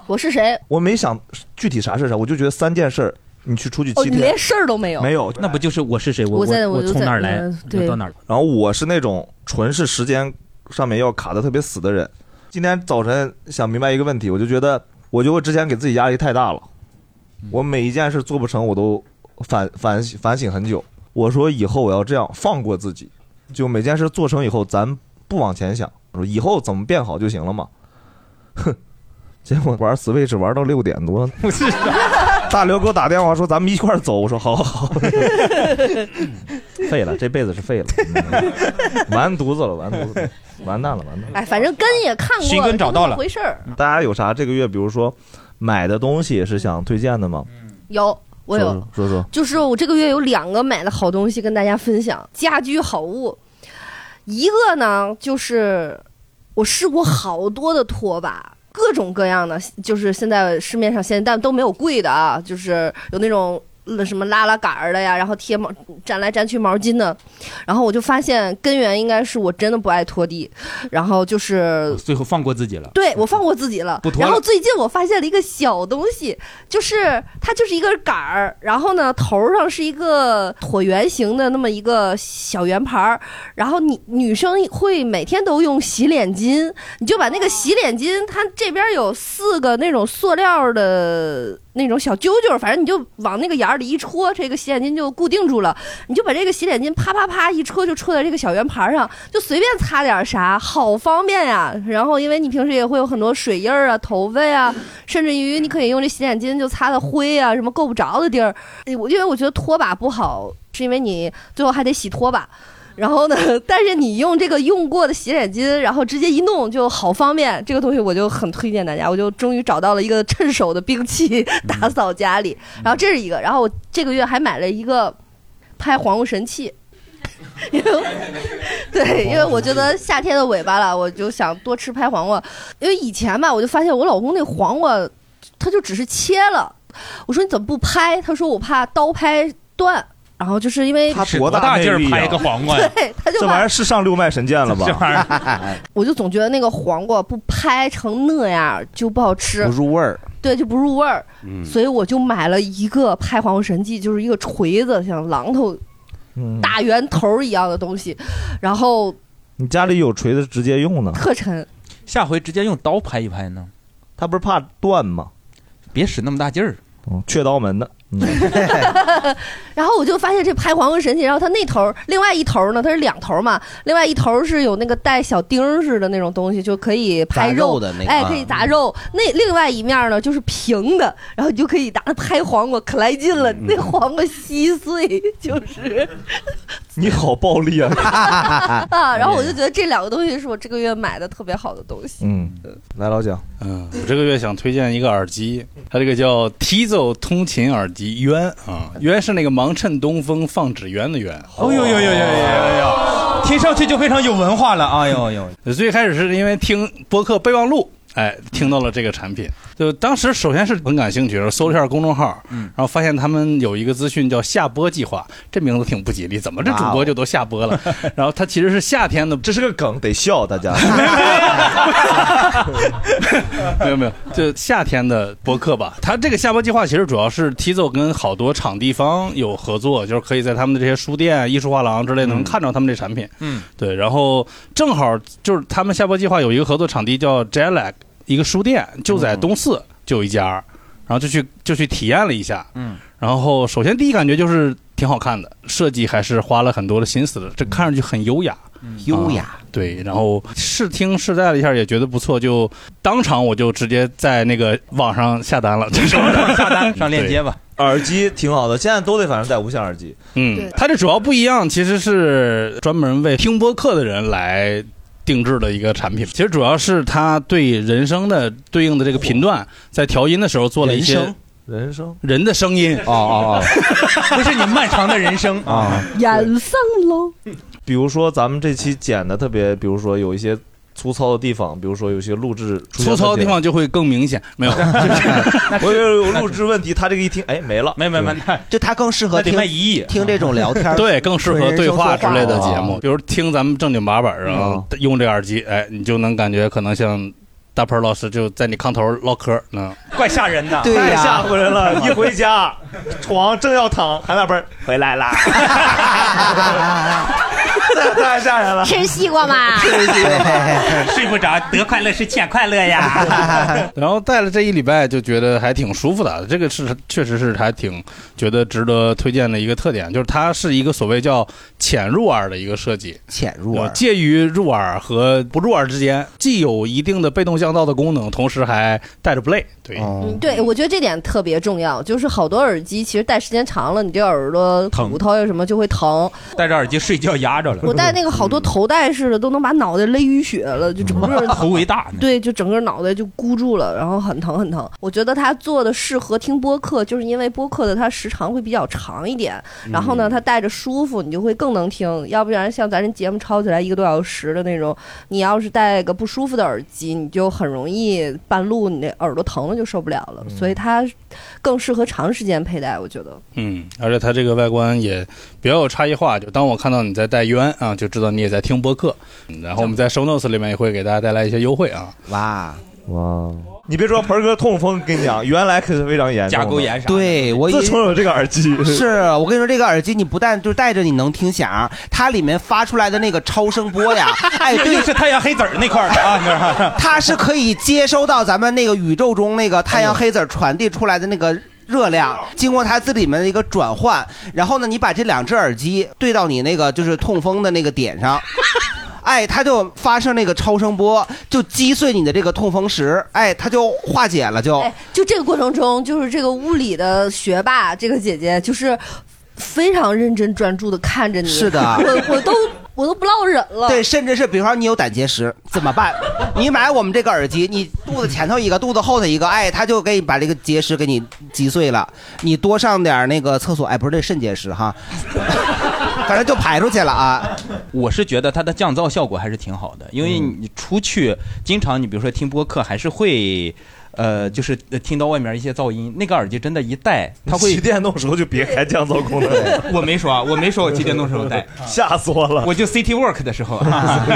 Speaker 4: 我是谁？
Speaker 1: 我没想具体啥事儿啥，我就觉得三件事儿，你去出去
Speaker 4: 哦，
Speaker 1: 七
Speaker 4: 你
Speaker 1: 天，
Speaker 4: 连事儿都没有。
Speaker 1: 没有，那不就是我是谁？
Speaker 4: 我我在我我就从在哪儿来嗯对我到哪儿？
Speaker 1: 然后我是那种纯是时间上面要卡的特别死的人。今天早晨想明白一个问题，我就觉得我觉得我之前给自己压力太大了，
Speaker 4: 嗯
Speaker 1: 我每一件事做不成，我都反反反省很久。我说以后我要这样放过自己，就每件事做成以后，咱不往前想，我说以后怎么变好就行了嘛。哼，结果玩 Switch 玩到六点多， *laughs* 大刘给我打电话说咱们一块儿走，我说好好好。废
Speaker 3: *laughs*
Speaker 1: 了，这辈子是废了，嗯完犊子了，完犊子了，完蛋了，完蛋了。
Speaker 4: 哎，反正根也看过，
Speaker 1: 寻根找到了
Speaker 4: 就那么回事儿。
Speaker 1: 大家有啥这个月，比如说买的东西是想推荐的吗？
Speaker 4: 有，我有。
Speaker 1: 说说，说说
Speaker 4: 就是我这个月有两个买的好东西跟大家分享，家居好物。一个呢，就是我试过好多的拖把，各种各样的，就是现在市面上现在但都没有贵的啊，就是有那种呃什么拉拉杆儿的呀，然后贴毛粘来粘去毛巾的。然后我就发现根源应该是我真的不爱拖地，然后就是
Speaker 3: 最后放过自己了。嗯
Speaker 4: 对我放过自己了
Speaker 3: 不。拖了
Speaker 4: 然后最近我发现了一个小东西，就是它就是一根杆儿，然后呢头上是一个椭圆形的那么一个小圆盘儿，然后你女生会每天都用洗脸巾，你就把那个洗脸巾，它这边有四个那种塑料的。那种小揪揪，反正你就往那个眼儿里一戳，这个洗脸巾就固定住了。你就把这个洗脸巾啪啪啪一戳，就戳在这个小圆盘上，就随便擦点啥，好方便呀。然后因为你平时也会有很多水印儿啊、头发呀、甚至于你可以用这洗脸巾就擦擦灰啊，什么够不着的地儿。哎我因为我觉得拖把不好，是因为你最后还得洗拖把。然后呢， *laughs* 但是你用这个用过的洗脸巾，然后直接一弄就好方便。这个东西我就很推荐大家，我就终于找到了一个趁手的兵器， *laughs* 打扫家里。然后这是一个，然后我这个月还买了一个拍黄瓜神器。 *laughs* 对，因为我觉得夏天的尾巴了，我就想多吃拍黄瓜。因为以前吧，我就发现我老公那黄瓜，他就只是切了。我说你怎么不拍？他说我怕刀拍断。然后就是因为
Speaker 1: 他多大
Speaker 3: 劲儿
Speaker 1: 内力啊
Speaker 3: 拍一个黄瓜呀
Speaker 4: *laughs* 对他就
Speaker 1: 这
Speaker 4: 把
Speaker 1: 玩意儿是上六脉神剑了吧？
Speaker 3: 这玩
Speaker 1: 意
Speaker 4: 我就总觉得那个黄瓜不拍成那样就不好吃，
Speaker 1: 不入味儿。
Speaker 4: 对，就不入味儿。
Speaker 1: 嗯
Speaker 4: 所以我就买了一个拍黄瓜神器，就是一个锤子，像榔头、大圆头儿一样的东西，然后
Speaker 1: *laughs* 你家里有锤子直接用呢？
Speaker 4: 特沉。
Speaker 3: 下回直接用刀拍一拍呢？
Speaker 1: 他不是怕断吗？嗯
Speaker 3: 别使那么大劲儿。
Speaker 1: 雀刀门的，
Speaker 4: 然后我就发现这拍黄瓜神器，然后它那头儿另外一头儿呢，它是两头儿嘛，另外一头儿是有那个带小钉儿似的那种东西，就可以拍
Speaker 2: 砸
Speaker 4: 肉
Speaker 2: 肉的那个
Speaker 4: 哎，
Speaker 2: 啊
Speaker 4: 可以砸肉。那另外一面儿呢就是平的，然后你就可以拿它拍黄瓜，可来劲了，
Speaker 2: 嗯
Speaker 4: 那黄瓜稀碎，
Speaker 2: *laughs*
Speaker 4: 就是
Speaker 1: 你好暴力 *laughs* 啊！
Speaker 4: 啊。然后我就觉得这两个东西是我这个月买的特别好的东西。
Speaker 1: 嗯，来老蒋，
Speaker 6: 嗯，我这个月想推荐一个耳机，它这个叫 Tizo 通勤耳机渊啊，渊是那个忙趁东风放纸鸢的鸢。
Speaker 3: 哦呦呦呦呦呦呦呦！听上去就非常有文化了。哎呦呦！
Speaker 6: 最开始是因为听播客备忘录，哎，听到了这个产品，就当时首先是很感兴趣，搜了一下公众号，
Speaker 1: 嗯
Speaker 6: 然后发现他们有一个资讯叫下播计划，这名字挺不吉利，怎么这主播就都下播了？然后它其实是夏天的，
Speaker 1: 哦这是个梗，得笑大家。
Speaker 6: *laughs* 没有没有，就夏天的播客吧。它这个下播计划其实主要是 Tizo 跟好多场地方有合作，就是可以在他们的这些书店、艺术画廊之类的能看到他们这产品。
Speaker 3: 嗯，
Speaker 6: 对，然后正好就是他们下播计划有一个合作场地叫 j e l a c 一个书店就在东四就有一家，然后就去就去体验了一下。
Speaker 3: 嗯，
Speaker 6: 然后首先第一感觉就是挺好看的，设计还是花了很多的心思的，这看上去很优雅，
Speaker 2: 优雅
Speaker 6: 啊对，然后试听试戴了一下，也觉得不错，就当场我就直接在那个网上下单了，这是
Speaker 3: 下单上链接吧。
Speaker 1: 耳机挺好的，现在都得反正戴无线耳机。
Speaker 6: 嗯，它这主要不一样，其实是专门为听播客的人来定制的一个产品。其实主要是它对人声的对应的这个频段，在调音的时候做了一些
Speaker 1: 人生
Speaker 6: 人的声音。哦
Speaker 1: 哦
Speaker 6: 哦，
Speaker 3: *laughs* 不是你漫长的人生
Speaker 1: 啊。
Speaker 4: 演上喽。
Speaker 1: 比如说咱们这期剪的特别，比如说有一些粗糙的地方，比如说有一些录制出现
Speaker 6: 粗糙的
Speaker 1: 问题
Speaker 6: 地方就会更明显，没有，
Speaker 1: 了，我以为有录制问题，他这个一听，哎，没了，
Speaker 3: 没没没，
Speaker 2: 就他更适
Speaker 6: 合
Speaker 1: 那得
Speaker 6: 听
Speaker 1: 卖一亿，
Speaker 2: 听这种聊天
Speaker 6: *laughs* 对，更适合对话之类的节目，
Speaker 2: 啊
Speaker 1: *laughs*
Speaker 6: 比如听咱们正经八百儿，然后用这耳机，哎，你就能感觉可能像大鹏老师就在你炕头唠嗑儿嗯呢。
Speaker 3: 怪吓人的，
Speaker 6: 对呀
Speaker 1: 太吓唬人了！一回家，床正要躺，韩大伯儿回来
Speaker 6: *laughs*
Speaker 1: 啦，这太吓人了。
Speaker 19: 吃西瓜嘛，
Speaker 3: *laughs* 睡不着，得快乐是欠快乐呀。
Speaker 6: *laughs* 然后带了这一礼拜，就觉得还挺舒服的。这个是确实是还挺觉得值得推荐的一个特点，就是它是一个所谓叫浅入耳的一个设计，
Speaker 2: 浅入
Speaker 6: 耳介于入耳和不入耳之间，既有一定的被动降噪的功能，同时还带着 play。对，
Speaker 4: 嗯，对，我觉得这点特别重要，就是好多耳机其实戴时间长了，你这耳朵
Speaker 3: 疼
Speaker 4: 骨头呀什么就会疼。
Speaker 3: *laughs* 戴着耳机睡觉压着了。*laughs*
Speaker 4: 我戴那个好多头戴式的，都能把脑袋勒淤血了，就整个
Speaker 3: 嗯头围大呢
Speaker 4: 对，就整个脑袋就箍住了，然后很疼很疼。我觉得它做的适合听播客，就是因为播客的它时长会比较长一点，
Speaker 3: 嗯
Speaker 4: 然后呢，它戴着舒服，你就会更能听。要不然像咱这节目抄起来一个多小时的那种，你要是戴个不舒服的耳机，你就很容易半路你那耳朵疼了就受不了了。
Speaker 3: 嗯
Speaker 4: 所以它更适合长时间佩戴，我觉得。
Speaker 6: 嗯，而且它这个外观也比较有差异化。就当我看到你在戴冤啊，就知道你也在听播客。嗯然后我们在 show notes 里面也会给大家带来一些优惠啊。
Speaker 2: 哇
Speaker 1: 哇！你别说，盆哥痛风，跟你讲，原来可是非常严重的，
Speaker 2: 对我
Speaker 1: 自从有这个耳机，
Speaker 2: *laughs* 是我跟你说，这个耳机你不但就是戴着你能听响，它里面发出来的那个超声波
Speaker 1: *laughs*
Speaker 2: 呀，哎，
Speaker 3: 这
Speaker 2: 对
Speaker 3: 就。是太阳黑子儿那块儿的啊，
Speaker 2: 它是可以接收到咱们那个宇宙中那个太阳黑子儿传递出来的那个热量，经过它自己里面的一个转换，然后呢，你把这两只耳机对到你那个就是痛风的那个点上。哎，它就发射那个超声波，就击碎你的这个痛风石，哎，它就化解了就，
Speaker 4: 哎，就这个过程中，就是这个物理的学霸，这个姐姐就是非常认真专注的看着你。
Speaker 2: 是的
Speaker 4: 我我都我都不落忍了。
Speaker 2: 对，甚至是比如说你有胆结石怎么办？你买我们这个耳机，你肚子前头一个，肚子后头一个，哎，它就给你把这个结石给你击碎了。你多上点那个厕所，哎，不是这肾结石哈，反正就排出去了啊。
Speaker 3: *laughs* 我是觉得它的降噪效果还是挺好的，因为
Speaker 4: 嗯
Speaker 3: 你出去经常，你比如说听播客，还是会。呃，就是呃听到外面一些噪音，那个耳机真的，一戴
Speaker 1: *laughs*
Speaker 3: 它会。
Speaker 1: 骑电动时候就别开降噪 *laughs* 功能了
Speaker 3: *laughs* 我没说啊，我没说我骑电动时候戴，
Speaker 1: *laughs* 吓死我了。
Speaker 3: 我就 City Work 的时候啊，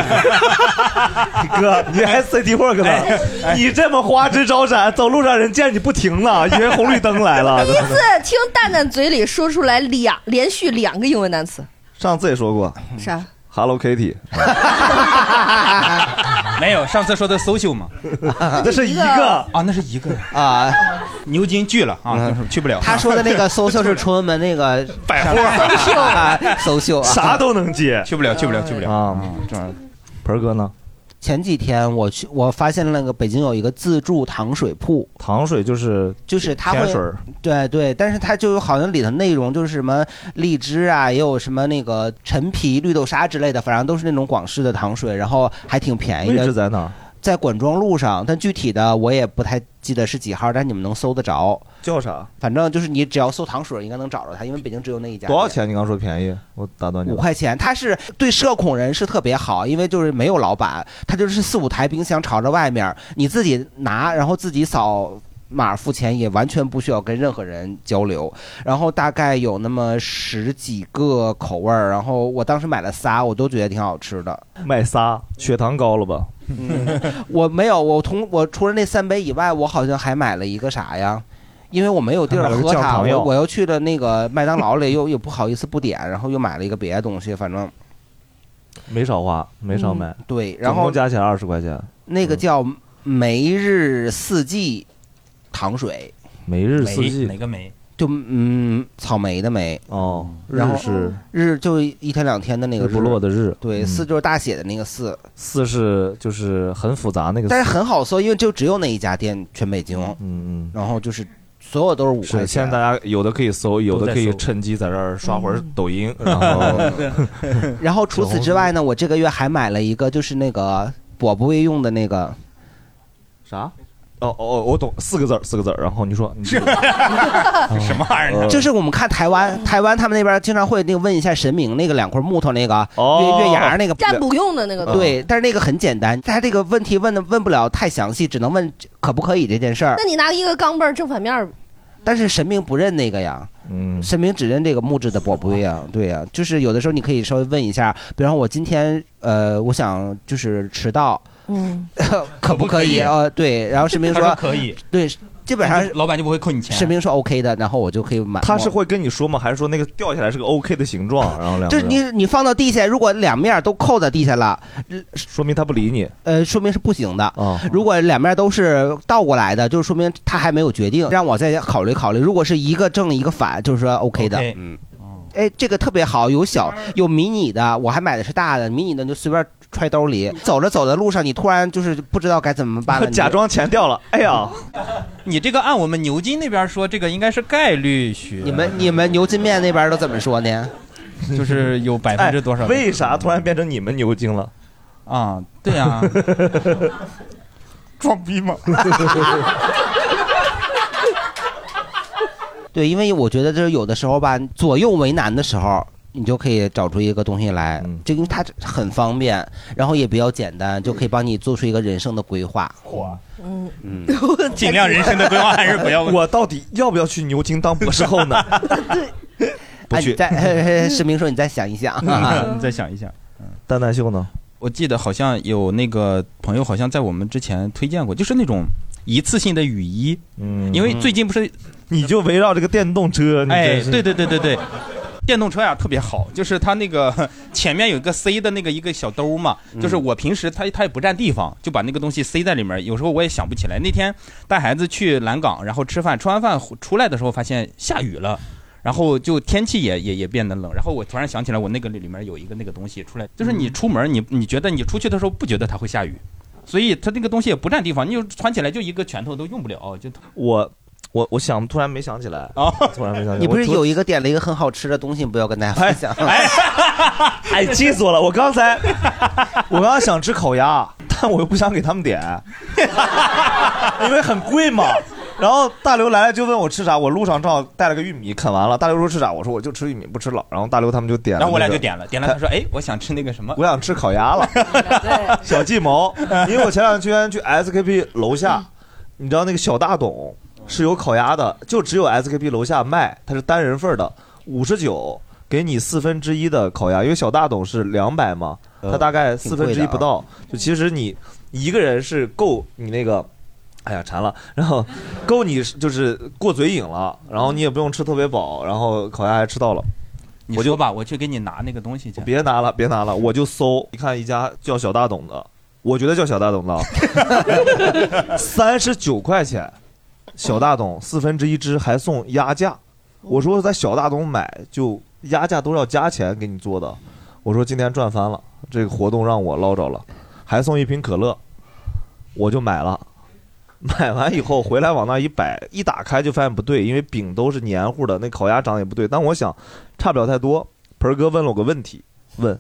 Speaker 1: 哥，你还 City Work 呢？你这么花枝招展，走路上人见你不停呢，以为红绿灯
Speaker 2: *laughs*
Speaker 1: 来了。
Speaker 4: 第一次听蛋蛋嘴里说出来两连续两个英文单词，
Speaker 1: 上次也说过
Speaker 4: 啥？
Speaker 1: Hello Kitty，
Speaker 3: 没有，上次说的
Speaker 2: *laughs*
Speaker 3: social 嘛，
Speaker 1: 那是一个
Speaker 3: 啊，那是一个
Speaker 2: 啊，嗯
Speaker 3: 牛筋聚了啊，就是去不了。
Speaker 2: 他说的那个 social 是崇文门那个
Speaker 3: *laughs* 百
Speaker 2: *laughs*
Speaker 3: 货
Speaker 2: 啊，social 啊
Speaker 1: 啥都能接，
Speaker 3: 去不了，去不了，去不了嗯
Speaker 1: 啊！
Speaker 3: 这
Speaker 1: 盆儿哥呢？
Speaker 2: 前几天我去，我发现了那个北京有一个自助糖水铺，
Speaker 1: 糖水就是
Speaker 2: 就是它
Speaker 1: 甜
Speaker 2: 会
Speaker 1: 水儿
Speaker 2: 对对，但是它就好像里头内容就是什么荔枝啊，也有什么那个陈皮、绿豆沙之类的，反正都是那种广式的糖水，然后还挺便宜的。
Speaker 1: 位置在哪儿？
Speaker 2: 在管庄路上，但具体的我也不太记得是几号，但你们能搜得着。
Speaker 1: 叫啥？
Speaker 2: 反正就是你只要搜糖水，应该能找着它，因为北京只有那一家。
Speaker 1: 多少？钱？你刚说便宜，我打断你了。
Speaker 2: 五块钱，他是对社恐人是特别好，因为就是没有老板，他就是四五台冰箱朝着外面，你自己拿，然后自己扫码付钱，也完全不需要跟任何人交流。然后大概有那么十几个口味儿，然后我当时买了仨，我都觉得挺好吃的。
Speaker 1: 卖仨，血糖高了吧？
Speaker 2: 我没有，我同我除了那三杯以外，我好像还买了一个啥呀？因为我没有地儿
Speaker 1: 还买了个
Speaker 2: 喝
Speaker 1: 降
Speaker 2: 它，
Speaker 1: 糖药
Speaker 2: 我我又去了那个麦当劳里，又又不好意思不点，然后又买了一个别的东西，反正。
Speaker 1: 没少花，没少买。
Speaker 2: 嗯对然后
Speaker 1: 总共加起来二十块钱。
Speaker 2: 那
Speaker 1: 嗯
Speaker 2: 个叫梅日四季糖水，
Speaker 1: 每日四季
Speaker 3: 个梅？
Speaker 2: 就嗯草莓的莓
Speaker 1: 哦，日
Speaker 2: 然后
Speaker 1: 是
Speaker 2: 日就一天两天的那个
Speaker 1: 日不落的日
Speaker 2: 对，
Speaker 1: 嗯
Speaker 2: 四就是大写的那个四，
Speaker 1: 四是就是很复杂那个四，
Speaker 2: 但是很好搜，因为就只有那一家店，全北京，
Speaker 1: 嗯嗯，
Speaker 2: 然后就是所有都是五块
Speaker 1: 是，现
Speaker 2: 钱
Speaker 1: 在。大家有的可以搜，有的可以趁机在这儿刷会儿
Speaker 2: 嗯 *laughs*
Speaker 1: 抖音，然后
Speaker 2: 然后除此之外呢，我这个月还买了一个，就是那个我不会用的那个
Speaker 1: 啥？哦哦，我懂，四个字儿，四个字儿。然后你说，呃你
Speaker 3: *laughs* 什么玩意
Speaker 1: 哦
Speaker 2: 儿？就是我们看台湾，台湾他们那边经常会那个问一下神明，那个两块木头那个
Speaker 1: 哦
Speaker 2: 月月牙儿那个
Speaker 4: 占卜用的那个东西
Speaker 2: 对，但是那个很简单，他这个问题问的问不了太详细，只能问可不可以这件事儿
Speaker 4: 那。你拿一个钢镚儿正反面儿，
Speaker 2: 但是神明不认那个呀，
Speaker 1: 嗯，
Speaker 2: 神明只认这个木质的宝贝呀，对呀、就是有的时候你可以稍微问一下，比方我今天呃，我想就是迟到，
Speaker 19: 嗯，
Speaker 2: 可不可以？呃，对，然后神明
Speaker 3: 他
Speaker 2: 说
Speaker 3: 说可以，
Speaker 2: 对，基本上
Speaker 3: 老板就不会扣你钱。
Speaker 2: 神明说 OK 的，然后我就可以买。
Speaker 1: 他是会跟你说吗？还是说那个掉下来是个 OK 的形状？然后两个
Speaker 2: 就
Speaker 1: 人
Speaker 2: 是你你放到地下，如果两面都扣在地下了，
Speaker 1: 说明他不理你，
Speaker 2: 呃，说明是不行的。
Speaker 1: 哦
Speaker 2: 如果两面都是倒过来的，就是说明他还没有决定，让我再考虑考虑。如果是一个正一个反，就是说 OK 的。
Speaker 3: OK
Speaker 2: 嗯，哎，这个特别好，有小有迷你的，我还买的是大的，迷你的你就随便揣兜里。走着走着路上，你突然就是不知道该怎么办了，你就
Speaker 1: 假装钱掉了，哎呀，
Speaker 3: 你这个按我们牛津那边说，这个应该是概率学。
Speaker 2: 你们你们牛津面那边都怎么说呢？
Speaker 3: *laughs* 就是有百分之多少
Speaker 1: 哎为啥突然变成你们牛津了？
Speaker 3: 啊，
Speaker 1: *laughs*
Speaker 3: 对呀、装逼吗？
Speaker 2: *laughs* 对，因为我觉得就是有的时候吧，左右为难的时候，你就可以找出一个东西来，
Speaker 1: 嗯
Speaker 2: 就因为它很方便，然后也比较简单，就可以帮你做出一个人生的规划。
Speaker 4: 嗯， *laughs*
Speaker 2: 嗯， *laughs*
Speaker 3: 尽量人生的规划还是不
Speaker 1: *laughs*
Speaker 3: 要
Speaker 1: 我到底要不要去牛津当博士后
Speaker 2: *laughs*
Speaker 1: 呢？不
Speaker 2: 哎
Speaker 1: 去
Speaker 2: 你再 *laughs* 神明说你再想一
Speaker 3: *laughs*
Speaker 2: 想，
Speaker 3: 你嗯再想一想。
Speaker 1: 蛋蛋秀呢？
Speaker 3: 我记得好像有那个朋友，好像在我们之前推荐过，就是那种一次性的雨衣。
Speaker 1: 嗯
Speaker 3: 因为最近不是，
Speaker 1: 你就围绕这个电动车，你
Speaker 3: 哎，
Speaker 1: 真是
Speaker 3: 对对对对对，电动车呀、特别好，就是它那个 *laughs* 前面有一个塞的那个一个小兜嘛，
Speaker 1: 嗯
Speaker 3: 就是我平时它它也不占地方，就把那个东西塞在里面。有时候我也想不起来，那天带孩子去蓝港，然后吃饭，吃完饭出来的时候发现下雨了。然后就天气也也也变得冷，然后我突然想起来，我那个里里面有一个那个东西出来，就是你出门你你觉得你出去的时候不觉得它会下雨，所以它那个东西也不占地方，你就穿起来就一个拳头都用不了，就
Speaker 1: 我我我想突然没想起来
Speaker 3: 啊，
Speaker 1: 突然没想起来。
Speaker 2: 你不是
Speaker 1: 我昨
Speaker 2: 有一个点了一个很好吃的东西，不要跟大家分享？
Speaker 3: *laughs*
Speaker 1: 哎，气死我了！我刚才我刚刚想吃烤鸭，但我又不想给他们
Speaker 3: *laughs*
Speaker 1: 点，因为很贵嘛。然后大刘来了就问我吃啥，我路上正好带了个玉米，啃完了。大刘说吃啥，我说我就吃玉米不吃了。然后大刘他们就点了、
Speaker 3: 然后我俩就点了，点了。他说：“哎，我想吃那个什么。”
Speaker 1: 我想吃烤鸭了，小计谋。因为我前两天去 SKP 楼下，你知道那个小大董是有烤鸭的，就只有 SKP 楼下卖，它是单人份儿的，五十九给你四分之一的烤鸭，因为小大董是两百嘛，它大概四分之一不到，就其实你一个人是够你那个。哎呀，馋了，然后够你就是过嘴瘾了，然后你也不用吃特别饱，然后烤鸭还吃到了。
Speaker 3: 你说吧，我去给你拿那个东西去。
Speaker 1: 别拿了，别拿了，我就搜，一看一家叫小大董的，我觉得叫小大董的，
Speaker 3: *laughs*
Speaker 1: 三十九块钱，小大董四分之一只还送鸭架，我说在小大董买就鸭架都要加钱给你做的，我说今天赚翻了，这个活动让我捞着了，还送一瓶可乐，我就买了。买完以后回来往那一摆，一打开就发现不对，因为饼都是黏糊的，那烤鸭长得也不对。但我想差不了太多。盆儿哥问了我个问题，问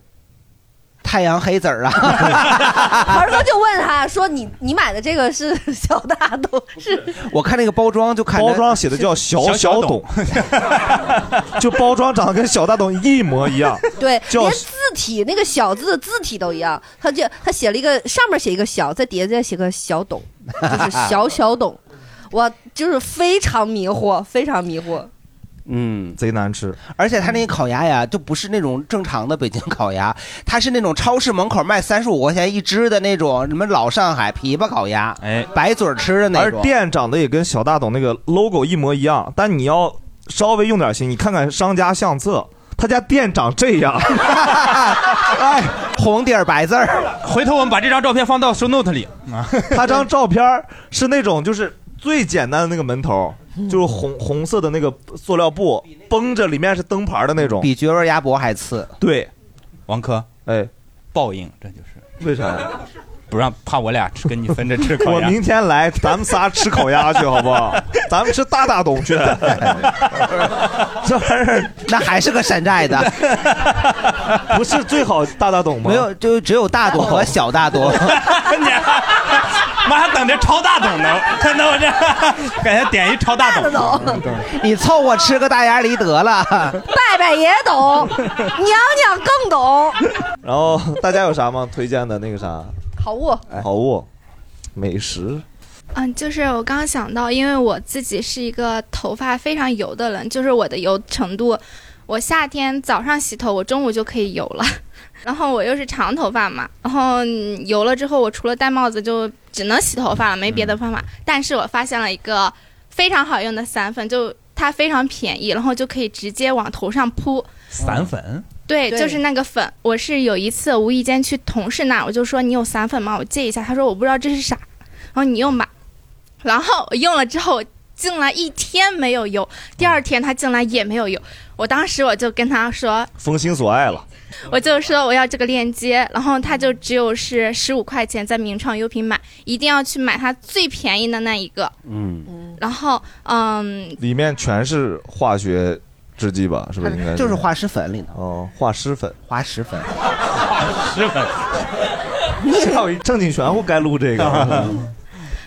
Speaker 2: *laughs* 太阳黑子儿
Speaker 1: *laughs*
Speaker 2: 啊，
Speaker 4: 儿哥就问他说你：“你买的这个是小大董是
Speaker 2: 我看那个包装就看着
Speaker 1: 包装写的叫小小董， *laughs* 就包装长得跟小大董一模一样。
Speaker 4: 对，
Speaker 1: 叫
Speaker 4: 连字体那个小字的字体都一样。他就他写了一个上面写一个小，在底下再写个小董，就是小小董。我就是非常迷惑，非常迷惑。
Speaker 2: *laughs* 嗯，
Speaker 1: 贼难吃。
Speaker 2: 而且他那个烤鸭呀，就不是那种正常的北京烤鸭，它是那种超市门口卖三十五块钱一只的那种什么老上海琵琶烤鸭，
Speaker 3: 哎，
Speaker 2: 白嘴儿吃的那
Speaker 1: 而
Speaker 2: 种。
Speaker 1: 店长得也跟小大董那个 logo 一模一样，但你要稍微用点心，你看看商家相册，他家店长这样，哎，
Speaker 2: 红底儿白字儿。
Speaker 3: 回头我们把这张照片放到 show note 里。啊，
Speaker 1: *laughs* 他张照片儿是那种就是最简单的那个门头，就是红红色的那个塑料布绷着，里面是灯牌的那种，
Speaker 2: 比绝味鸭脖还次。
Speaker 1: 对，
Speaker 3: 王珂，
Speaker 1: 哎，
Speaker 3: 报应，这就是
Speaker 1: 为啥呀？
Speaker 3: 不让怕我俩吃跟你分着吃
Speaker 1: *laughs*
Speaker 3: 烤
Speaker 1: 我
Speaker 3: 鸭。
Speaker 1: 明
Speaker 3: *laughs*
Speaker 1: 天来，咱们仨吃烤鸭去，好不好？咱们吃大大董去。 *laughs* 这玩意儿，
Speaker 2: *laughs* 那还是个山寨的，
Speaker 1: *laughs* 不是最好大大董吗？
Speaker 2: 没有，就只有大董和小大
Speaker 1: *laughs*
Speaker 2: 董。
Speaker 3: 妈还 *laughs* 等着超大董呢，看到我这， *laughs* 感觉点一超大董。
Speaker 2: *laughs* 你凑合吃个大鸭梨得
Speaker 1: *laughs*
Speaker 2: 了。
Speaker 4: 拜拜也懂，娘娘更懂。
Speaker 1: 然后大家有啥吗？推荐的那个啥哎
Speaker 4: 好物，
Speaker 1: 好物、美食？
Speaker 7: 嗯，就是我刚刚想到，因为我自己是一个头发非常油的人，就是我的油程度，我夏天早上洗头，我中午就可以油了。然后我又是长头发嘛，然后嗯油了之后，我除了戴帽子就只能洗头发了，没别的方法。但是我发现了一个非常好用的散粉，就它非常便宜，然后就可以直接往头上扑。
Speaker 3: 散粉，
Speaker 7: 对，
Speaker 3: 对
Speaker 7: 就是那个粉。我是有一次无意间去同事那儿，我就说你有散粉吗？我借一下。他说我不知道这是啥，然后你用吧。然后我用了之后，进来一天没有油，第二天他进来也没有油。我当时我就跟他说，
Speaker 1: 风心所爱了。
Speaker 7: 我就说我要这个链接，然后他就只有是十五块钱在名创优品买，一定要去买它最便宜的那一个。
Speaker 1: 嗯，
Speaker 7: 然后，嗯，
Speaker 1: 里面全是化学制剂吧？是不是应该
Speaker 7: 就是
Speaker 2: 化石粉里
Speaker 1: 头？哦，化石粉，
Speaker 2: 化石粉，*laughs*
Speaker 3: 石粉。
Speaker 1: 教育正经玄乎该录
Speaker 2: *laughs*
Speaker 1: 这个。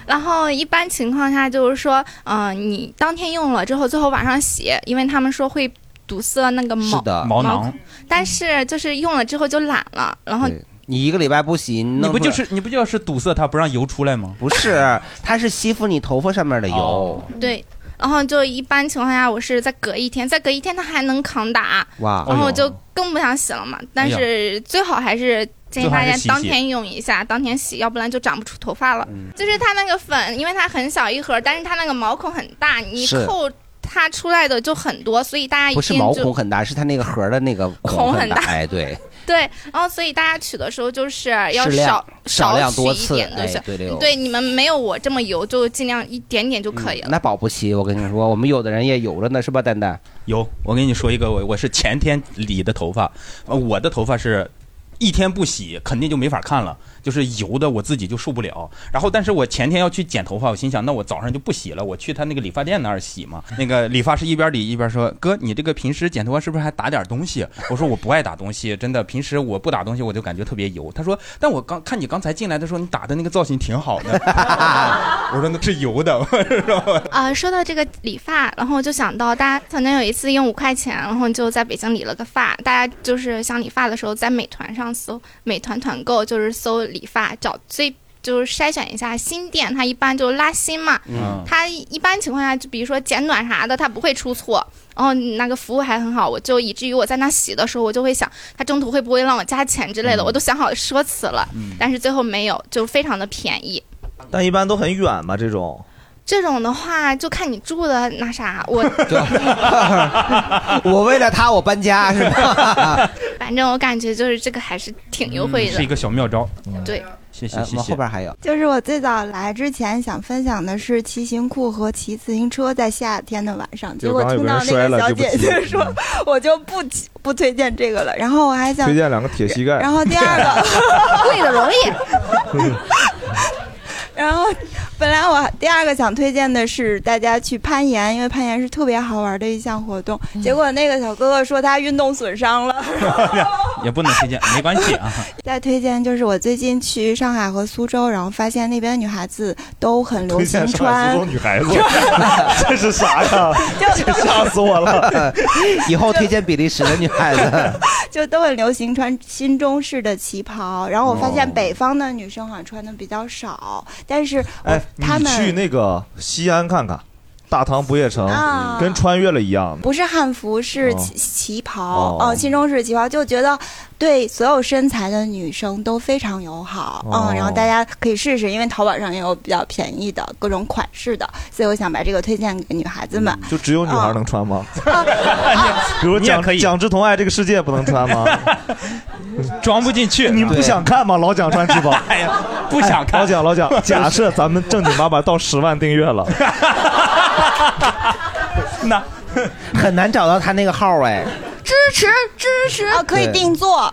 Speaker 7: 然后一般情况下就是说，嗯、你当天用了之后，最后晚上洗，因为他们说会堵塞那个毛
Speaker 2: 毛
Speaker 7: 孔，但是就是用了之后就懒了，然后
Speaker 2: 你一个礼拜不洗，你
Speaker 3: 你
Speaker 2: 弄
Speaker 3: 不
Speaker 2: 出
Speaker 3: 就
Speaker 2: 来
Speaker 3: 是你不就是堵塞它不让油出来吗？哦
Speaker 2: 不是，它是吸附你头发上面的油。
Speaker 7: 对。然后就一般情况下，我是再隔一天，再隔一天它还能抗打，
Speaker 2: 哇
Speaker 3: 哦
Speaker 7: 然后哦我就更不想洗了嘛。
Speaker 2: 哎
Speaker 7: 但是最好还是建议大大家家当当天天用一下，当天洗，要不然就长不出头发了。
Speaker 2: 嗯
Speaker 7: 就是它那个粉，因为它很小一盒，但是它那个毛孔很大，你
Speaker 2: 是
Speaker 7: 扣它出来的就很多，所以大家一
Speaker 2: 不是
Speaker 7: 定
Speaker 2: 毛
Speaker 7: 就
Speaker 2: 孔很大，是它那个盒的那
Speaker 7: *laughs*
Speaker 2: 个
Speaker 7: 孔
Speaker 2: 很
Speaker 7: 很大
Speaker 2: 哎，对，
Speaker 7: 对，然后所以大家取的时候就是要
Speaker 2: 适量
Speaker 7: 少
Speaker 2: 少量
Speaker 7: 取
Speaker 2: 多
Speaker 7: 一
Speaker 2: 次
Speaker 7: 点
Speaker 2: 哎
Speaker 7: 就是，
Speaker 2: 对的哟
Speaker 7: 你们没有我这么油，就尽量一点点就 *laughs* 可以了。
Speaker 2: 那保不齐。我跟你说，我们有的人也有着呢，是吧，蛋蛋？
Speaker 3: 有，我跟你说一个，我我是前天理的头发，呃我的头发是一天不洗肯定就没法看了，就是油的我自己就受不了。然后，但是我前天要去剪头发，我心想，那我早上就不洗了，我去他那个理发店那儿洗嘛。那个理发师一边理一边说：“哥，你这个平时剪头发是不是还打点东西？”我说：“我不爱打东西，真的，平时我不打东西我就感觉特别油。”他说：“但我刚看你刚才进来的时候，你打的那个造型挺好的。”我说：“那是油的。”
Speaker 7: 啊、说到这个理发，然后我就想到大家曾经有一次用五块钱，然后就在北京理了个发。大家就是想理发的时候，在美团上搜美团团购，就是搜理发，找最就是筛选一下新店，它一般就拉新嘛。
Speaker 8: 嗯
Speaker 7: 它一般情况下，就比如说剪短啥的，它不会出错。然后那个服务还很好，我就以至于我在那洗的时候，我就会想，它中途会不会让我加钱之类的，我都想好说辞了。
Speaker 1: 嗯
Speaker 7: 但是最后没有，就非常的便宜。
Speaker 1: 但一般都很远吧？这种
Speaker 7: 这种的话，就看你住的那啥，我
Speaker 2: *laughs* 我为了他，我搬家是
Speaker 7: *laughs*
Speaker 2: 吧？
Speaker 7: 反正我感觉就是这个还是挺优惠的。
Speaker 3: 是一个小妙招。
Speaker 7: 对，
Speaker 3: 谢谢
Speaker 2: 呃
Speaker 3: 谢谢。
Speaker 2: 往后边还有
Speaker 20: 就是我最早来之前想分享的是骑行裤和骑自行车在夏天的晚上，结
Speaker 1: 就
Speaker 20: 果
Speaker 1: 刚刚有
Speaker 20: 听
Speaker 1: 个
Speaker 20: 到
Speaker 1: 人
Speaker 20: 那
Speaker 1: 摔
Speaker 20: 个
Speaker 1: 了
Speaker 20: 小
Speaker 1: 就不
Speaker 20: 姐
Speaker 1: 骑
Speaker 20: 姐说，我就不骑不推荐这个了。然后我还想
Speaker 1: 推荐两个铁膝盖。
Speaker 20: 然后第二个
Speaker 4: 跪的容易。
Speaker 20: 然后本来我第二个想推荐的是大家去攀岩，因为攀岩是特别好玩的一项活动。结果那个小哥哥说他运动损伤了。
Speaker 3: *laughs* 也不能推荐，没关系
Speaker 20: *laughs*
Speaker 3: 啊。
Speaker 20: 再推荐就是我最近去上海和苏州，然后发现那边女孩子都很流
Speaker 1: 推
Speaker 20: 行
Speaker 1: 荐上海
Speaker 20: 穿
Speaker 1: 苏州女孩子， *laughs* 这是啥
Speaker 7: *laughs*
Speaker 1: 呀？这
Speaker 20: *laughs*
Speaker 1: 吓死我了！
Speaker 2: *laughs* 以后推荐比利时的女孩
Speaker 20: *laughs*
Speaker 2: 子，
Speaker 20: 就都很流行穿新中式的旗袍，然后我发现北方的女生好像穿的比较少，但是我
Speaker 1: 哎，你
Speaker 20: 她
Speaker 1: 去
Speaker 20: 们
Speaker 1: 那个西安看看，大唐不夜城
Speaker 20: 啊
Speaker 1: 跟穿越了一样。
Speaker 20: 不是汉服，是
Speaker 1: 哦
Speaker 20: 旗旗
Speaker 1: 哦
Speaker 20: 袍，哦，新中式旗袍，就觉得对所有身材的女生都非常友好，
Speaker 1: 哦
Speaker 20: 嗯，然后大家可以试试，因为淘宝上也有比较便宜的各种款式的，所以我想把这个推荐给女孩子们。
Speaker 1: *laughs* 就只有女
Speaker 4: 啊
Speaker 1: 孩能穿吗？
Speaker 3: *laughs*
Speaker 1: 比如蒋蒋志同爱这个世界不能穿吗？
Speaker 3: *laughs* 装不进去，
Speaker 1: 你不想看吗？老蒋穿旗袍，
Speaker 3: *laughs* 哎呀，不想看。
Speaker 1: 老蒋，老
Speaker 3: *laughs*
Speaker 1: 蒋，假设咱们正经八百到十万订阅了，
Speaker 3: 那
Speaker 2: 很难找到他那个号
Speaker 20: *laughs*
Speaker 2: 哎。
Speaker 20: 支持支持，啊，可以
Speaker 2: 对
Speaker 20: *laughs* 定做。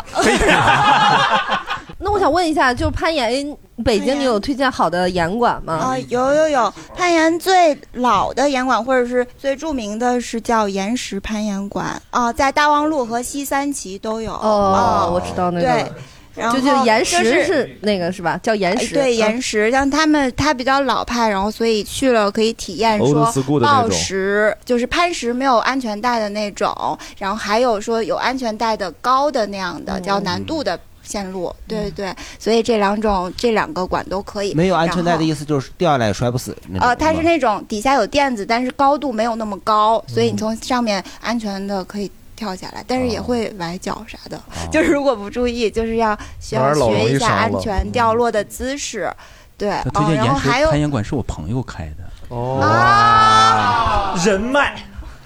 Speaker 4: 那我想问一下，就是攀岩北京你有推荐好的演馆吗？
Speaker 20: 啊，有有有，攀岩最老的岩馆或者是最著名的是叫岩石攀岩馆啊，在大望路和西三旗都有。
Speaker 4: 哦，我知道那个
Speaker 20: 对
Speaker 4: 了，
Speaker 20: 然后
Speaker 4: 就就岩
Speaker 20: 就
Speaker 4: 石
Speaker 20: 是
Speaker 4: 是那个是吧？叫岩石，
Speaker 20: 哎对岩
Speaker 4: 嗯。
Speaker 20: 石，像他们他比较老派，然后所以去了可以体验
Speaker 4: Old
Speaker 20: 说
Speaker 4: school 的那
Speaker 20: 暴
Speaker 4: 种
Speaker 20: 石，就是攀石没有安全带的那种，然后还有说有安全带的高的那样的
Speaker 2: 嗯
Speaker 20: 叫难度的线路，对对对，所以这两种这两个馆都可以。
Speaker 2: 没有安全带
Speaker 20: 然
Speaker 2: 的
Speaker 20: 后
Speaker 2: 意思就是掉下来也摔不死那种。
Speaker 20: 呃，它是那种底下有垫子，但是高度没有那么高，所
Speaker 3: 嗯
Speaker 20: 以你从上面安全的可以跳下来，但
Speaker 3: 哦
Speaker 20: 是也会崴脚啥的。 *laughs* 就是如果不注意，就是要需
Speaker 3: 玩
Speaker 20: 要
Speaker 3: 儿老容
Speaker 20: 学
Speaker 3: 易
Speaker 20: 一下
Speaker 3: 伤
Speaker 20: 安
Speaker 3: 了
Speaker 20: 全掉落的姿势。对，
Speaker 3: 他
Speaker 20: 哦
Speaker 3: 推，荐
Speaker 20: 然后
Speaker 3: 岩石
Speaker 20: 还有
Speaker 3: 攀岩馆是我朋友开的。
Speaker 20: 啊
Speaker 1: 哦，人脉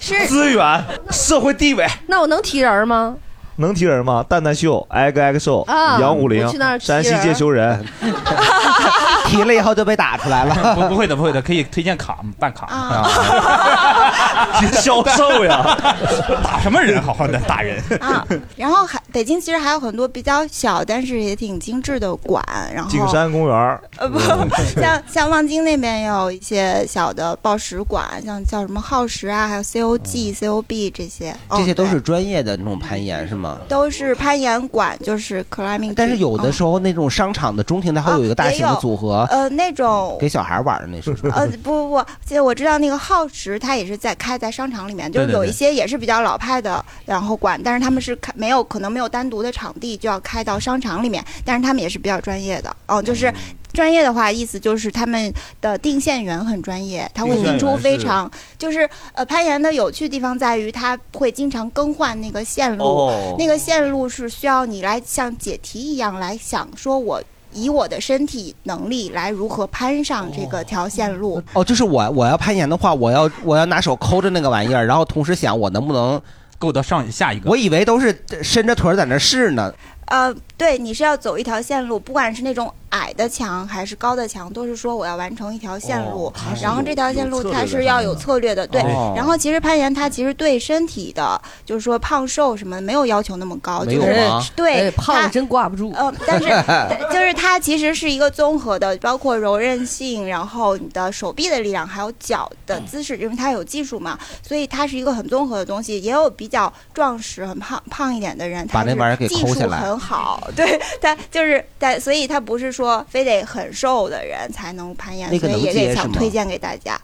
Speaker 4: 是
Speaker 1: 资源、社会
Speaker 20: *laughs*
Speaker 1: 地位，
Speaker 4: 那我能提人吗？
Speaker 1: 能提人吗？蛋蛋秀、挨个挨个瘦、
Speaker 4: 啊
Speaker 1: 杨五
Speaker 4: 我
Speaker 1: 零
Speaker 4: 去那儿、提
Speaker 1: 山西
Speaker 4: 人
Speaker 1: 界球人，
Speaker 2: 提了以后就被打出来了。
Speaker 3: *laughs* 不不会的，不会的，可以推荐卡办卡。
Speaker 20: 啊
Speaker 3: 啊
Speaker 1: *laughs* 销售呀，
Speaker 3: 打什么人？好好的打人。
Speaker 20: 啊，然后还北京其实还有很多比较小，但是也挺精致的馆，然
Speaker 4: 哦
Speaker 20: 后
Speaker 1: 景山嗯公园儿
Speaker 20: 呃不，像像望京那边也有一些小的报石馆，像叫什么耗石啊，还有 COG、COB 这些，
Speaker 2: 这些
Speaker 20: 嗯
Speaker 2: 都是专业的那种攀岩是吗？
Speaker 20: 都是攀岩馆，就是 climbing。哦
Speaker 2: 但是有的时候那种商场的中庭，它会有一个大型的组合，
Speaker 20: 呃，那种
Speaker 2: 给小孩玩的那是什么？
Speaker 20: 呃，不不不，就我知道那个耗时，它也是在开在商场里面，就
Speaker 2: 对
Speaker 20: 是
Speaker 2: 对
Speaker 20: 有
Speaker 2: 对
Speaker 20: 一些也是比较老派的，然后馆，但是他们是开没有可能没有单独的场地，就要开到商场里面，但是他们也是比较专业的，哦，
Speaker 2: 嗯
Speaker 20: 就是。专业的话，意思就是他们的定线员很专业，他会
Speaker 8: 定线
Speaker 20: 定出
Speaker 8: 员
Speaker 20: 非
Speaker 8: 是
Speaker 20: 常就是呃攀岩的有趣地方在于它会经常更换那个线路，
Speaker 8: 哦
Speaker 20: 那个线路是需要你来像解题一样来想说我。以我的身体能力来如何攀上这个条线路，
Speaker 2: *laughs* 哦，就是我我要攀岩的话，我要我要拿手抠着那个玩意儿，然后同时想我能不能
Speaker 3: 够到上下一
Speaker 2: 个。我以为都是伸着腿儿在那试呢。
Speaker 20: 呃，对，你是要走一条线路，不管是那种矮的墙还是高的墙，都是说我要完成一条线
Speaker 2: 哦
Speaker 20: 路。然后这条线路它是要有策略的，对。
Speaker 8: 哦
Speaker 20: 然后其实攀岩它其实对身体的，就是说胖瘦什么的没有要求那么高，
Speaker 4: 没
Speaker 20: 就
Speaker 4: 有
Speaker 20: 是
Speaker 4: 吗
Speaker 20: 对
Speaker 4: 哎胖
Speaker 20: 它
Speaker 4: 真挂不住。
Speaker 20: 呃，但是 *laughs* 就是它其实是一个综合的，包括柔韧性，然后你的手臂的力量，还有脚的姿势，因为它有技术嘛，所以它是一个很综合的东西。也有比较壮实、很胖胖一点的人，
Speaker 2: 把
Speaker 20: 他
Speaker 2: 那玩意儿
Speaker 20: 是
Speaker 2: 给
Speaker 20: 技
Speaker 2: 抠下
Speaker 20: 术
Speaker 2: 来
Speaker 20: 很好， *laughs* 对他就是但所以他不是说非得很瘦的人才能攀岩，
Speaker 2: 那个
Speaker 20: 所
Speaker 2: 能
Speaker 20: 以也
Speaker 2: 接
Speaker 20: 得想
Speaker 2: 是吗
Speaker 20: 推荐给大家。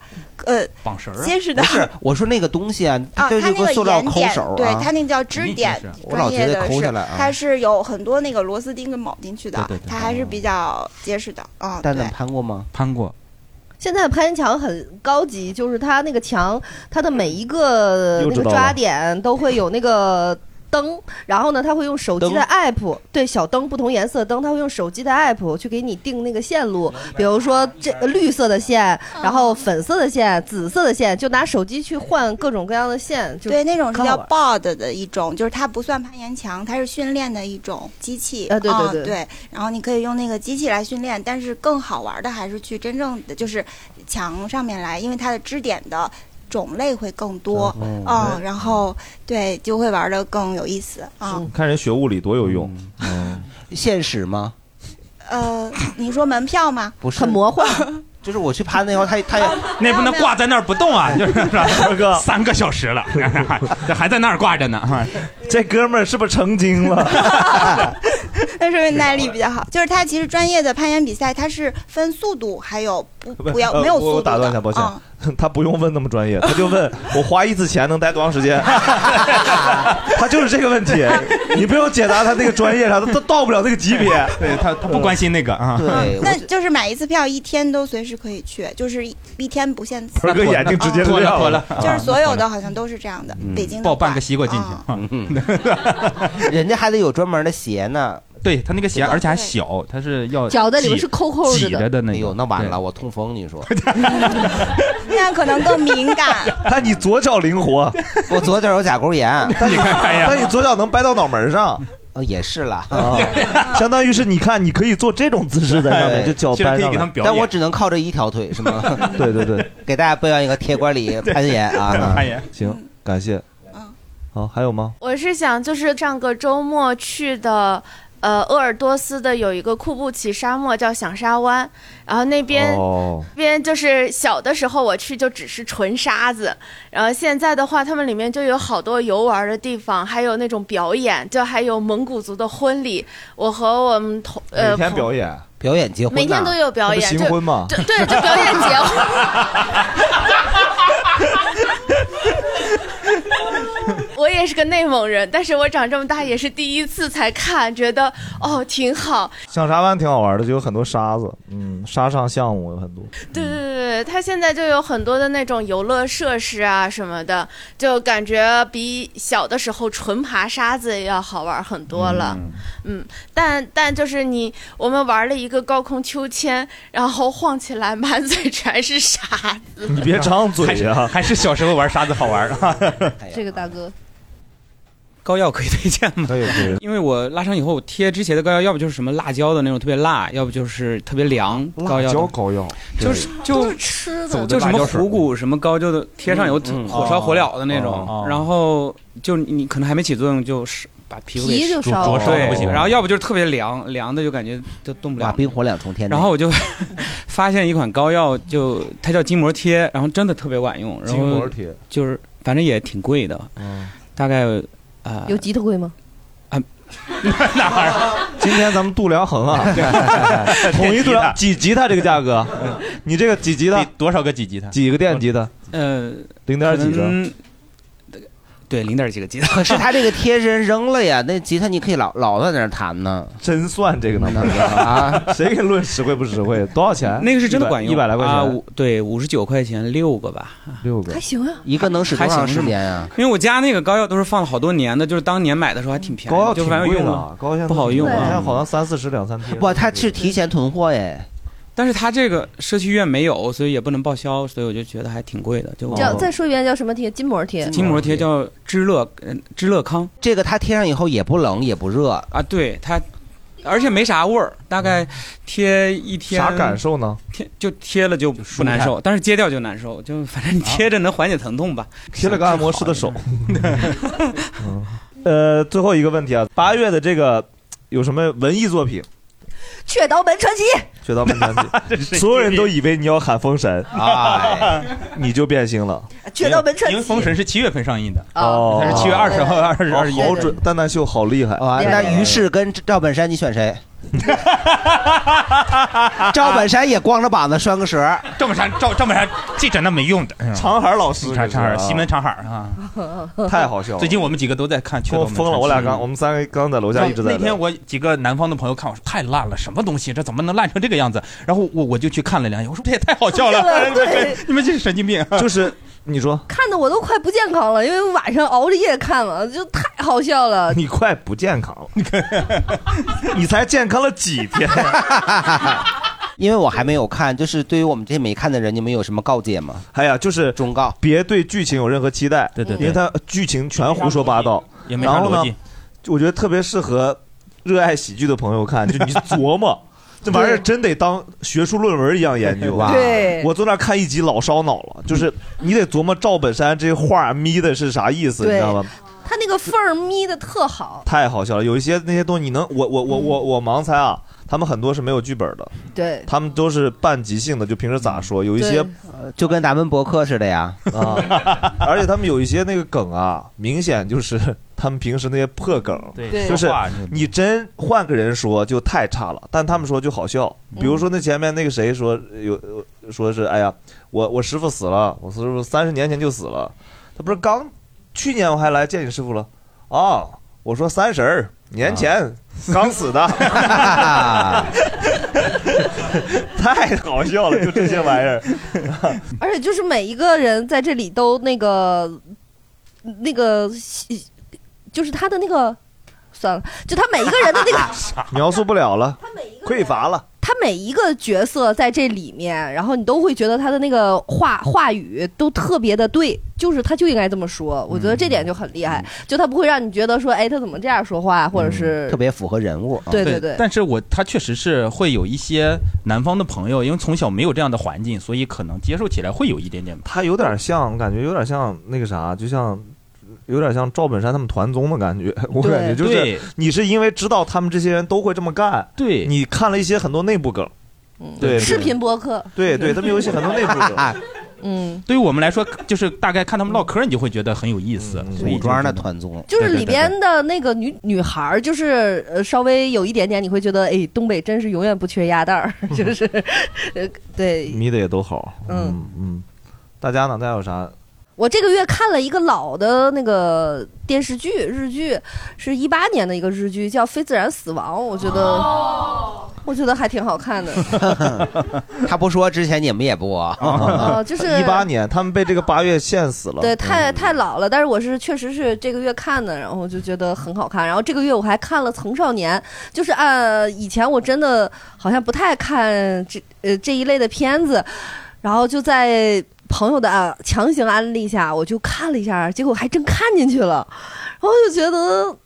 Speaker 20: 呃，
Speaker 3: 绑绳啊
Speaker 20: 结实的
Speaker 2: 不是，我说那个东西啊，
Speaker 20: 啊，
Speaker 2: 就是
Speaker 20: 它那
Speaker 2: 个塑料
Speaker 20: 岩
Speaker 2: 抠
Speaker 20: 点，
Speaker 2: 手啊，
Speaker 20: 对，它那个叫支点
Speaker 2: 是啊，我老
Speaker 20: 专
Speaker 2: 觉
Speaker 20: 业
Speaker 2: 得
Speaker 20: 的
Speaker 2: 抠下
Speaker 20: 是
Speaker 2: 来啊，
Speaker 20: 它是有很多那个螺丝钉给铆进去的
Speaker 2: 对对对，
Speaker 20: 它还是比较结实的啊。
Speaker 2: 蛋
Speaker 20: 对
Speaker 2: 蛋，攀过吗？
Speaker 3: 攀过。
Speaker 4: 现在攀岩墙很高级，就是它那个墙，它的每一个
Speaker 2: 又
Speaker 4: 那
Speaker 2: 知
Speaker 4: 个
Speaker 2: 道了
Speaker 4: 抓点都会有那个灯，然后呢，它会用手机的 app，对小灯不同颜色的灯，它会用手机的 app 去给你定那个线路，比如说这绿色的线，然后粉色的线、紫色的线，就拿手机去换各种各样的线，就
Speaker 20: 对，那种是
Speaker 4: 可好
Speaker 20: 叫
Speaker 4: 玩
Speaker 20: BOD 的一种，就是它不算攀岩墙，它是训练的一种机器。
Speaker 4: 啊对对
Speaker 20: 嗯
Speaker 4: 对
Speaker 20: 然后你可以用那个机器来训练，但是更好玩的还是去真正的就是墙上面来，因为它的支点的种类会更多。
Speaker 1: 嗯
Speaker 20: 嗯，
Speaker 1: 哦
Speaker 20: 然后对就会玩的更有意思啊。
Speaker 1: 看人学物理多有用。
Speaker 3: 嗯
Speaker 2: 嗯现实吗？
Speaker 20: 呃，你说门票吗？ *laughs*
Speaker 2: 不是，很魔
Speaker 4: 幻。
Speaker 2: *laughs* 就是我去攀那后，他他也
Speaker 3: 那不能挂在那儿不动
Speaker 1: *laughs*
Speaker 3: 啊，就是
Speaker 1: 二哥
Speaker 3: 三个小时
Speaker 1: *laughs*
Speaker 3: 了，这 *laughs* 还在那儿挂着呢。
Speaker 1: 这哥们儿是不是成精了？
Speaker 20: 那说明
Speaker 1: 啊
Speaker 20: 耐力比较好。就是它其实专业的攀岩比赛，它是分速度，还有不不要
Speaker 1: 呃
Speaker 20: 没有
Speaker 1: 我
Speaker 20: 速
Speaker 1: 我
Speaker 20: 度
Speaker 1: 打断一下，
Speaker 20: 的。
Speaker 1: 抱歉
Speaker 20: 嗯，
Speaker 1: *laughs* 他不用问那么专业，他就问我花一次钱能待多长时间。 *laughs* 他就是这个问题，你不用解答他那个专业啥，他他到不了那个级别。
Speaker 3: *laughs* 对他他不关心那个啊。
Speaker 1: 对
Speaker 20: 嗯那就是买一次票，一天都随时可以去，就是一一天不限次。
Speaker 3: 鹏哥眼睛直 *laughs* 接
Speaker 20: 嗯
Speaker 3: 亮了
Speaker 20: 嗯
Speaker 3: 妥了妥了
Speaker 20: 就是所有的嗯好像都是这样的。北京的啊
Speaker 3: 抱半个西瓜进
Speaker 2: 去，嗯 *laughs* 人家还得有专门的鞋呢。
Speaker 3: 对他那个鞋，而且还小，他是要
Speaker 4: 脚在里面
Speaker 3: 挤
Speaker 4: 是抠抠着的
Speaker 3: 挤着的那个。
Speaker 2: 哎那完了，我痛风，你
Speaker 3: *laughs*
Speaker 2: 说？
Speaker 20: 那可能更敏感。
Speaker 1: 但你左脚灵活，
Speaker 2: *laughs* 我左脚有甲沟炎，
Speaker 1: 啊但你
Speaker 3: 哎呀
Speaker 1: 但你左脚能掰到脑门上。
Speaker 2: 哦，也是啦，
Speaker 1: *laughs* 相当于是你看，你可以做这种姿势在上面，就脚掰上来。？
Speaker 2: 哎但我只能靠这一条腿，是吗
Speaker 1: *laughs* 对对对，
Speaker 2: *laughs* 给大家表演一个铁管里攀岩
Speaker 3: *laughs*
Speaker 2: 啊，
Speaker 3: 攀岩。
Speaker 1: 行，感谢。好，还有吗？
Speaker 21: 我是想就是上个周末去的。呃鄂尔多斯的有一个库布齐沙漠叫响沙湾，然后那边、
Speaker 8: 哦
Speaker 21: 那边就是小的时候我去就只是纯沙子，然后现在的话，他们里面就有好多游玩的地方，还有那种表演，就还有蒙古族的婚礼，我和我们同呃
Speaker 1: 每天
Speaker 21: 朋
Speaker 1: 表演，
Speaker 2: 表演结
Speaker 21: 婚呐每天都有表演
Speaker 1: 那不新婚吗？
Speaker 21: 就对，就表演节目。 *laughs* 我也是个内蒙人，但是我长这么大也是第一次才看，觉得哦挺好。
Speaker 1: 象沙湾挺好玩的，就有很多沙子，嗯，沙上项目有很多。
Speaker 21: 对对对对，它现在就有很多的那种游乐设施啊什么的，就感觉比小的时候纯爬沙子要好玩很多了。嗯，但但就是你我们玩了一个高空秋千，然后晃起来满嘴全是沙子。
Speaker 1: 你别张嘴呀、
Speaker 3: 还是小时候玩沙子好玩啊！
Speaker 21: 这个大哥，
Speaker 15: 膏药可以推荐吗？
Speaker 1: 可以可以。
Speaker 15: 因为我拉伤以后，我贴之前的膏药，要不就是什么辣椒的那种特别辣，要不就是特别凉膏药。
Speaker 1: 辣椒膏药
Speaker 15: 啊就是就
Speaker 21: 吃
Speaker 1: 的
Speaker 15: 就什么虎骨什么膏，就贴上有
Speaker 1: 嗯嗯
Speaker 15: 火烧火燎的那
Speaker 1: 哦
Speaker 15: 种，然后就你可能还没起作用，就是把皮肤给
Speaker 21: 皮就烧了灼烧
Speaker 1: 了不
Speaker 15: 对，
Speaker 1: 行
Speaker 15: 然后要不就是特别凉，凉的就感觉就动不了。
Speaker 2: 冰火两重天。
Speaker 15: 然后我就 *laughs* 发现一款膏药，就它叫筋膜贴，然后真的特别管用。然后
Speaker 1: 筋膜贴
Speaker 15: 就是反正也挺贵的，
Speaker 1: 嗯
Speaker 15: 大概啊
Speaker 4: 有吉特贵吗？
Speaker 1: 今天咱们度量衡
Speaker 3: *laughs*
Speaker 1: 啊， *laughs* 统一度量几吉他这个价格？你这个几吉他？
Speaker 3: 多少个几吉他？
Speaker 1: 几个电吉他？
Speaker 15: 呃
Speaker 1: 零点几个？
Speaker 15: 嗯，对，零点几个吉他。
Speaker 2: 可 *laughs* 是他这个贴身扔了呀，那吉他你可以老老在那儿弹呢。
Speaker 1: 真算这个呢，啊， *laughs* 谁给论实惠不实惠？多少钱？
Speaker 15: 那个是真的管用，
Speaker 1: 一百来块
Speaker 15: 啊，
Speaker 1: 钱，
Speaker 15: 五对五十九块钱六个吧，
Speaker 1: 六个
Speaker 4: 行啊，
Speaker 2: 一个能使多长时间啊？
Speaker 15: 因为我家那个膏药都是放了好多年的，就是当年买的时候还挺便宜，
Speaker 1: 膏药
Speaker 15: 就
Speaker 1: 挺
Speaker 15: 反正
Speaker 1: 贵
Speaker 15: 用
Speaker 1: 的
Speaker 15: 了，
Speaker 1: 膏药
Speaker 15: 不好用
Speaker 1: 现在
Speaker 15: 啊。
Speaker 1: 好像三四十两三天。
Speaker 2: 不，他是提前囤货哎。
Speaker 15: 但是它这个社区医院没有，所以也不能报销，所以我就觉得还挺贵的。就我
Speaker 4: 叫再说一遍叫什么贴？筋膜贴。
Speaker 15: 筋膜贴叫知乐，嗯，知乐康。
Speaker 2: 这个它贴上以后也不冷也不热
Speaker 15: 啊，对它，而且没啥味儿，大概贴一天。
Speaker 1: 啥感受呢？
Speaker 15: 贴就贴了就不难受，但是揭掉就难受，就反正你贴着能缓解疼痛吧。
Speaker 1: 啊贴了个按摩师的手。 *laughs*
Speaker 3: 嗯
Speaker 1: 呃，最后一个问题啊，八月的这个有什么文艺作品？
Speaker 4: 雀刀门 *laughs* 传奇。
Speaker 1: 学到没传
Speaker 3: *laughs*
Speaker 1: 奇，所有人都以为你要喊封神，哎， *laughs* 你就变心了。
Speaker 4: 雀刀门传奇
Speaker 3: 因为封神是七月份上映的，
Speaker 1: 哦
Speaker 3: 它是七月二十号、二十
Speaker 2: 哦
Speaker 3: 二十一。
Speaker 1: 好准，蛋蛋秀好厉害
Speaker 2: 啊！那于
Speaker 1: *laughs*
Speaker 2: 是跟赵本山你选谁？赵本山也光着膀子拴个绳儿，
Speaker 3: 赵本山，赵赵本山，这整那没用的。
Speaker 1: 长海老师
Speaker 3: 长长海，
Speaker 1: 这是啊
Speaker 3: 西门长海啊，
Speaker 1: *laughs* 太好笑了
Speaker 3: 最近我们几个都在看《雀
Speaker 1: 我
Speaker 3: 刀门
Speaker 1: 疯了，
Speaker 3: 传奇
Speaker 1: 我俩刚我们三个刚在楼下一直在
Speaker 3: 那
Speaker 1: 聊
Speaker 3: 天我几个南方的朋友看我说太烂了，什么东西？这怎么能烂成这个样子？然后我我就去看了两眼，我说这也太好笑了，
Speaker 4: 对
Speaker 3: *laughs* 你们这是神经病。
Speaker 1: 就是你说
Speaker 4: 看的我都快不健康了，因为晚上熬着夜看了，就太好笑了。
Speaker 1: 你快不健康了， *laughs* 你才健康了几天？
Speaker 2: *laughs* 因为我还没有看，就是对于我们这些没看的人，你们有什么告诫吗？
Speaker 1: 哎呀，就是
Speaker 2: 忠告，
Speaker 1: 别对剧情有任何期待，对
Speaker 2: 对对
Speaker 1: 因为它剧情全胡说八道，
Speaker 3: 也没啥
Speaker 1: 然后呢
Speaker 3: 逻辑，
Speaker 1: 我觉得特别适合热爱喜剧的朋友看，就你琢磨。这玩意儿真得当学术论文一样研究啊！
Speaker 4: 对
Speaker 1: 我坐那儿看一集老烧脑了，就是你得琢磨赵本山这话眯的是啥意思，你知道吗？
Speaker 4: 他那个缝儿眯的特好，
Speaker 1: 太好笑了，有一些那些东西你能，我我我我我盲猜啊，他们很多是没有剧本的，
Speaker 4: 对，嗯
Speaker 1: 他们都是半即兴的，就平时咋说，有一些
Speaker 4: 对
Speaker 2: 呃就跟咱们博客似的呀 *laughs*
Speaker 1: 啊，而且他们有一些那个梗啊，明显就是他们平时那些破梗，
Speaker 3: 对
Speaker 1: 就是
Speaker 3: 说话
Speaker 1: 你真换个人说就太差了，但他们说就好笑。
Speaker 3: 嗯
Speaker 1: 比如说那前面那个谁说有说是哎呀，我我师傅死了，我师傅三十年前就死了，他不是刚去年我还来见你师傅了啊，我说三十儿年
Speaker 3: 啊
Speaker 1: 前刚死
Speaker 3: *laughs*
Speaker 1: 的。太好笑了，就这些玩意
Speaker 3: *laughs*
Speaker 1: 儿。
Speaker 4: 而且就是每一个人在这里都那个那个，就是他的那个算了，就他每一个人的
Speaker 1: *laughs*
Speaker 4: 那个
Speaker 1: 描述不了了，匮乏了。
Speaker 4: 他每一个角色在这里面，然后你都会觉得他的那个话话语都特别的对，就是他就应该这么说。我觉得这点就很厉害，就他不会让你觉得说，哎，他怎么这样说话，或者是、
Speaker 2: 别符合人物
Speaker 4: 对对对
Speaker 3: 啊但是我他确实是会有一些南方的朋友，因为从小没有这样的环境，所以可能接受起来会有一点点吧。
Speaker 1: 他有点像，我感觉有点像那个啥，就像有点像赵本山他们团综的感觉， *laughs* 我感觉就
Speaker 3: 对
Speaker 1: 是你是因为知道他们这些人都会这么干，
Speaker 3: 对，
Speaker 1: 你看了一些很多内部梗，对，
Speaker 4: 视频播客，
Speaker 1: 对对，他们有一些很多内部梗，
Speaker 4: *laughs* 嗯，
Speaker 3: 对于我们来说，就是大概看他们唠嗑，你就会觉得很有意思。
Speaker 2: 古装的
Speaker 3: 团综
Speaker 4: 就是里边的那个女女孩儿，就是呃稍微有一点点，你会觉得哎，东北真是永远不缺鸭
Speaker 1: *laughs*
Speaker 4: 蛋儿，就是呃对
Speaker 1: 迷的也都好，
Speaker 4: 嗯
Speaker 1: 嗯嗯，大家呢？大家有啥？
Speaker 4: 我这个月看了一个老的那个电视剧，日剧，是一八年的一个日剧，叫《非自然死亡》，我觉得，我觉得还挺
Speaker 1: *laughs*
Speaker 4: 好看的。
Speaker 2: *laughs* 他不说之前你们也不
Speaker 4: 哦就是
Speaker 1: 啊一八年，他们被这个八月限死了，嗯
Speaker 4: 对，太太老了，但是我是确实是这个月看的，然后我就觉得很好看。然后这个月我还看了《曾少年》，就是按以前我真的好像不太看这呃这一类的片子，然后就在朋友的、啊、强行安利下，我就看了一下，结果还真看进去了，然后就觉得。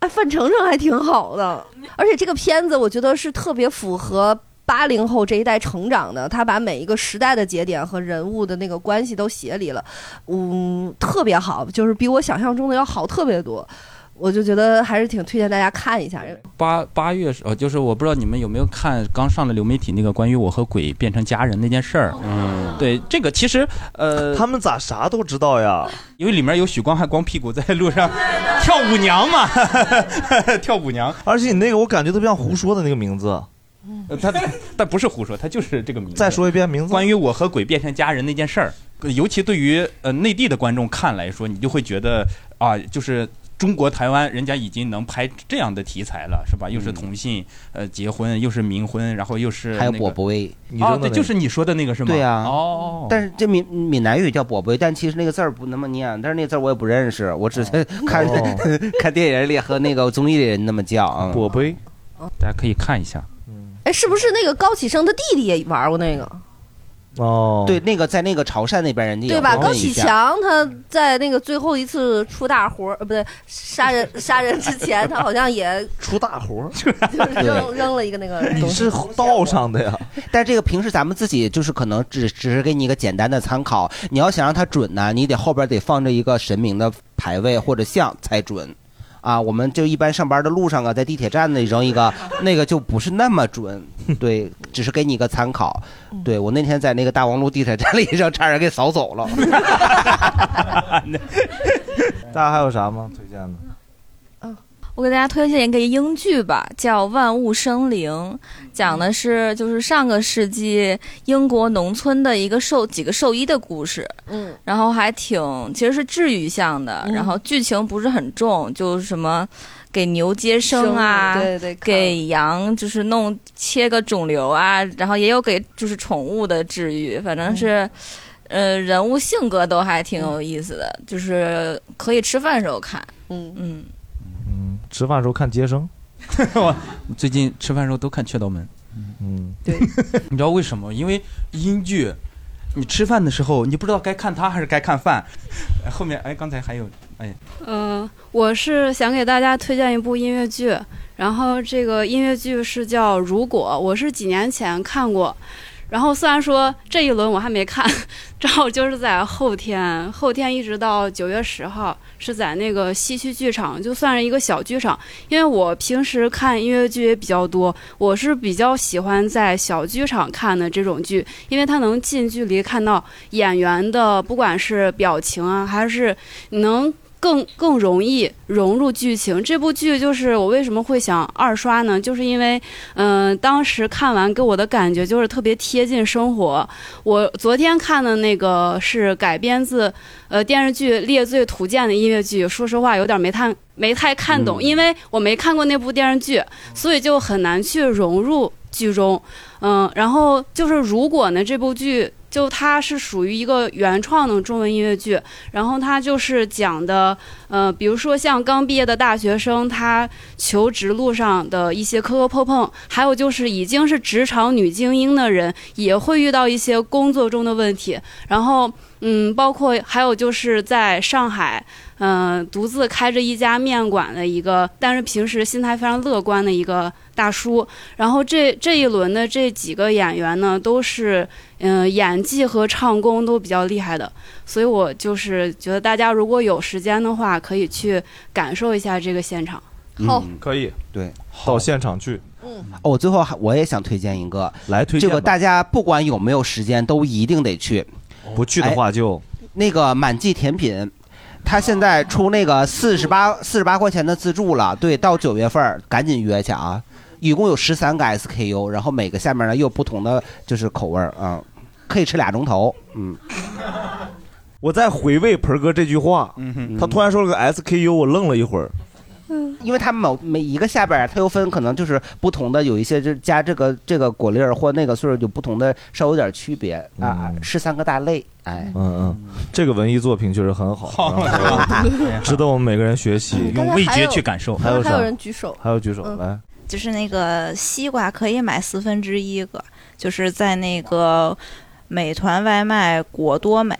Speaker 4: 哎，范丞丞还挺好的，而且这个片子我觉得是特别符合八零后这一代成长的，他把每一个时代的节点和人物的那个关系都写里了，嗯，特别好，就是比我想象中的要好特别多，我就觉得还是挺推荐大家看一下。
Speaker 3: 八八月是哦，就是我不知道你们有没有看刚上的流媒体那个关于我和鬼变成家人那件事儿。嗯，对，这个其实呃，他
Speaker 1: 哦们咋啥都知道呀？
Speaker 3: 因为里面有许光汉光屁股在路上跳舞娘嘛， *laughs* 跳舞娘。
Speaker 1: 而且你那个我感觉特别像胡说的那个名字，
Speaker 3: 呃他但不是胡说，他就是这个名字。
Speaker 1: 再说一遍名字。
Speaker 3: 关于我和鬼变成家人那件事儿，呃尤其对于呃内地的观众看来说，你就会觉得啊，就是中国台湾人家已经能拍这样的题材了，是
Speaker 2: 嗯
Speaker 3: 吧？又是同性，呃，结婚，又是冥婚，然后又是、
Speaker 2: 还有
Speaker 3: 那个
Speaker 2: 我不为你扔
Speaker 3: 啊，
Speaker 2: 的
Speaker 3: 对，
Speaker 2: 那
Speaker 3: 就是你说的那个是吗？
Speaker 2: 对呀、
Speaker 3: 哦，
Speaker 2: 但是这闽闽南语叫“宝贝”，但其实那个字儿不那么念，但是那个字儿我也不认识，我只
Speaker 3: 哦
Speaker 2: 是看、
Speaker 4: 哦
Speaker 2: *laughs* 看电影里和那个综艺里人那么叫啊。
Speaker 1: 宝贝，
Speaker 3: 大家可以看一下。
Speaker 4: 哎，是不是那个高启盛的弟弟也玩过那个，
Speaker 1: 哦，
Speaker 2: 对，那个在那个潮汕那边人家也
Speaker 4: 对吧？
Speaker 2: 会问
Speaker 4: 高
Speaker 2: 一
Speaker 4: 启
Speaker 2: 下，
Speaker 4: 强他在那个最后一次出大活儿，呃，不对，杀人 *laughs* 杀人之前，他好像也
Speaker 1: 出大活儿， *laughs*
Speaker 4: 扔扔了一个那个东西。
Speaker 1: 道上的呀？
Speaker 2: *laughs* 但这个平时咱们自己就是可能只只是给你一个简单的参考，你要想让它准呢、你得后边得放着一个神明的牌位或者像才准。啊，我们就一般上班的路上啊，在地铁站那里扔一个，那个就不是那么
Speaker 1: *laughs*
Speaker 2: 准，对，只是给你一个参考。对我那天在那个大望路地铁站里扔，差点给扫走了。
Speaker 1: 大家还有啥吗？推荐的？
Speaker 8: 我给大家推荐一个英剧吧，叫《万物生灵》，讲的是就是上个世纪英国农村的一个兽几个兽医的故事。
Speaker 4: 嗯，
Speaker 8: 然后还挺其实是治愈向的，
Speaker 4: 嗯
Speaker 8: 然后剧情不是很重，就是什么给牛接生啊，
Speaker 4: 生对对看
Speaker 8: 给羊就是弄切个肿瘤啊，然后也有给就是宠物的治愈，反正是。
Speaker 4: 嗯
Speaker 8: 呃，人物性格都还挺有意思的，就是可以吃饭时候看。
Speaker 4: 嗯
Speaker 8: 嗯，
Speaker 1: 吃饭时候看接
Speaker 3: *laughs*
Speaker 1: 生，
Speaker 3: 最近吃饭时候都看《雀刀门》。
Speaker 1: 嗯，
Speaker 4: 对。
Speaker 3: *laughs* 你知道为什么？因为英剧，你吃饭的时候你不知道该看它还是该看饭。哎后面哎，刚才还有哎，
Speaker 9: 嗯、我是想给大家推荐一部音乐剧，然后这个音乐剧是叫《如果》，我是几年前看过，然后虽然说这一轮我还没看， *laughs* 正好就是在后天，后天一直到九月十号是在那个西区剧场，就算是一个小剧场，因为我平时看音乐剧也比较多，我是比较喜欢在小剧场看的这种剧，因为它能近距离看到演员的不管是表情啊，还是你能。更更容易融入剧情。这部剧就是我为什么会想二刷呢？就是因为，嗯、当时看完给我的感觉就是特别贴近生活。我昨天看的那个是改编自呃电视剧《列罪图鉴》的音乐剧，说实话有点没太没太看懂，因为我没看过那部电视剧，所以就很难去融入剧中。嗯，然后就是如果呢，这部剧就它是属于一个原创的中文音乐剧，然后它就是讲的，呃，比如说像刚毕业的大学生，他求职路上的一些磕磕碰碰，还有就是已经是职场女精英的人，也会遇到一些工作中的问题，然后。嗯，包括还有就是在上海，嗯、独自开着一家面馆的一个，但是平时心态非常乐观的一个大叔。然后这这一轮的呃这几个演员呢，都是嗯、演技和唱功都比较厉害的，所以我就是觉得大家如果有时间的话，可以去感受一下这个现场。
Speaker 1: 好，可以
Speaker 2: 对，
Speaker 1: 到现场去。
Speaker 2: 哦，我最后还我也想推荐一个，
Speaker 1: 来推
Speaker 2: 这
Speaker 1: 荐
Speaker 2: 个
Speaker 1: 吧
Speaker 2: 大家不管有没有时间，都一定得去。
Speaker 1: 哦不去的话
Speaker 2: 就、那个满记甜品，它现在出那个四十八四十八块钱的自助了，对，到九月份儿赶紧约去啊！一共有十三个 SKU，然后每个下面呢又有不同的就是口味儿啊、可以吃俩钟头，嗯。
Speaker 1: 我在回味盆儿哥这句话，他突然说了个 SKU，我愣了一会儿。
Speaker 2: 嗯，因为它某每一个下边儿，它又分可能就是不同的，有一些就是加这个这个果粒儿或那个碎儿有不同的，稍微有点区别啊，是三个大类，哎，
Speaker 1: 嗯嗯，这个文艺作品确实很好，
Speaker 11: *laughs*
Speaker 1: 然后
Speaker 11: 嗯
Speaker 1: 值得我们每个人学
Speaker 26: *laughs*
Speaker 1: 习，
Speaker 26: 刚才还有
Speaker 1: 还有
Speaker 26: 还
Speaker 1: 啥？
Speaker 26: 有人举手
Speaker 1: 还有举手
Speaker 26: 嗯
Speaker 1: 来。
Speaker 11: 就是那个西瓜可以买四分之一个，就是在那个美团外卖果多美，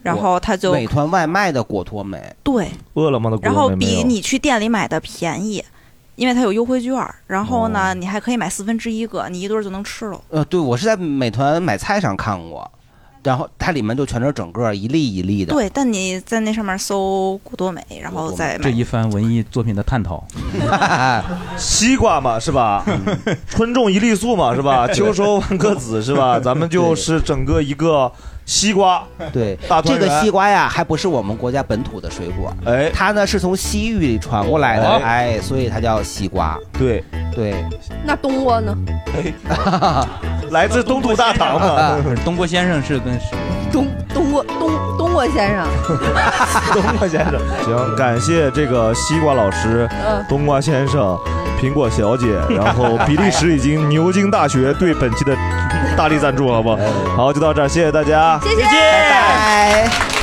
Speaker 11: 然后它就
Speaker 2: 美团外卖的果托美，
Speaker 11: 对，
Speaker 1: 饿了么
Speaker 2: 呃
Speaker 1: 的果
Speaker 11: 然
Speaker 1: 多
Speaker 11: 后
Speaker 1: 美没有
Speaker 11: 比你去店里买的便宜，因为它有优惠券儿。然后呢，你还可以买四分之一个，你一顿儿就能吃了。
Speaker 2: 呃，对我是在美团买菜上看过，然后它里面就全是整个一粒一粒的，
Speaker 11: 对，但你在那上面搜果多美，然后再
Speaker 3: 这
Speaker 11: 买。
Speaker 3: 一番文艺作品的探讨，
Speaker 1: 哎西瓜嘛
Speaker 2: *laughs*
Speaker 1: 是吧？春种一粒粟嘛是吧？秋收万颗子是吧？咱们就是整个一个西瓜，
Speaker 2: 对
Speaker 1: 大，团
Speaker 2: 这
Speaker 1: 圆
Speaker 2: 个西瓜呀，还不是我们国家本土的水果，
Speaker 1: 哎，
Speaker 2: 它呢是从西域里传过来的，
Speaker 1: 哎
Speaker 2: 哎，所以它叫西瓜。
Speaker 1: 对
Speaker 2: 对，
Speaker 4: 那冬瓜呢？
Speaker 1: 来自东土大
Speaker 2: *laughs*
Speaker 1: 唐嘛。
Speaker 3: 东郭先生是跟谁？
Speaker 4: 冬冬瓜冬冬瓜
Speaker 1: *laughs*
Speaker 4: 先生，
Speaker 1: 冬瓜先生，行，感谢这个西瓜老师
Speaker 4: 嗯、
Speaker 1: 冬瓜先生、苹果小姐，然后比利时已经牛津大学对哎本期的大力赞助，好不好？好，就到这儿，谢谢大家，
Speaker 4: 谢谢，拜拜。